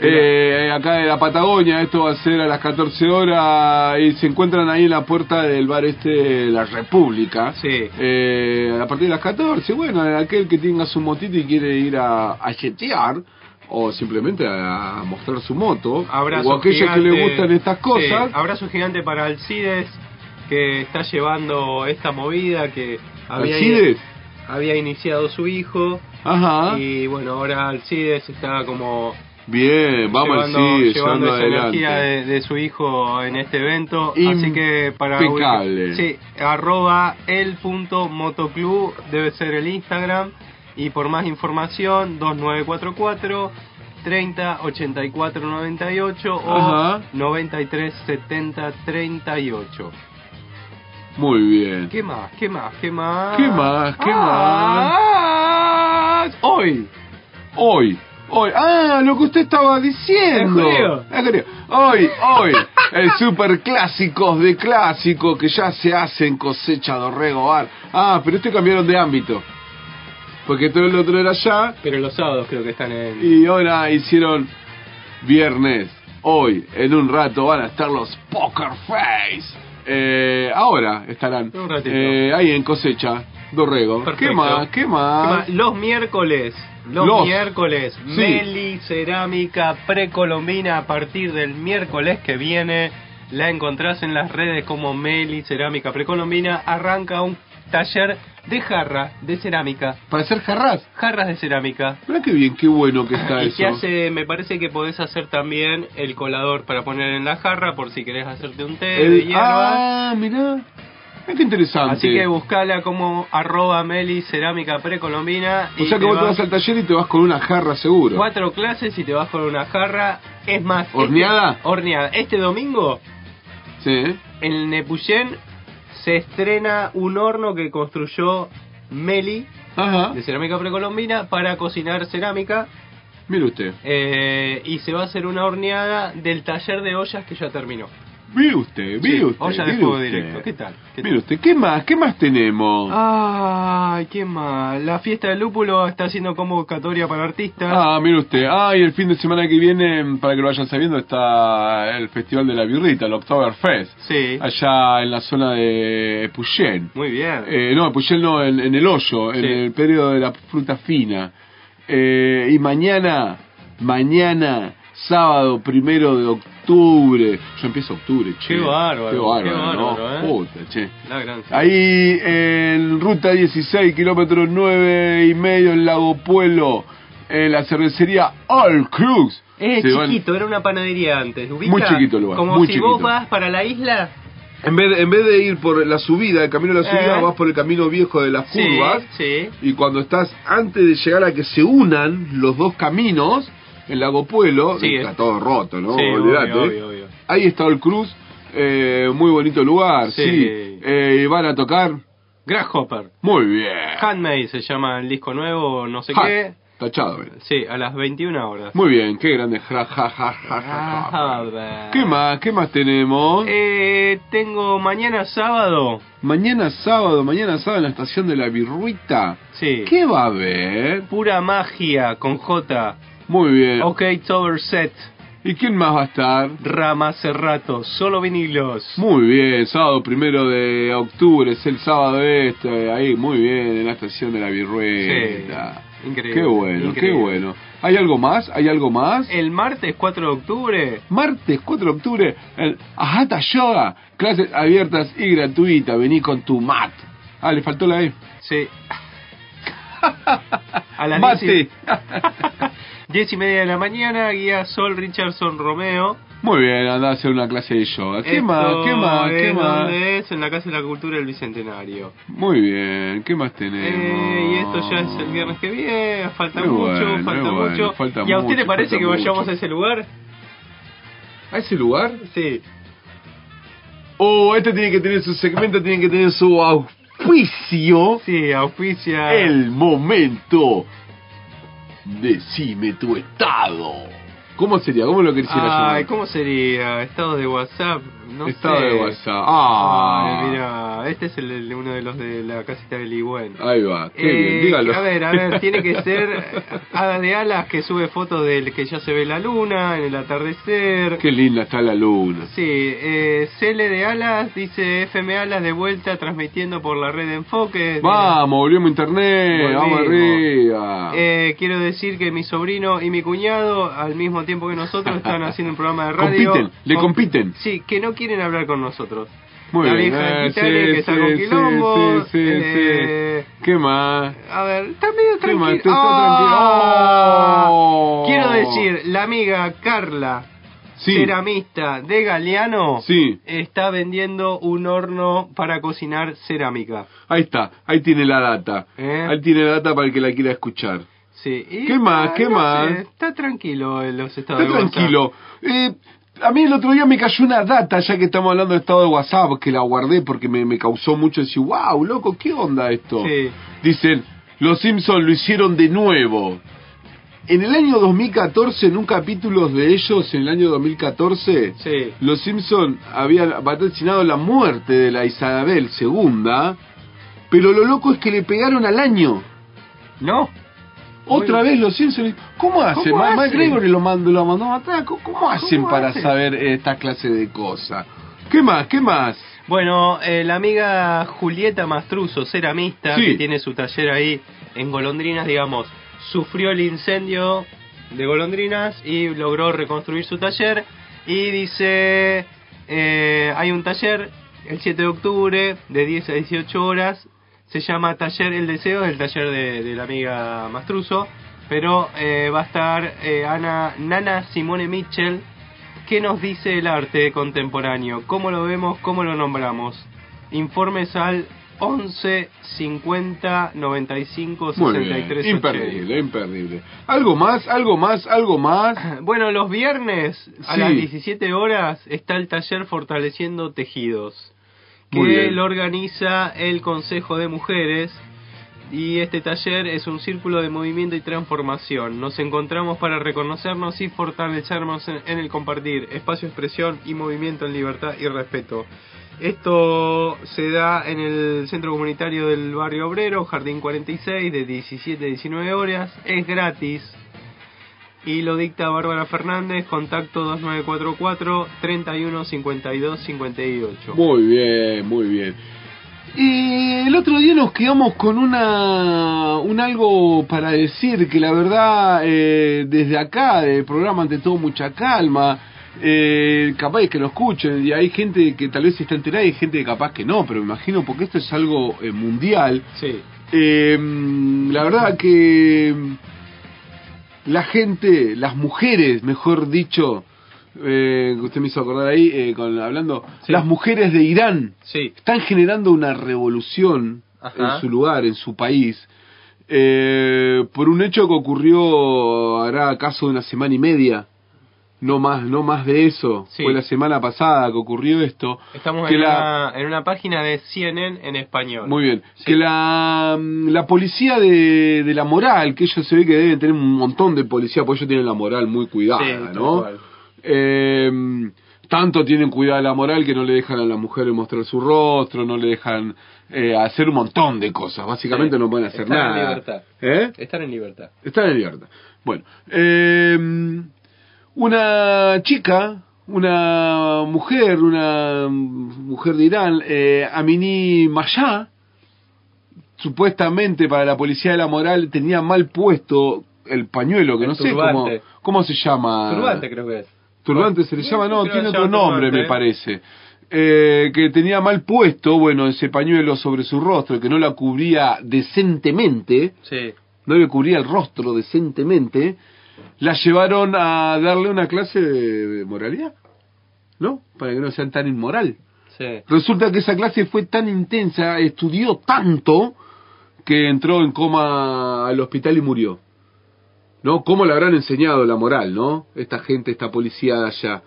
Speaker 2: Eh, acá de la Patagonia, esto va a ser a las 14 horas y se encuentran ahí en la puerta del bar este La República. Eh, a partir de las 14, bueno, aquel que tenga su motito y quiere ir a, a jetear o simplemente a, a mostrar su moto,
Speaker 3: Abrazo
Speaker 2: o a aquellos que le
Speaker 3: gigante.
Speaker 2: gustan estas cosas,
Speaker 3: Sí, abrazo gigante para Alcides, que está llevando esta movida que había,
Speaker 2: ¿Alcides? Ah.
Speaker 3: había iniciado su hijo.
Speaker 2: Ajá.
Speaker 3: Y bueno, ahora Alcides está como
Speaker 2: Bien, vamos al
Speaker 3: llevando,
Speaker 2: CIDE, llevando
Speaker 3: llevando esa
Speaker 2: adelante.
Speaker 3: energía de, de su hijo en este evento. Así que para
Speaker 2: Impecable.
Speaker 3: Sí, arroba el punto motoclub debe ser el Instagram. Y por más información, 2944 30 84 98 o
Speaker 2: Ajá.
Speaker 3: 93 70 38.
Speaker 2: Muy bien.
Speaker 3: ¿Qué más? ¿Qué más? ¿Qué más? Ah.
Speaker 2: ¿Qué más? ¿Qué
Speaker 3: más? Hoy.
Speaker 2: Hoy, hoy, ah, lo que usted estaba diciendo.
Speaker 18: Es judío.
Speaker 2: Es judío. Hoy, hoy, el super clásicos de clásico que ya se hace en cosecha Dorrego Bar. Ah, pero este cambiaron de ámbito. Porque todo el otro era allá
Speaker 3: Pero los sábados creo que están en...
Speaker 2: y ahora hicieron viernes. Hoy, en un rato, van a estar los Poker Face. Eh, ahora estarán
Speaker 3: Un ratito.
Speaker 2: eh, ahí en cosecha Dorrego.
Speaker 3: Perfecto.
Speaker 2: ¿Qué más? ¿Qué más?
Speaker 3: ¿Qué más? Los miércoles. Los,
Speaker 2: Los.
Speaker 3: miércoles.
Speaker 2: Sí.
Speaker 3: Meli Cerámica Precolombina a partir del miércoles que viene. La encontrás en las redes como Meli Cerámica Precolombina. Arranca un taller de jarra de cerámica.
Speaker 2: ¿Para hacer jarras?
Speaker 3: Jarras de cerámica.
Speaker 2: Mirá qué bien, qué bueno que está
Speaker 3: Y
Speaker 2: eso.
Speaker 3: se hace, me parece que podés hacer también el colador para poner en la jarra por si querés hacerte un té
Speaker 2: El-
Speaker 3: de hierba.
Speaker 2: Ah, mirá. Mirá qué interesante.
Speaker 3: Así que buscala como arroba Meli Cerámica Precolombina.
Speaker 2: o sea que
Speaker 3: te
Speaker 2: vos te
Speaker 3: vas-
Speaker 2: vas al taller y te vas con una jarra seguro.
Speaker 3: Cuatro clases y te vas con una jarra. Es más, este-
Speaker 2: ¿Horneada?
Speaker 3: horneada. Este domingo
Speaker 2: Sí. ¿eh?
Speaker 3: en Nepuyén se estrena un horno que construyó Meli
Speaker 2: Ajá.
Speaker 3: de cerámica precolombina para cocinar cerámica
Speaker 2: Mire usted.
Speaker 3: eh, y se va a hacer una horneada del taller de ollas que ya terminó.
Speaker 2: Mire usted, mire
Speaker 3: Sí,
Speaker 2: usted.
Speaker 3: olla de
Speaker 2: mire
Speaker 3: fuego
Speaker 2: usted.
Speaker 3: directo. ¿Qué tal? Ah, ¿Qué
Speaker 2: Mire usted, ¿qué más? ¿Qué más tenemos?
Speaker 3: Ay, qué mal. La fiesta del lúpulo está haciendo convocatoria para artistas.
Speaker 2: Ah, mire usted. Ah, y el fin de semana que viene, para que lo vayan sabiendo, está el Festival de la Birrita, el Oktoberfest.
Speaker 3: Sí.
Speaker 2: Allá en la zona de Puyén.
Speaker 3: Muy bien.
Speaker 2: Eh, no, Puyel no, en, en el hoyo, en
Speaker 3: Sí.
Speaker 2: el periodo de la fruta fina. Eh, y mañana, mañana, sábado primero de octubre. Yo empiezo octubre, che.
Speaker 3: Qué bárbaro,
Speaker 2: Qué bárbaro,
Speaker 3: qué
Speaker 2: ¿no?
Speaker 3: bárbaro, eh.
Speaker 2: Puta, che.
Speaker 3: La gran.
Speaker 2: Ah, Ahí en ruta 16, kilómetro 9 y medio, en Lago Pueblo, en la cervecería All Crux.
Speaker 3: Es
Speaker 2: Se van-
Speaker 3: Eh, chiquito, era una panadería antes. ¿ubica?
Speaker 2: Muy chiquito el lugar,
Speaker 3: Como
Speaker 2: muy
Speaker 3: si
Speaker 2: chiquito.
Speaker 3: vos vas para la isla.
Speaker 2: En vez, en vez de ir por la subida, el camino de la subida,
Speaker 3: Eh.
Speaker 2: vas por el camino viejo de las curvas.
Speaker 3: Sí, sí.
Speaker 2: Y cuando estás antes de llegar a que se unan los dos caminos, el lago Pueblo,
Speaker 3: Sí,
Speaker 2: está
Speaker 3: es-
Speaker 2: todo roto, ¿no?
Speaker 3: Sí, obvio,
Speaker 2: Olvidate.
Speaker 3: obvio, obvio.
Speaker 2: Ahí está el Cruz, eh, muy bonito lugar, sí.
Speaker 3: Sí.
Speaker 2: Eh, y van a tocar
Speaker 3: Grasshopper.
Speaker 2: muy bien.
Speaker 3: Handmade se llama el disco nuevo, no sé
Speaker 2: Ja,
Speaker 3: qué.
Speaker 2: Tachado, eh.
Speaker 3: Sí, a las 21 horas. Ah,
Speaker 2: Muy bien, qué grande. Ja, ja, ja, ja, ja, ja.
Speaker 3: Grasshopper.
Speaker 2: ¿Qué más? ¿Qué más tenemos?
Speaker 3: Eh, tengo mañana sábado.
Speaker 2: Mañana sábado, mañana sábado en la estación de la Birruita.
Speaker 3: Sí.
Speaker 2: ¿Qué va a haber?
Speaker 3: Pura magia con J.
Speaker 2: Muy bien.
Speaker 3: Ok, Tower Set.
Speaker 2: ¿Y quién más va a estar?
Speaker 3: Rama Cerrato, solo vinilos.
Speaker 2: Muy bien, sábado primero de octubre, es el sábado este, ahí, muy bien, en la estación de la Virrueta.
Speaker 3: Increíble.
Speaker 2: Qué bueno, qué
Speaker 3: increíble. Eh.
Speaker 2: bueno. ¿Hay algo más? ¿Hay algo más?
Speaker 3: El martes 4 de octubre.
Speaker 2: Martes 4 de octubre, el Ajata Yoga, clases abiertas y gratuitas. Vení con tu mat. Ah, le faltó la E.
Speaker 3: Sí. A las
Speaker 2: Mate.
Speaker 3: 10 y, 10 y media de la mañana, guía Sol Richardson Romeo.
Speaker 2: Muy bien, andá a hacer una clase de yoga. Ah, ¿Qué
Speaker 3: Esto
Speaker 2: más? ¿Qué más?
Speaker 3: es
Speaker 2: ¿Qué más?
Speaker 3: donde es? En la Casa de la Cultura del Bicentenario.
Speaker 2: Muy bien, ¿qué más tenemos?
Speaker 3: Eh, y esto ya es el viernes que viene, falta
Speaker 2: Muy
Speaker 3: mucho,
Speaker 2: bueno,
Speaker 3: falta
Speaker 2: muy bueno,
Speaker 3: mucho.
Speaker 2: falta
Speaker 3: ¿Y a usted
Speaker 2: mucho,
Speaker 3: le parece
Speaker 2: falta
Speaker 3: que vayamos
Speaker 2: mucho.
Speaker 3: a ese lugar?
Speaker 2: ¿A ese lugar?
Speaker 3: Sí.
Speaker 2: Oh, este tiene que tener su segmento, tiene que tener su auspicio.
Speaker 3: Sí, auspicia.
Speaker 2: El momento. Decime tu estado. ¿Cómo sería? ¿Cómo lo quisiera
Speaker 3: Ay,
Speaker 2: llamar?
Speaker 3: ¿cómo sería? Estado de WhatsApp. No
Speaker 2: Estado
Speaker 3: sé.
Speaker 2: de WhatsApp. Ah.
Speaker 3: Ay, mira, este es el, el- uno de los de la casita del Igüen.
Speaker 2: Ahí va, qué
Speaker 3: Eh,
Speaker 2: bien, dígalo.
Speaker 3: A ver, a ver, tiene que ser ah, Ada de Alas que sube fotos del que ya se ve la luna en el atardecer.
Speaker 2: Qué linda está la luna.
Speaker 3: Sí, eh, Cele de Alas dice FM Alas de vuelta transmitiendo por la red de enfoque.
Speaker 2: Vamos, volvimos a internet, vamos arriba.
Speaker 3: Eh, quiero decir que mi sobrino y mi cuñado, al mismo tiempo que nosotros, están haciendo un programa de radio.
Speaker 2: compiten, le
Speaker 3: Com-
Speaker 2: compiten.
Speaker 3: Sí, que no quieren hablar con nosotros.
Speaker 2: Muy
Speaker 3: la
Speaker 2: bien.
Speaker 3: vieja
Speaker 2: eh,
Speaker 3: de Italia
Speaker 2: sí,
Speaker 3: que está
Speaker 2: sí,
Speaker 3: con
Speaker 2: sí,
Speaker 3: quilombo.
Speaker 2: sí, sí,
Speaker 3: eh,
Speaker 2: sí. ¿Qué más?
Speaker 3: A ver, está medio
Speaker 2: ¿Qué más? Tú
Speaker 3: tranquilo.
Speaker 2: estás tranquilo.
Speaker 3: Ah,
Speaker 2: Oh.
Speaker 3: Quiero decir, la amiga Carla,
Speaker 2: Sí.
Speaker 3: ceramista de Galeano,
Speaker 2: Sí.
Speaker 3: está vendiendo un horno para cocinar cerámica.
Speaker 2: Ahí está, ahí tiene la data.
Speaker 3: ¿Eh?
Speaker 2: Ahí tiene la data para el que la quiera escuchar.
Speaker 3: Sí. y
Speaker 2: ¿Qué más? ¿Qué
Speaker 3: no
Speaker 2: más?
Speaker 3: sé, está tranquilo en los estados
Speaker 2: Está
Speaker 3: de WhatsApp.
Speaker 2: tranquilo. Eh, a mí el otro día me cayó una data, ya que estamos hablando de estado de WhatsApp, que la guardé porque me, me causó mucho decir, wow, loco, ¿qué onda esto?
Speaker 3: Sí.
Speaker 2: Dicen, los Simpsons lo hicieron de nuevo. En el año 2014, en un capítulo de ellos, en el año 2014,
Speaker 3: Sí.
Speaker 2: los Simpson habían patrocinado la muerte de la Isabel II, pero lo loco es que le pegaron al año.
Speaker 3: ¿No?
Speaker 2: Otra
Speaker 3: Bueno.
Speaker 2: vez los Simpsons. ¿Cómo hacen?
Speaker 3: ¿Cómo
Speaker 2: Ma- Mike
Speaker 3: hacen?
Speaker 2: Gregory lo mandó, lo mandó a matar. ¿Cómo, cómo hacen para
Speaker 3: hacen?
Speaker 2: saber esta clase de cosas? ¿Qué más? ¿Qué más?
Speaker 3: Bueno, eh, la amiga Julieta Mastruso, ceramista,
Speaker 2: Sí.
Speaker 3: que tiene su taller ahí en Golondrinas, digamos, sufrió el incendio de Golondrinas y logró reconstruir su taller. Y dice, eh, hay un taller el 7 de octubre de 10 a 18 horas, se llama Taller El Deseo, es el taller de, de la amiga Mastruso, pero eh, va a estar eh, Ana, Nana Simone Mitchell, ¿Qué nos dice el arte contemporáneo? ¿Cómo lo vemos? ¿Cómo lo nombramos? Informes al 11 50 95
Speaker 2: Muy bien.
Speaker 3: 63 80.
Speaker 2: Imperdible, imperdible. ¿Algo más? ¿Algo más? ¿Algo más?
Speaker 3: Bueno, los viernes a
Speaker 2: Sí.
Speaker 3: las 17 horas está el taller Fortaleciendo Tejidos,
Speaker 2: Muy
Speaker 3: que
Speaker 2: bien.
Speaker 3: lo organiza el Consejo de Mujeres. Y este taller es un círculo de movimiento y transformación. Nos encontramos para reconocernos y fortalecernos en, en el compartir, espacio, expresión y movimiento en libertad y respeto. Esto se da en el centro comunitario del barrio obrero, Jardín 46, de 17 a 19 horas. Es gratis, y lo dicta Bárbara Fernández, contacto 2944 31 52 58.
Speaker 2: Muy bien, muy bien. Y el otro día nos quedamos con una un algo para decir que la verdad eh, desde acá del programa ante todo mucha calma eh, capaz que lo escuchen y hay gente que tal vez está enterada y hay gente que capaz que no pero me imagino porque esto es algo eh, mundial
Speaker 3: Sí.
Speaker 2: eh, la verdad que la gente, las mujeres, mejor dicho, eh, que usted me hizo acordar ahí eh, con, hablando, las mujeres de Irán
Speaker 3: Sí.
Speaker 2: están generando una revolución
Speaker 3: Ajá.
Speaker 2: en su lugar, en su país, eh, por un hecho que ocurrió hará acaso una semana y media. No más, no más de eso.
Speaker 3: Sí.
Speaker 2: Fue la semana pasada que ocurrió esto.
Speaker 3: Estamos
Speaker 2: que
Speaker 3: en,
Speaker 2: la-
Speaker 3: una, en una página de CNN en español.
Speaker 2: muy bien. Que la, mm, la policía de, de la moral, que ellos se ve que deben tener un montón de policía, porque ellos tienen la moral muy cuidada,
Speaker 3: Sí, tal
Speaker 2: ¿no?
Speaker 3: cual.
Speaker 2: Eh, tanto tienen cuidada la moral que no le dejan a las mujeres mostrar su rostro, no le dejan eh, hacer un montón de cosas. Básicamente no pueden hacer
Speaker 3: Están
Speaker 2: nada.
Speaker 3: en libertad.
Speaker 2: ¿Eh?
Speaker 3: Están en libertad.
Speaker 2: Están en libertad. Bueno, eh, una chica, una mujer, una mm, mujer de Irán, eh, Amini Maya, supuestamente para la policía de la moral tenía mal puesto el pañuelo, que no sé cómo,
Speaker 3: turbante.
Speaker 2: cómo se llama.
Speaker 3: Turbante creo que es.
Speaker 2: Ah. Turbante se le llama, no,
Speaker 3: creo
Speaker 2: tiene
Speaker 3: que
Speaker 2: otro
Speaker 3: se llama
Speaker 2: nombre,
Speaker 3: turbante.
Speaker 2: me parece. Eh, que tenía mal puesto, bueno, ese pañuelo sobre su rostro, que no la cubría decentemente,
Speaker 3: Sí.
Speaker 2: no le cubría el rostro decentemente, la llevaron a darle una clase de moralidad, ¿no? Para que no sean tan inmoral.
Speaker 3: Sí.
Speaker 2: Resulta que esa clase fue tan intensa, estudió tanto, que entró en coma al hospital y murió. ¿No? ¿Cómo le habrán enseñado la moral, no? Esta gente, esta policía de allá.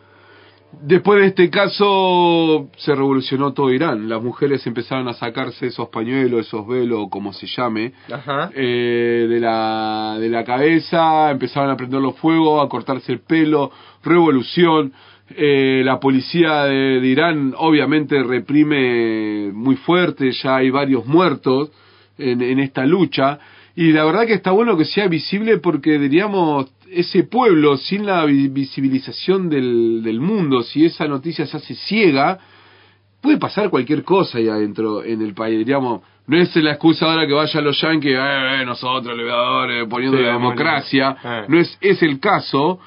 Speaker 2: Después de este caso se revolucionó todo Irán. Las mujeres empezaron a sacarse esos pañuelos, esos velos, como se llame,
Speaker 3: Ajá.
Speaker 2: eh, de, la, de la cabeza, empezaron a prender los fuegos, a cortarse el pelo, revolución. Eh, la policía de, de Irán obviamente reprime muy fuerte, ya hay varios muertos en, en esta lucha. Y la verdad que está bueno que sea visible porque diríamos, ese pueblo sin la vi- visibilización del, del mundo, si esa noticia se hace ciega, puede pasar cualquier cosa ahí adentro en el país, diríamos, no es la excusa ahora que vayan los yanquis, eh, eh, nosotros, levedores, poniendo
Speaker 3: Sí,
Speaker 2: la
Speaker 3: vamos,
Speaker 2: democracia,
Speaker 3: eh.
Speaker 2: no es, es el caso,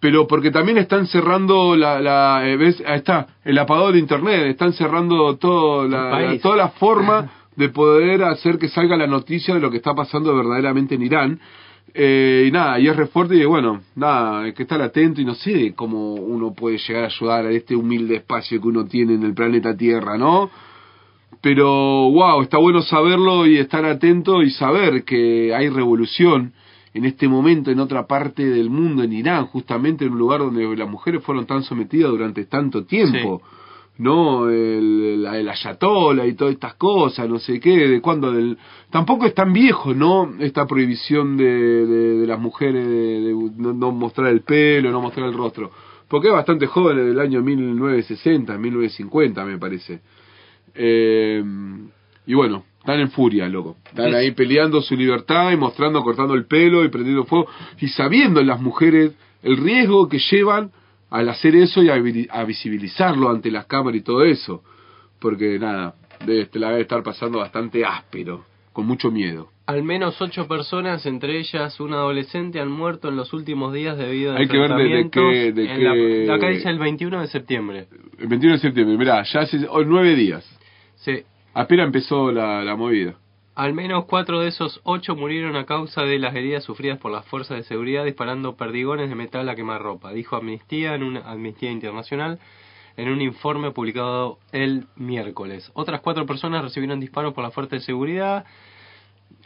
Speaker 2: pero porque también están cerrando la, la eh, ves, ahí está, el apagado de internet, están cerrando todo la,
Speaker 3: país.
Speaker 2: la- toda la forma de poder hacer que salga la noticia de lo que está pasando verdaderamente en Irán. Eh, y nada, y es re fuerte y bueno, nada, hay que estar atento y no sé cómo uno puede llegar a ayudar a este humilde espacio que uno tiene en el planeta Tierra, ¿no? Pero, wow, está bueno saberlo y estar atento y saber que hay revolución en este momento en otra parte del mundo, en Irán, justamente en un lugar donde las mujeres fueron tan sometidas durante tanto tiempo. ¿no? El, la, el ayatola y todas estas cosas, no sé qué, de cuándo del... Tampoco es tan viejo, ¿no? Esta prohibición de, de- de las mujeres de, de no, no mostrar el pelo, no mostrar el rostro. Porque es bastante joven, del año 1960, 1950, me parece. Eh, y bueno, están en furia, loco. Están ahí peleando su libertad y mostrando, cortando el pelo y prendiendo fuego. Y sabiendo las mujeres el riesgo que llevan al hacer eso y a, vi- a visibilizarlo ante las cámaras y todo eso. Porque nada, debe, te la debe estar pasando bastante áspero, con mucho miedo.
Speaker 3: Al menos ocho personas, entre ellas un adolescente, han muerto en los últimos días debido a
Speaker 2: Hay que ver de- de qué- de
Speaker 3: enfrentamientos en la-
Speaker 2: qué-
Speaker 3: acá dice el 21 de septiembre.
Speaker 2: El 21 de septiembre, mirá, ya hace oh, nueve días.
Speaker 3: Sí.
Speaker 2: Apenas empezó la, la movida.
Speaker 3: Al menos cuatro de esos ocho murieron a causa de las heridas sufridas por las fuerzas de seguridad disparando perdigones de metal a quemarropa, dijo Amnistía en una Amnistía Internacional en un informe publicado el miércoles. Otras cuatro personas recibieron disparos por las fuerzas de seguridad,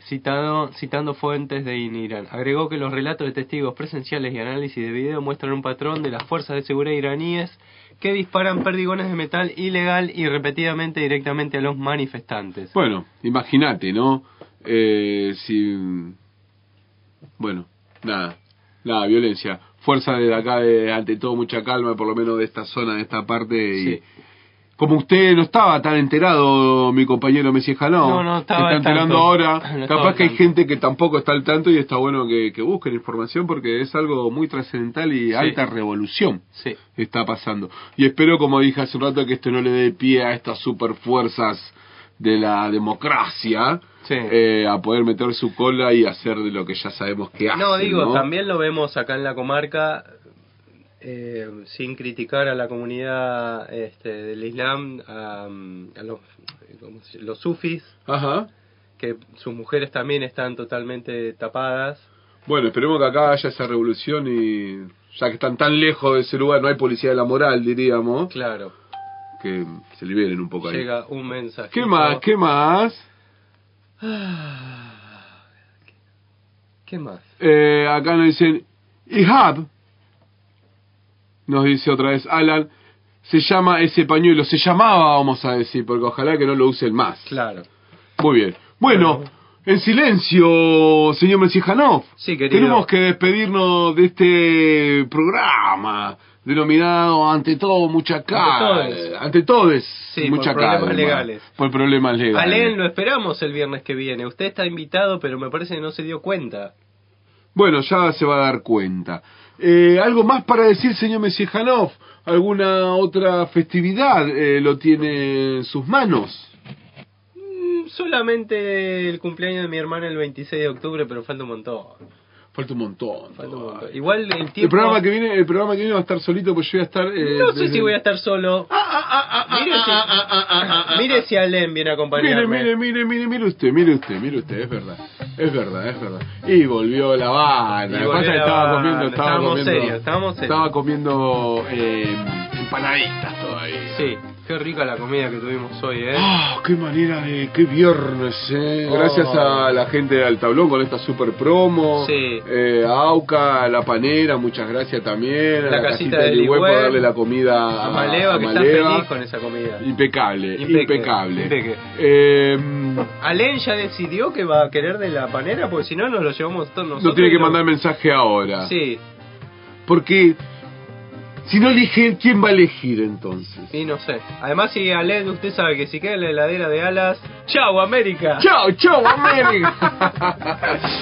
Speaker 3: citado, citando fuentes de Irán. Agregó que los relatos de testigos presenciales y análisis de video muestran un patrón de las fuerzas de seguridad iraníes que disparan perdigones de metal ilegal y repetidamente directamente a los manifestantes.
Speaker 2: Bueno, imagínate, ¿no? Eh, si. Bueno, nada, nada, violencia. Fuerza de acá, de, ante todo, mucha calma, por lo menos de esta zona, de esta parte. Y, Como usted no estaba tan enterado, mi compañero Messi Jalón.
Speaker 3: No, no estaba
Speaker 2: Se
Speaker 3: al
Speaker 2: está
Speaker 3: tanto.
Speaker 2: enterando ahora.
Speaker 3: No estaba
Speaker 2: Capaz
Speaker 3: al
Speaker 2: que hay
Speaker 3: tanto.
Speaker 2: gente que tampoco está al tanto y está bueno que, que busquen información porque es algo muy trascendental y alta revolución
Speaker 3: Sí.
Speaker 2: está pasando. Y espero, como dije hace un rato, que esto no le dé pie a estas superfuerzas de la democracia eh, a poder meter su cola y hacer de lo que ya sabemos que hacen.
Speaker 3: No, digo, también lo vemos acá en la comarca, eh, sin criticar a la comunidad este, del Islam, a, a los, ¿cómo se- los sufis,
Speaker 2: Ajá.
Speaker 3: que sus mujeres también están totalmente tapadas.
Speaker 2: Bueno, esperemos que acá haya esa revolución y ya que están tan lejos de ese lugar, no hay policía de la moral, diríamos.
Speaker 3: Claro.
Speaker 2: Que se liberen un poco ahí.
Speaker 3: Llega un mensaje.
Speaker 2: ¿Qué más? ¿Qué más?
Speaker 3: Ah, ¿Qué más?
Speaker 2: Eh, acá nos dicen, Ihab, nos dice otra vez Alan, se llama ese pañuelo, se llamaba, vamos a decir, porque ojalá que no lo usen más.
Speaker 3: Claro.
Speaker 2: Muy bien. Bueno, en silencio, señor Mesijanov.
Speaker 3: Sí, querido.
Speaker 2: Tenemos que despedirnos de este programa denominado Ante todo mucha calma.
Speaker 3: Ante todes.
Speaker 2: Ante todes.
Speaker 3: Sí,
Speaker 2: mucha
Speaker 3: por problemas
Speaker 2: calma.
Speaker 3: legales.
Speaker 2: Por problemas legales.
Speaker 3: Alen, lo esperamos el viernes que viene. Usted está invitado, pero me parece que no se dio cuenta.
Speaker 2: Bueno, ya se va a dar cuenta. Eh, ¿Algo más para decir, señor Mesijanov? ¿Alguna otra festividad eh, lo tiene en sus manos?
Speaker 3: Mm, solamente el cumpleaños de mi hermana el 26 de octubre, pero falta un montón.
Speaker 2: Falta un montón.
Speaker 3: Falta un montón. Igual el tiempo...
Speaker 2: El programa, que viene, el programa que viene va a estar solito porque yo voy a estar... eh,
Speaker 3: No sé
Speaker 2: desde- Ah,
Speaker 3: si voy a estar solo. Mire si- Mire si Alem viene a
Speaker 2: Mire,
Speaker 3: acompañarme.
Speaker 2: ah, mire, mire, mire, mire usted, mire usted, mire usted, es verdad, es verdad, es verdad. Y volvió la banda,
Speaker 3: Y
Speaker 2: lo que pasa es que
Speaker 3: volvió la
Speaker 2: estaba
Speaker 3: banda,
Speaker 2: comiendo, estaba
Speaker 3: estábamos
Speaker 2: comiendo,
Speaker 3: serios, estábamos serios.
Speaker 2: estaba comiendo eh, empanaditas todavía.
Speaker 3: Sí, qué rica la comida que tuvimos hoy, ¿eh?
Speaker 2: Ah, qué manera de, qué viernes, eh.
Speaker 3: Oh.
Speaker 2: Gracias a la gente del tablón con esta super promo.
Speaker 3: Sí.
Speaker 2: Eh, a Auca, a la panera, muchas gracias también. a
Speaker 3: La
Speaker 2: la
Speaker 3: casita
Speaker 2: casita
Speaker 3: de
Speaker 2: del Ligüe por
Speaker 3: Ligüe.
Speaker 2: darle la comida a,
Speaker 3: A Maleva,
Speaker 2: a
Speaker 3: que está
Speaker 2: Maleva.
Speaker 3: feliz con esa comida.
Speaker 2: Impecable,
Speaker 3: Impeque,
Speaker 2: impecable.
Speaker 3: impeque.
Speaker 2: Eh,
Speaker 3: Alem ya decidió que va a querer de la panera, porque si no nos lo llevamos todos nosotros.
Speaker 2: No tiene
Speaker 3: y
Speaker 2: que
Speaker 3: lo-
Speaker 2: mandar mensaje ahora.
Speaker 3: Sí,
Speaker 2: Porque si no elige, ¿quién va a elegir entonces?
Speaker 3: y no sé. Además, si Alem, usted sabe que si queda en la heladera de alas, ¡Chao, América!
Speaker 2: ¡Chao, chao, América!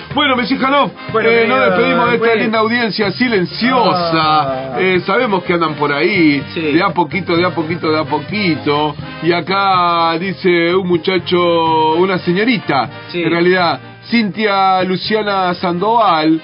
Speaker 2: bueno, Messi Jalov,
Speaker 3: Bueno,
Speaker 2: eh, nos
Speaker 3: querida,
Speaker 2: despedimos de esta
Speaker 3: bueno.
Speaker 2: linda audiencia silenciosa.
Speaker 3: Ah.
Speaker 2: Eh, sabemos que andan por ahí, de a poquito, de a poquito, de a poquito. Y acá dice un muchacho, una señorita,
Speaker 3: Sí.
Speaker 2: en realidad, Cintia Luciana Sandoval,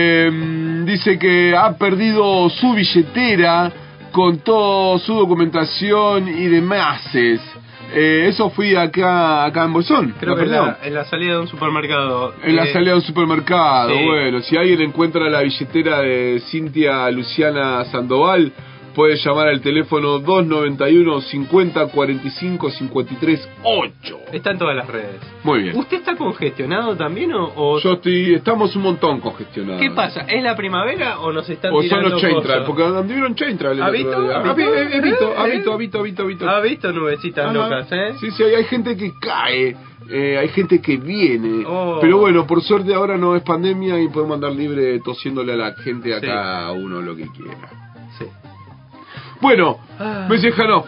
Speaker 2: eh, dice que ha perdido su billetera con toda su documentación y demás. Eh, eso fui acá acá en Bolsón.
Speaker 3: Creo
Speaker 2: la
Speaker 3: que en
Speaker 2: Ah, perdón.
Speaker 3: la, en la salida de un supermercado.
Speaker 2: En la
Speaker 3: Eh,
Speaker 2: salida de un supermercado,
Speaker 3: sí.
Speaker 2: bueno, si alguien encuentra la billetera de Cintia Luciana Sandoval, puede llamar al teléfono 291 50 45 53 8.
Speaker 3: Está en todas las redes.
Speaker 2: Muy bien.
Speaker 3: ¿Usted está congestionado también o, o-
Speaker 2: Yo estoy, estamos un montón congestionados.
Speaker 3: qué pasa? ¿Es la primavera o nos están
Speaker 2: Ah. O son
Speaker 3: tirando
Speaker 2: los Chaintrail,
Speaker 3: cosas?
Speaker 2: porque anduvieron Chaintrail el
Speaker 3: ¿Ha
Speaker 2: otro
Speaker 3: visto?
Speaker 2: día.
Speaker 3: ¿Ha
Speaker 2: Ah,
Speaker 3: visto?
Speaker 2: he- he- he visto, ha
Speaker 3: ¿Eh?
Speaker 2: visto, ha visto, ha visto, ha visto.
Speaker 3: ¿Ha visto nubecitas
Speaker 2: Ajá.
Speaker 3: locas, eh?
Speaker 2: Sí, sí, hay, hay gente que cae, eh, hay gente que viene.
Speaker 3: Oh.
Speaker 2: Pero bueno, por suerte ahora no es pandemia y podemos andar libre tosiéndole a la gente
Speaker 3: Sí.
Speaker 2: acá a uno lo que quiera.
Speaker 3: Sí.
Speaker 2: Bueno,
Speaker 3: Ah.
Speaker 2: Messi Janov,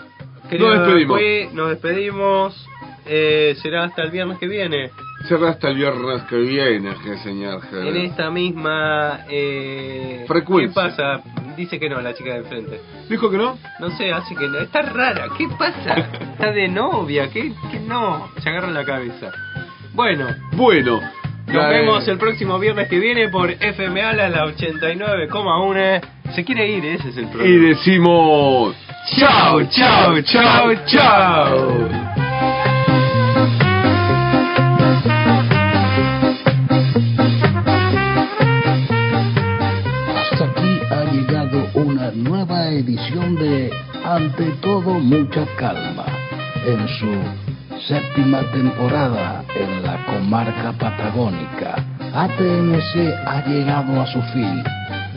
Speaker 3: Querido pues,
Speaker 2: nos despedimos.
Speaker 3: Gui, nos despedimos. Eh, será hasta el viernes que viene.
Speaker 2: Será hasta el viernes que viene, que señor.
Speaker 3: En esta misma. Eh,
Speaker 2: Eh. Frecuencia.
Speaker 3: ¿Qué pasa? Dice que no, la chica de enfrente.
Speaker 2: ¿Dijo que no?
Speaker 3: No sé, así que no. Está rara, ¿qué pasa? Está de novia, ¿qué? qué no? Se agarra la cabeza. Bueno,
Speaker 2: Bueno.
Speaker 3: nos
Speaker 2: la-
Speaker 3: vemos el próximo viernes que viene por FMA la la 89,1. Se quiere ir, ese es el problema.
Speaker 2: Y decimos... Chao, chao, chao, chao.
Speaker 1: Hasta aquí ha llegado una nueva edición de Ante todo mucha calma en su séptima temporada en la comarca patagónica. ATMC ha llegado a su fin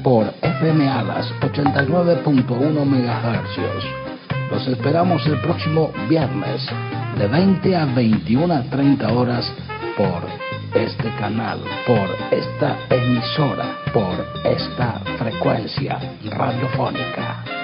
Speaker 1: por FM Alas 89.1 MHz. Los esperamos el próximo viernes de 20 a 21 a 30 horas por este canal, por esta emisora, por esta frecuencia radiofónica.